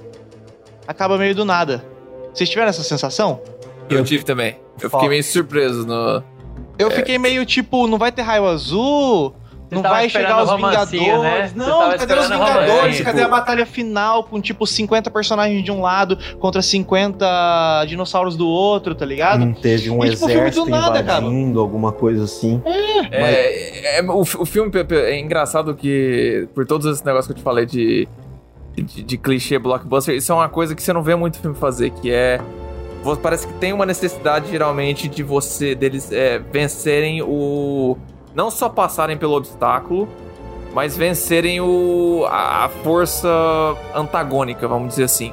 Acaba meio do nada. Vocês tiveram essa sensação? Eu tive também. Eu Fala. fiquei meio surpreso no. Eu fiquei meio tipo, não vai ter raio azul? Não tava vai chegar esperando os o romancinho, Vingadores. né? Você Não, tava cadê os esperando o Vingadores? romancinho. Cadê a batalha final com tipo 50 personagens de um lado contra 50 dinossauros do outro, tá ligado? Não teve um E, tipo, o filme exército do nada, cara. invadindo, alguma coisa assim. É, é, o, fi- o filme Pepe, é engraçado que, por todos esses negócios que eu te falei de, de, de clichê blockbuster, isso é uma coisa que você não vê muito filme fazer, que é. vo- Parece que tem uma necessidade, geralmente, de você, deles é, vencerem o. Não só passarem pelo obstáculo, mas vencerem o. a a força antagônica, vamos dizer assim.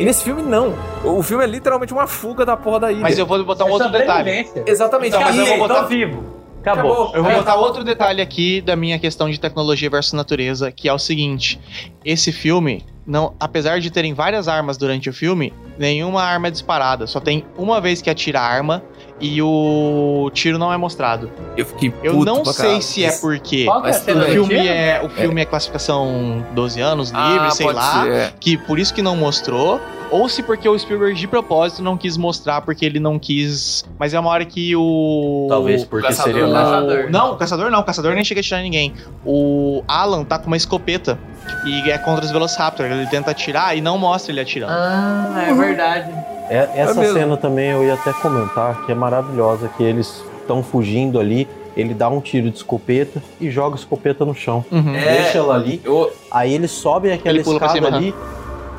E nesse filme, não. O filme é literalmente uma fuga da porra da ilha. Mas eu vou botar um outro detalhe. Exatamente. Então, mas eu Acabou. vou botar- vivo. Acabou. Eu vou botar outro detalhe aqui da minha questão de tecnologia versus natureza, que é o seguinte: esse filme, não, apesar de terem várias armas durante o filme, nenhuma arma é disparada. Só tem uma vez que atira a arma e o tiro não é mostrado. Eu fiquei Eu puto não pra sei caralho. se é porque Qual que é a o cena do filme tiro? é o filme é, classificação 12 anos livre, Ah, sei pode lá, ser, é. que por isso que não mostrou, ou se porque o Spielberg de propósito não quis mostrar porque ele não quis, mas é uma hora que o Talvez porque caçador seria lá- mais. Caçador. Não, o caçador não, o caçador nem chega a tirar ninguém. O Alan tá com uma escopeta e é contra os Velociraptor, ele tenta atirar e não mostra ele atirando. Ah, é verdade. É- essa mesmo. cena também eu ia até comentar que é maravilhosa, que eles estão fugindo ali, ele dá um tiro de escopeta e joga a escopeta no chão. Uhum. É, Deixa ela ali. Aí ele sobe aquela Ele pula pra escada cima, ali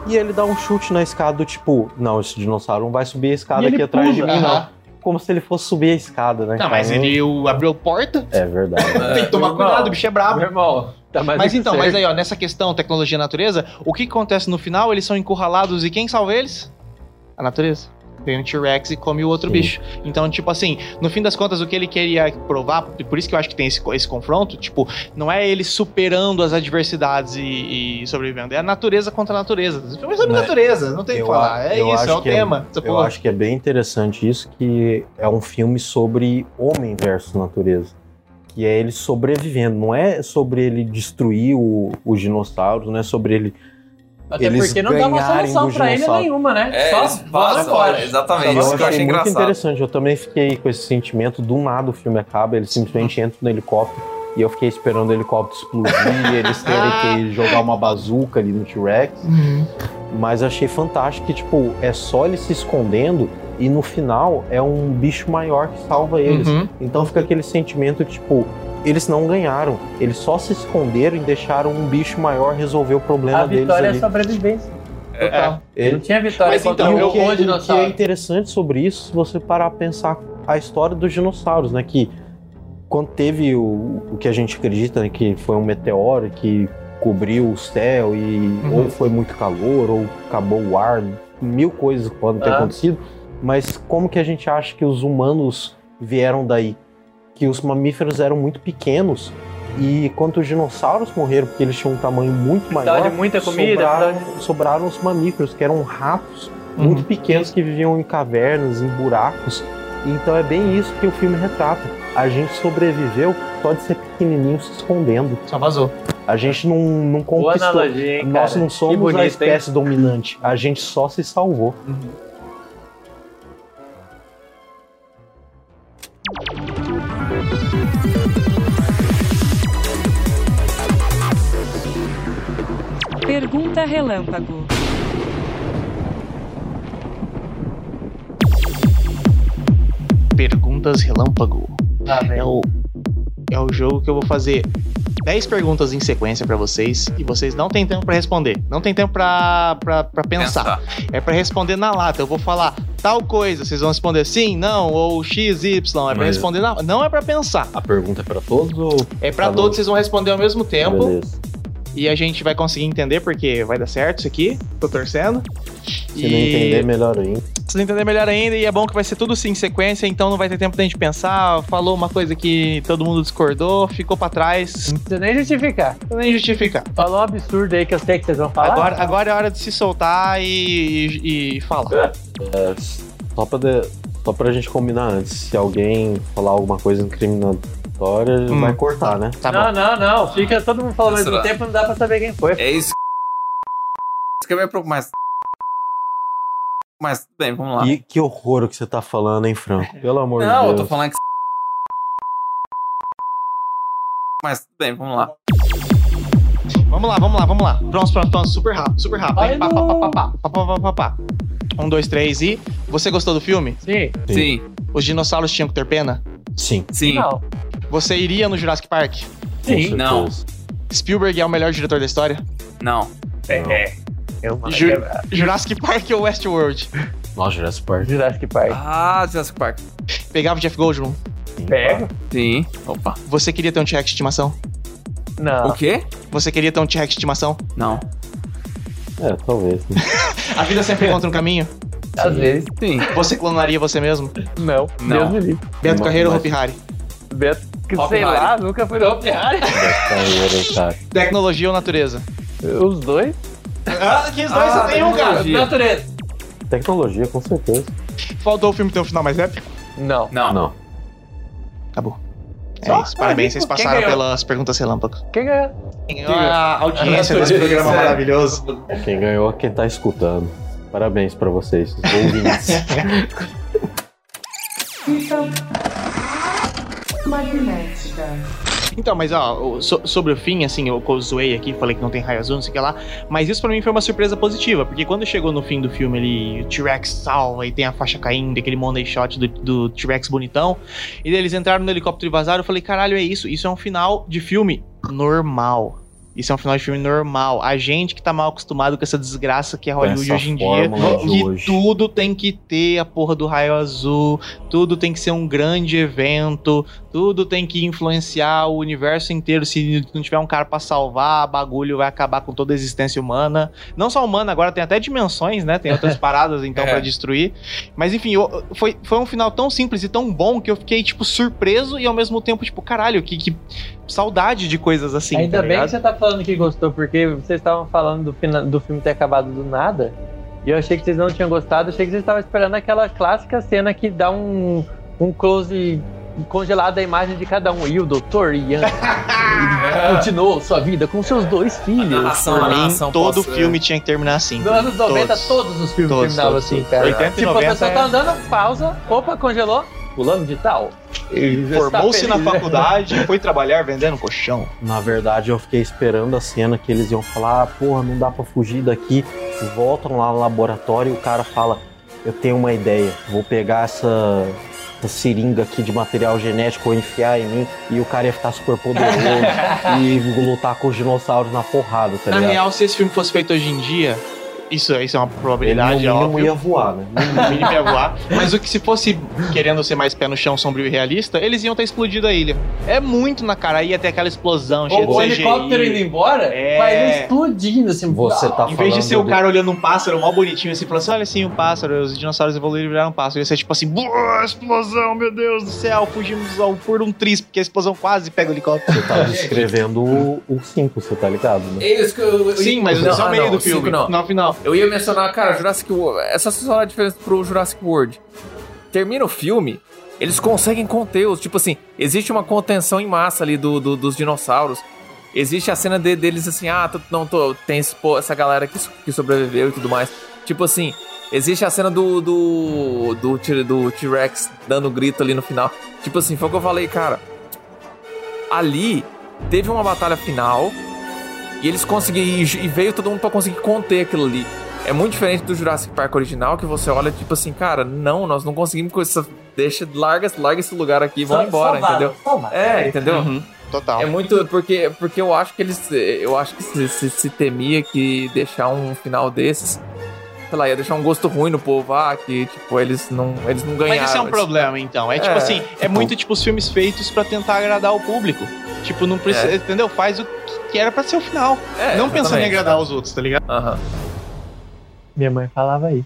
e ele dá um chute na escada do tipo, não, esse dinossauro não vai subir a E escada ele aqui atrás de pula, mim, aham. não. Uhum. Como se ele fosse subir a escada, né? Não, mas ele abriu a porta. É verdade. Tem que tomar cuidado, o bicho é brabo. Meu irmão, tá mais mas do que então, certo. mas aí, ó, nessa questão tecnologia e natureza, o que acontece no final? Eles são encurralados e quem salva eles? A natureza. Vem o T-Rex e come o outro bicho. Então, tipo assim, no fim das contas, o que ele queria provar, e por isso que eu acho que tem esse, co- esse confronto, tipo, não é ele superando as adversidades e, e sobrevivendo, é a natureza contra a natureza. Mas sobre Né? natureza, não tem o que Eu falar. a- É eu isso, é acho o que tema. essa eu porra. acho que é bem interessante isso, que é um filme sobre homem versus natureza. Que é ele sobrevivendo. Não é sobre ele destruir o- os dinossauros, não é sobre ele. Até eles porque não dá uma ganharem solução dos pra ele dinossauros. nenhuma, né? É, Só eles vaza vazam, fora. é, exatamente. Eu isso que eu achei achei muito engraçado. interessante. Eu também fiquei com esse sentimento. Do nada o filme acaba, ele simplesmente entra no helicóptero e eu fiquei esperando o helicóptero explodir e eles terem que jogar uma bazuca ali no T-Rex. Mas achei fantástico que, tipo, é só ele se escondendo e no final é um bicho maior que salva eles. Uhum. Então fica aquele sentimento, tipo, eles não ganharam. Eles só se esconderam e deixaram um bicho maior resolver o problema A deles vitória é ali. sobrevivência. É. Total. Ele- Não tinha vitória Mas contra então, o o que, robô o que dinossauro. é interessante sobre isso, se você parar a pensar a história dos dinossauros, né? Que quando teve o, o que a gente acredita né, que foi um meteoro que cobriu o céu e ou foi muito calor ou acabou o ar, mil coisas podem ter Ah. acontecido. Mas como que a gente acha que os humanos vieram daí? Que os mamíferos eram muito pequenos e quando os dinossauros morreram porque eles tinham um tamanho muito Precisava maior, de muita comida, sobraram- precisava de- sobraram os mamíferos, que eram ratos Uhum. muito pequenos que viviam em cavernas, em buracos. Então é bem isso que o filme retrata. A gente sobreviveu só de ser pequenininho se escondendo. Só vazou. A gente não, não conquistou. analogia, hein, Nós cara? não Que somos bonito, a hein? espécie dominante. A gente só se salvou. Pergunta relâmpago. Perguntas Relâmpago. Tá é, o, é o jogo que eu vou fazer 10 perguntas em sequência pra vocês e vocês não tem tempo pra responder. Não tem tempo pra, pra, pra pensar. É pra responder na lata. Eu vou falar tal coisa, vocês vão responder sim, não, ou x, y. É pra Mas- responder na. Não é pra pensar. A pergunta é para todos ou. É pra todos, vocês vão responder ao mesmo tempo. Tá Beleza. E a gente vai conseguir entender, porque vai dar certo isso aqui. Tô torcendo. Se não entender, melhor ainda. Vocês entender melhor ainda, e é bom que vai ser tudo sim, em sequência, então não vai ter tempo da gente pensar. Falou uma coisa que todo mundo discordou, ficou pra trás. Não precisa nem justificar. Não precisa nem justificar. Falou um absurdo aí que eu sei que vocês vão falar. Agora, agora é hora de se soltar e, e, e falar. É, só, pra de- só pra gente combinar antes. Se alguém falar alguma coisa incriminatória, vai Hum. cortar, né? Tá não, não, não. Fica todo mundo falando ao mesmo Será? tempo, não dá pra saber quem foi. É isso. Escreve pro mais. Mas, bem, vamos Ah. lá. E que horror o que você tá falando, hein, Franco? Pelo amor de Deus. Não, eu tô falando que. Mas, bem, vamos lá. Vamos lá, vamos lá, vamos lá. Pronto, pronto, pronto. Super rápido, super rápido. hein? Pá, pá, pá, pá, pá, pá, pá, pá, pá. Um, dois, três e. Você gostou do filme? Sim. Sim. Os dinossauros tinham que ter pena? Sim. Sim. Não. Você iria no Jurassic Park? Sim. Não. Spielberg é o melhor diretor da história? Não. É. Ju Jurassic Park ou Westworld? Nossa, Jurassic Park. Jurassic Park. Ah, Jurassic Park. Pegava o Jeff Goldblum? Pega. Sim. Opa. Você queria ter um T-Rex de estimação? Não. Tá. O quê? Você queria ter um T-Rex de estimação? Não. É, talvez. né? A vida sempre encontra um caminho? Às vezes. Sim. Você clonaria você mesmo? Não. Não. Deus me livre. Beto Mas- Carreiro ou mas- Hopi Hari? Beto, que Hopi sei Hari. lá, nunca fui no Hopi Hari. Tecnologia ou natureza? Os dois. Ah, que os dois Ah, só tem um, cara. tecnologia. Natureza. Tecnologia, com certeza. Faltou o filme ter um final mais épico? Não. Não. Não. Acabou. É Só? isso, parabéns, Quem vocês passaram ganhou? pelas perguntas relâmpago. Quem ganhou? Quem ganhou a audiência desse Natureza, programa é. maravilhoso. Quem ganhou é quem tá escutando. Parabéns pra vocês. os ouvintes. Fita magnética. Então, mas ó, o- so- sobre o fim, assim, eu co- zoei aqui, falei que não tem raio azul, não sei o que lá. Mas isso pra mim foi uma surpresa positiva, porque quando chegou no fim do filme ali, o T-Rex salva e tem a faixa caindo, aquele money shot do, do T-Rex bonitão, e daí eles entraram no helicóptero e vazaram, eu falei, caralho, é isso, isso é um final de filme normal. Isso é um final de filme normal. A gente que tá mal acostumado com essa desgraça que é Hollywood essa hoje em dia, fórmula de que hoje. tudo tem que ter a porra do raio azul, tudo tem que ser um grande evento, tudo tem que influenciar o universo inteiro. Se não tiver um cara pra salvar, bagulho vai acabar com toda a existência humana. Não só humana, agora tem até dimensões, né? Tem outras paradas então É. pra destruir. Mas enfim, eu- foi, foi um final tão simples e tão bom que eu fiquei, tipo, surpreso e ao mesmo tempo, tipo, caralho, que, que saudade de coisas assim. Ainda tá bem que ligado? você tá falando que gostou, porque vocês estavam falando do, fina- do filme ter acabado do nada. E eu achei que vocês não tinham gostado, achei que vocês estavam esperando aquela clássica cena que dá um, um close congelado da imagem de cada um. E o doutor Ian continuou sua vida com seus dois filhos. Por mim, "Ah, todo filme tinha que terminar assim. é." Nos anos 90, todos, os filmes Todos, terminavam todos, assim, todos. cara. 80 e tipo, a 90 pessoa é- tá andando, pausa, opa, congelou, pulando de tal. Formou-se Está na feliz, né? faculdade, foi trabalhar vendendo colchão. Na verdade, eu fiquei esperando a cena que eles iam falar: ah, porra, não dá pra fugir daqui. Voltam lá no laboratório e o cara fala: eu tenho uma ideia, vou pegar essa, essa seringa aqui de material genético, vou enfiar em mim e o cara ia ficar super poderoso e lutar com os dinossauros na porrada, tá Na ligado? real, se esse filme fosse feito hoje em dia, isso, isso é uma probabilidade, Ele, no mínimo, óbvio. ia voar, né? No mínimo ia voar. Mas o que se fosse querendo ser mais pé no chão, sombrio e realista, eles iam ter explodido a ilha. É muito na cara, ia ter aquela explosão cheia O, de o CGI. helicóptero indo embora, É. vai ele explodindo assim. Você tá Em vez de falando ser o do- cara olhando um pássaro mó bonitinho assim, falando assim: olha assim, um pássaro, os dinossauros evoluíram e viraram um pássaro. Ia ser tipo assim: "Buah, explosão, meu Deus do céu, fugimos ao por um tris, porque a explosão quase pega o helicóptero. Tá descrevendo o- o 5, você tá ligado, né? É isso que eu, eu- Sim, mas não, isso é o ah, meio não, do o cinco filme. não. No final. Eu ia mencionar, cara, Jurassic World. Essa é só a diferença pro Jurassic World. Termina o filme, eles conseguem conter os. Tipo assim, existe uma contenção em massa ali do, do- dos dinossauros. Existe a cena de- deles assim, ah, tô- não tô. Tem esse po- essa galera que, so- que sobreviveu e tudo mais. Tipo assim, existe a cena do. do. do T- do T-Rex dando um grito ali no final. Tipo assim, foi o que eu falei, cara. Ali teve uma batalha final. E eles conseguiram. E ju- e veio todo mundo pra conseguir conter aquilo ali. É muito diferente do Jurassic Park original, que você olha tipo assim, cara, não, nós não conseguimos com essa. Deixa, larga, larga esse lugar aqui e Só- vamos embora, salvaram, entendeu? salvaram. É, entendeu? Uhum, total. É muito. Porque, porque eu acho que eles. Eu acho que se, se- se temia que deixar um final desses. Sei lá, ia deixar um gosto ruim no povo, ah, que, tipo, eles não, eles não ganharam. Mas esse é um eles- problema, então. É tipo É, assim, é tipo- muito tipo os filmes feitos pra tentar agradar o público. Tipo, não precisa, É. entendeu? Faz o que- que era pra ser o final. É, não pensando em exatamente. agradar os outros, tá ligado? Aham. Minha mãe falava isso.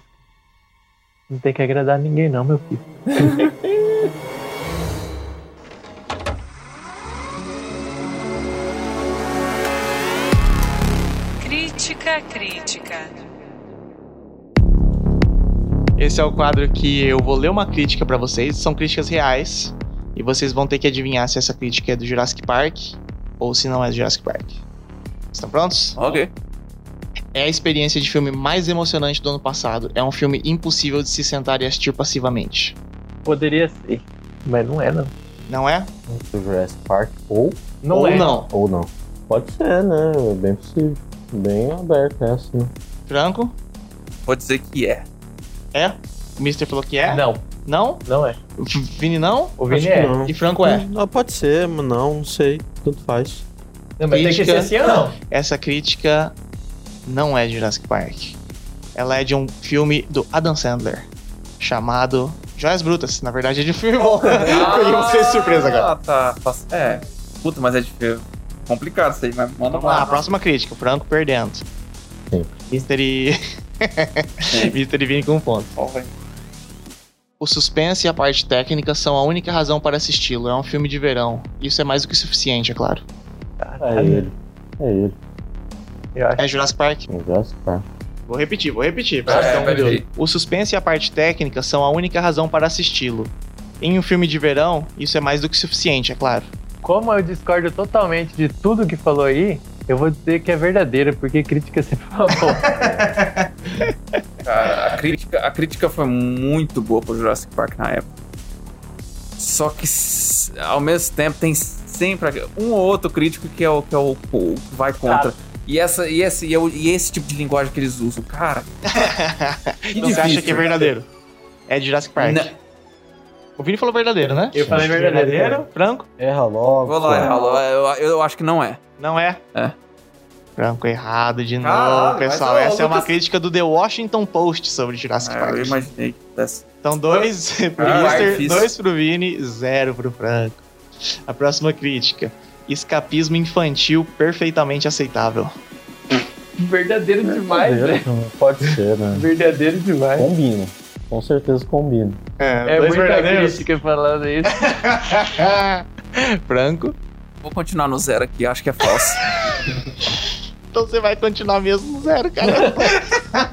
Não tem que agradar ninguém, não, meu filho. Crítica, crítica. Esse é o quadro que eu vou ler uma crítica pra vocês, são críticas reais, e vocês vão ter que adivinhar se essa crítica é do Jurassic Park ou se não é do Jurassic Park. Estão prontos? Ok. É a experiência de filme mais emocionante do ano passado. É um filme impossível de se sentar e assistir passivamente. Poderia ser, mas não é, não. Não é? Do Jurassic Park. Ou. Não Ou é. não. Ou não. Pode ser, né? É bem possível. Bem aberto essa, né? Franco? Pode dizer que é. É? O Mister falou que é? Não. Não? Não é. O F- Vini não? O Vini Acho que é. não. E Franco é? Não, pode ser, mas não, não sei. Tanto faz. Não, mas tem que ser assim ou não? Essa crítica não é de Jurassic Park. Ela é de um filme do Adam Sandler chamado Joias Brutas. Na verdade, é de um filme bom. Peguei vocês de surpresa agora. Ah, tá. faz- É. Puta, mas é difícil. Complicado isso aí, mas manda Vamos lá, lá. a próxima crítica. Franco perdendo. Mister e... Mister e Vini com um ponto. O suspense e a parte técnica são a única razão para assisti-lo. É um filme de verão. Isso é mais do que suficiente, é claro. É ele. É ele. É Jurassic Park? É Jurassic Park. Vou repetir, vou repetir. pra É, então, vocês terem uma ideia. O suspense e a parte técnica são a única razão para assisti-lo. Em um filme de verão, isso é mais do que suficiente, é claro. Como eu discordo totalmente de tudo que falou aí, eu vou dizer que é verdadeira, porque crítica sempre fala bom. Cara, a crítica, a crítica foi muito boa pro Jurassic Park na época. Só que s- ao mesmo tempo tem s- sempre um ou outro crítico que é o que é o, o que vai contra. E, essa, e, esse, e, é o- e esse tipo de linguagem que eles usam, cara. Não, você acha que é verdadeiro? É de Jurassic Park. O Vini falou verdadeiro, né? Eu falei verdadeiro. Franco? Erra logo. Vou lá, é erra logo. Eu, eu acho que não é. Não é? É. Franco errado de Caralho, novo, pessoal. mas, ô, Essa é uma Lucas- crítica do The Washington Post sobre Jurassic Park. É, eu imaginei. Então, dois pro Ah, Mister, difícil. dois pro Vini, zero pro Franco. A próxima crítica. Escapismo infantil perfeitamente aceitável. Verdadeiro demais, né? Não Pode ser, né? Verdadeiro demais. Combina. Com certeza combina. É, É muita crítica falando isso. Franco. Vou continuar no zero aqui, acho que é falso. Então você vai continuar mesmo no zero, cara.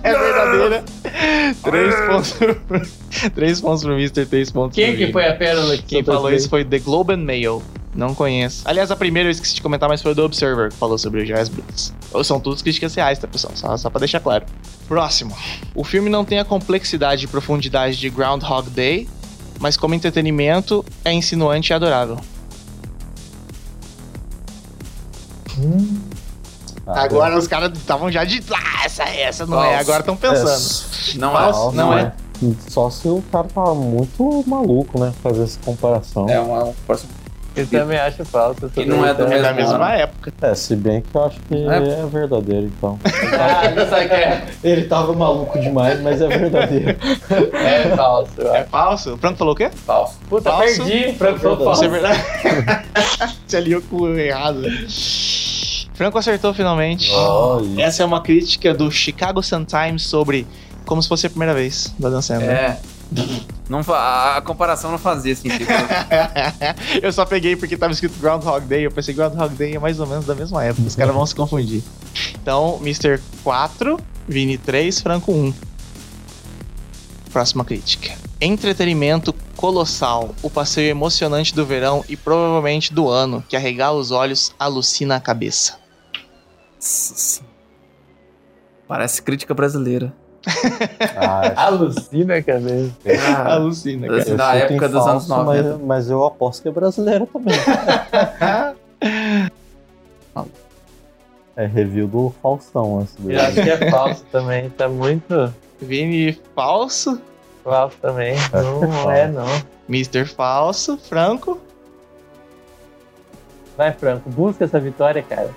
é verdadeira. Três pontos, pro- três pontos pro Mister, três pontos Quem pro que Vini. foi a pérola que Quem soltou falou esse isso foi The Globe and Mail. Não conheço. Aliás, a primeira eu esqueci de comentar, mas foi do Observer que falou sobre o Jazz Brooks. Ou São todos críticas reais, tá, pessoal? Só, só pra deixar claro. Próximo. O filme não tem a complexidade e profundidade de Groundhog Day, mas como entretenimento, é insinuante e adorável. Tá, agora os caras estavam já de. Ah, essa, essa não é. Falso. Agora estão pensando. É, Não Falso, Falso, Não, é. Só se o cara tá muito maluco, né? Fazer essa comparação. É uma comparação. Eu também acho falso. E não é do É da mesmo mesma ano. época. É, se bem que eu acho que É. é, verdadeiro, então. Ah, não sabe quem é. Ele tava maluco demais, mas é verdadeiro. É falso. É falso? O Franco falou o quê? Falso. Puta, Falso? perdi. Franco falou falso. Isso é verdade. Você aliou com o errado. Franco acertou finalmente. Olha. Essa é uma crítica do Chicago Sun-Times sobre como se fosse a primeira vez da Dan Sandler. É. Não, fa- a, a comparação não fazia sentido. eu só peguei porque tava escrito Groundhog Day. Eu pensei Groundhog Day é mais ou menos da mesma época. Os caras vão se confundir. Então, Mr. 4, Vini 3, Franco 1. Próxima crítica. Entretenimento colossal, o passeio emocionante do verão e provavelmente do ano, que arregala os olhos, alucina a cabeça. Parece crítica brasileira. Ah, Alucina, cabelo. Ah, Alucina, cara. Da É, Eu época chutei dos anos falso, mas- 90. Mas, eu aposto que é brasileiro também. é review do Faustão, esse daí. Eu acho que é falso também, tá muito. Vini, falso? Falso também. falso. Não é, não. Mr. Falso, Franco. Vai, Franco, busca essa vitória, cara.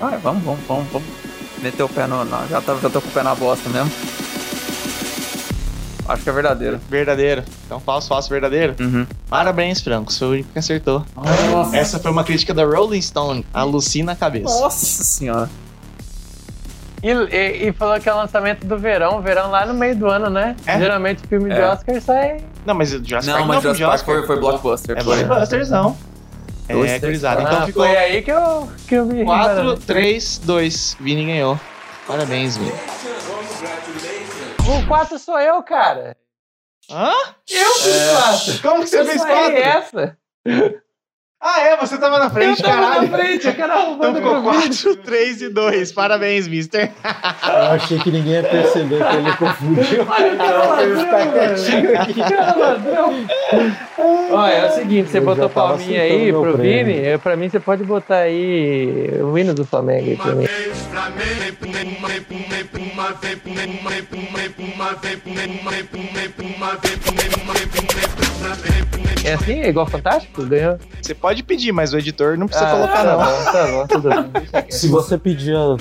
Ah, vamos, vamos, vamos, vamos. Meter o pé no. no- já, tá, já tô com o pé na bosta mesmo. Acho que é verdadeiro. Verdadeiro. Então, falso, falso, verdadeiro? Uhum. Parabéns, Franco. Você foi o único que acertou. Nossa. Essa foi uma crítica da Rolling Stone. Alucina a cabeça. Nossa senhora. E, e- e falou que é o lançamento do verão, verão lá no meio do ano, né? Geralmente filme de É. Oscar sai. Não, mas o Jurassic não, Park mas não, um Jurassic Park foi, foi blockbuster. É foi. blockbusterzão. Dois, É, três, gurizada. quatro. Então Ah, ficou foi aí que eu, que eu me. 4, 3, 2. Vini ganhou. Parabéns, Vini. O 4 sou eu, cara. Hã? Eu fiz 4. Como que você fez quatro? é essa. Ah, é? Você tava na frente, Eu tava na caralho. frente, eu quero arrumar Então ficou meu vídeo. 4, 3 e 2. Parabéns, mister. Eu achei que ninguém ia perceber que ele confundiu. Olha um o cara Eu ia ficar quietinho aqui. Cara, um ladrão. Olha, é o seguinte, você Eu botou já tava palminha aceitando aí meu pro prêmio. Vini. eu- Pra mim, você pode botar aí o hino do Flamengo aí pra mim. É assim? É igual Fantástico? Ganhou? Você pode pedir, mas o editor não precisa Ah, colocar, tá não. bom, tá bom, tudo bem. Se você pedir a-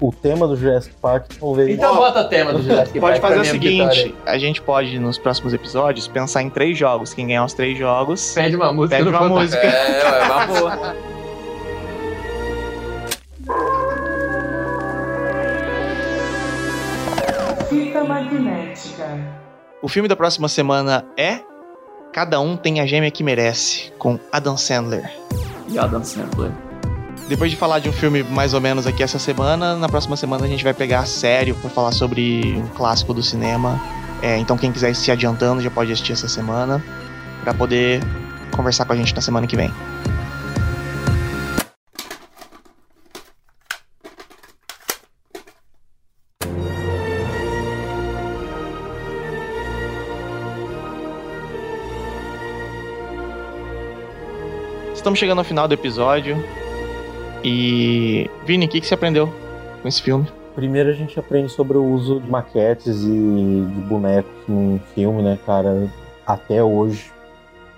o tema do Jurassic Park, talvez. Então bota o tema do Jurassic Park Pode pra fazer o minha seguinte: vitória. a gente pode, nos próximos episódios, pensar em três jogos. Quem ganhar os três jogos. Pede uma música no Pede uma fundo. música. É, ué, uma boa. Fita magnética. O filme da próxima semana é Cada Um Tem a Gêmea que Merece, com Adam Sandler. E Adam Sandler. Depois de falar de um filme mais ou menos aqui essa semana, na próxima semana a gente vai pegar a sério pra falar sobre um clássico do cinema. É, então quem quiser ir se adiantando já pode assistir essa semana pra poder conversar com a gente na semana que vem. Estamos chegando ao final do episódio. E. Vini, o que, que você aprendeu com esse filme? Primeiro a gente aprende sobre o uso de maquetes e de bonecos num filme, né, cara? Até hoje,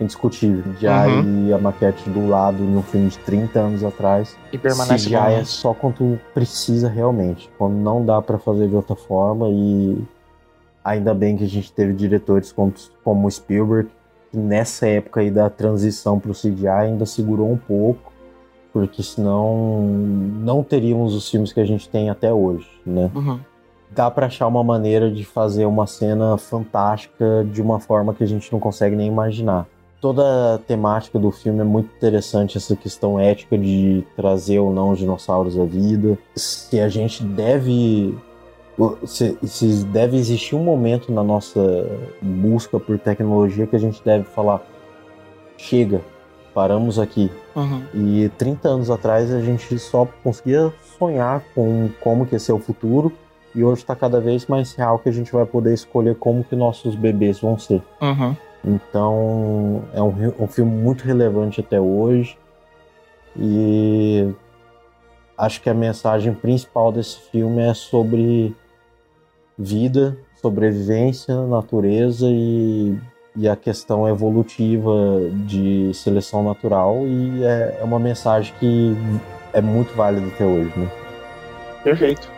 indiscutível. Já Uhum. e a maquete do lado num filme de 30 anos atrás. E permanece já bom, né? é só quando precisa realmente. Quando não dá pra fazer de outra forma e ainda bem que a gente teve diretores como, como Spielberg, que nessa época aí da transição pro CGI ainda segurou um pouco, porque senão não teríamos os filmes que a gente tem até hoje, né? Dá pra achar uma maneira de fazer uma cena fantástica de uma forma que a gente não consegue nem imaginar. Toda a temática do filme é muito interessante, essa questão ética de trazer ou não os dinossauros à vida, se a gente deve se, se deve existir um momento na nossa busca por tecnologia que a gente deve falar: chega, paramos aqui. Uhum. E 30 anos atrás a gente só conseguia sonhar com como que ia ser o futuro, e hoje está cada vez mais real que a gente vai poder escolher como que nossos bebês vão ser. Uhum. Então é um, re- um filme muito relevante até hoje. E acho que a mensagem principal desse filme é sobre vida, sobrevivência, natureza e, e a questão evolutiva de seleção natural. E é, é uma mensagem que é muito válida até hoje, né? Perfeito.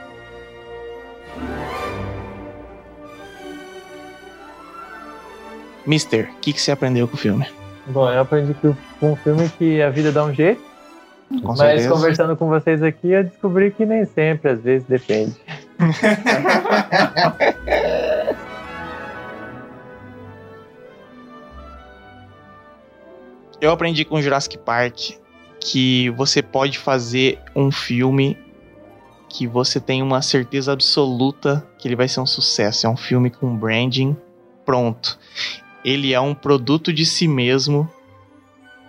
Mister, o que, que você aprendeu com o filme? Bom, eu aprendi que o- com um filme que a vida dá um jeito. mas certeza. conversando com vocês aqui, eu descobri que nem sempre, às vezes depende. Eu aprendi com Jurassic Park que você pode fazer um filme que você tem uma certeza absoluta que ele vai ser um sucesso. É um filme com branding pronto. Ele é um produto de si mesmo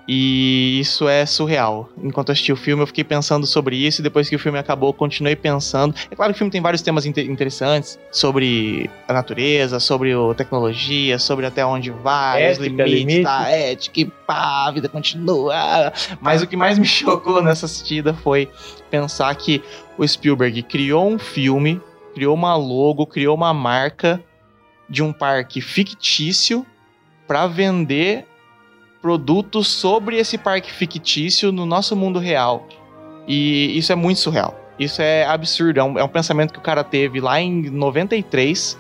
e isso é surreal. Enquanto eu assisti o filme, eu fiquei pensando sobre isso e depois que o filme acabou, eu continuei pensando. É claro que o filme tem vários temas inte- interessantes sobre a natureza, sobre o- tecnologia, sobre até onde vai, os Ética, limites, limite. tá? ética e pá, a vida continua. Mas o que mais me chocou nessa assistida foi pensar que o Spielberg criou um filme, criou uma logo, criou uma marca de um parque fictício para vender produtos sobre esse parque fictício no nosso mundo real. E isso é muito surreal. Isso é absurdo. É um, é um pensamento que o cara teve lá em 93,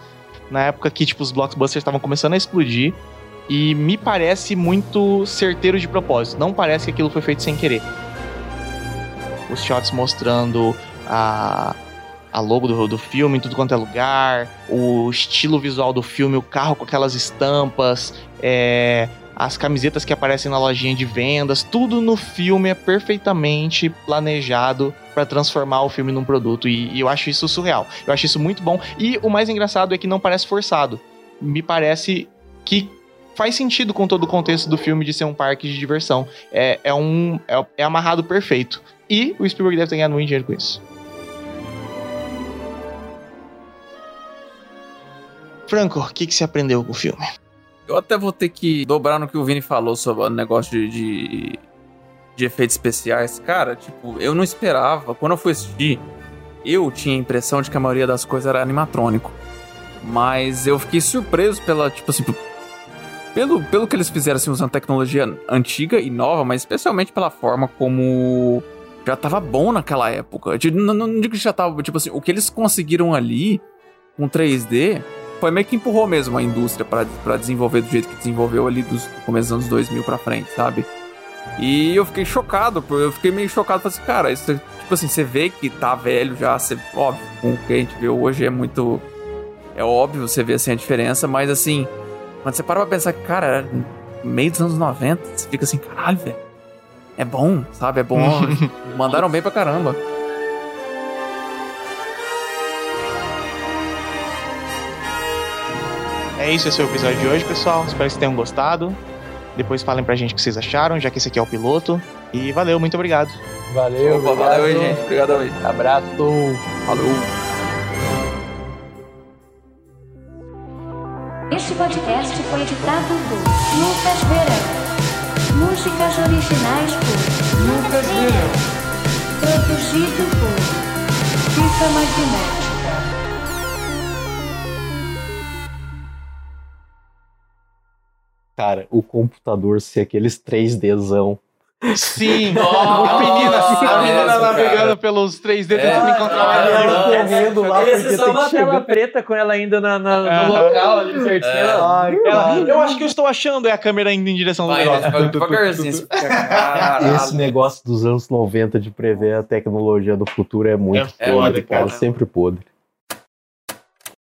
na época que tipo, os blockbusters estavam começando a explodir. E me parece muito certeiro de propósito. Não parece que aquilo foi feito sem querer. Os shots mostrando a, a logo do, do filme em tudo quanto é lugar, o estilo visual do filme, o carro com aquelas estampas, é, as camisetas que aparecem na lojinha de vendas, tudo no filme é perfeitamente planejado para transformar o filme num produto e, e eu acho isso surreal. Eu acho isso muito bom e o mais engraçado é que não parece forçado. Me parece que faz sentido com todo o contexto do filme de ser um parque de diversão. É, é um é, é amarrado perfeito. E o Spielberg deve ter ganhado muito dinheiro com isso. Franco, o que, que você aprendeu com o filme? Eu até vou ter que dobrar no que o Vini falou sobre o negócio de, de, de efeitos especiais. Cara, tipo, eu não esperava. Quando eu fui assistir, eu tinha a impressão de que a maioria das coisas era animatrônico. Mas eu fiquei surpreso pela, tipo assim, pelo, pelo que eles fizeram, assim, usando tecnologia antiga e nova, mas especialmente pela forma como já tava bom naquela época. De- Não, não digo que já tava, tipo assim, o que eles conseguiram ali com 3D foi meio que empurrou mesmo a indústria pra pra desenvolver do jeito que desenvolveu ali dos do começo dos anos 2000 pra frente, sabe? E eu fiquei chocado, pô, eu fiquei meio chocado, falei assim, cara, isso, tipo assim, você vê que tá velho já, você, óbvio, com o que a gente vê hoje é muito é óbvio, você vê assim a diferença, mas assim, quando você para pra pensar que, cara, era meio dos anos 90, você fica assim, caralho, velho. É bom, sabe? É bom. Mandaram bem pra caramba. É isso, esse é o episódio de hoje, pessoal. Espero que vocês tenham gostado. Depois falem pra gente o que vocês acharam, já que esse aqui é o piloto. E valeu, muito obrigado. Valeu, Opa, obrigado. valeu aí, gente. Obrigado aí. Abraço. Falou. Este podcast foi editado por Lucas Verão. Músicas originais por Lucas Lira. Produzido por Fita Magnética. Cara, o computador ser aqueles 3Dzão. Sim, Nossa, a menina, a menina mesmo, navegando cara. pelos 3D tentando É. encontrar Ah, ela. não. Correndo lá, Ele porque tem só que uma chegar. tela preta com ela ainda na, na- no Aham. local ali certinho. É. Ela- Ela- eu acho que eu estou achando é a câmera indo em direção do né? negócio. assim, Devagarzinho. Esse negócio dos anos 90 de prever a tecnologia do futuro é muito É podre, foda, cara. cara. Sempre podre.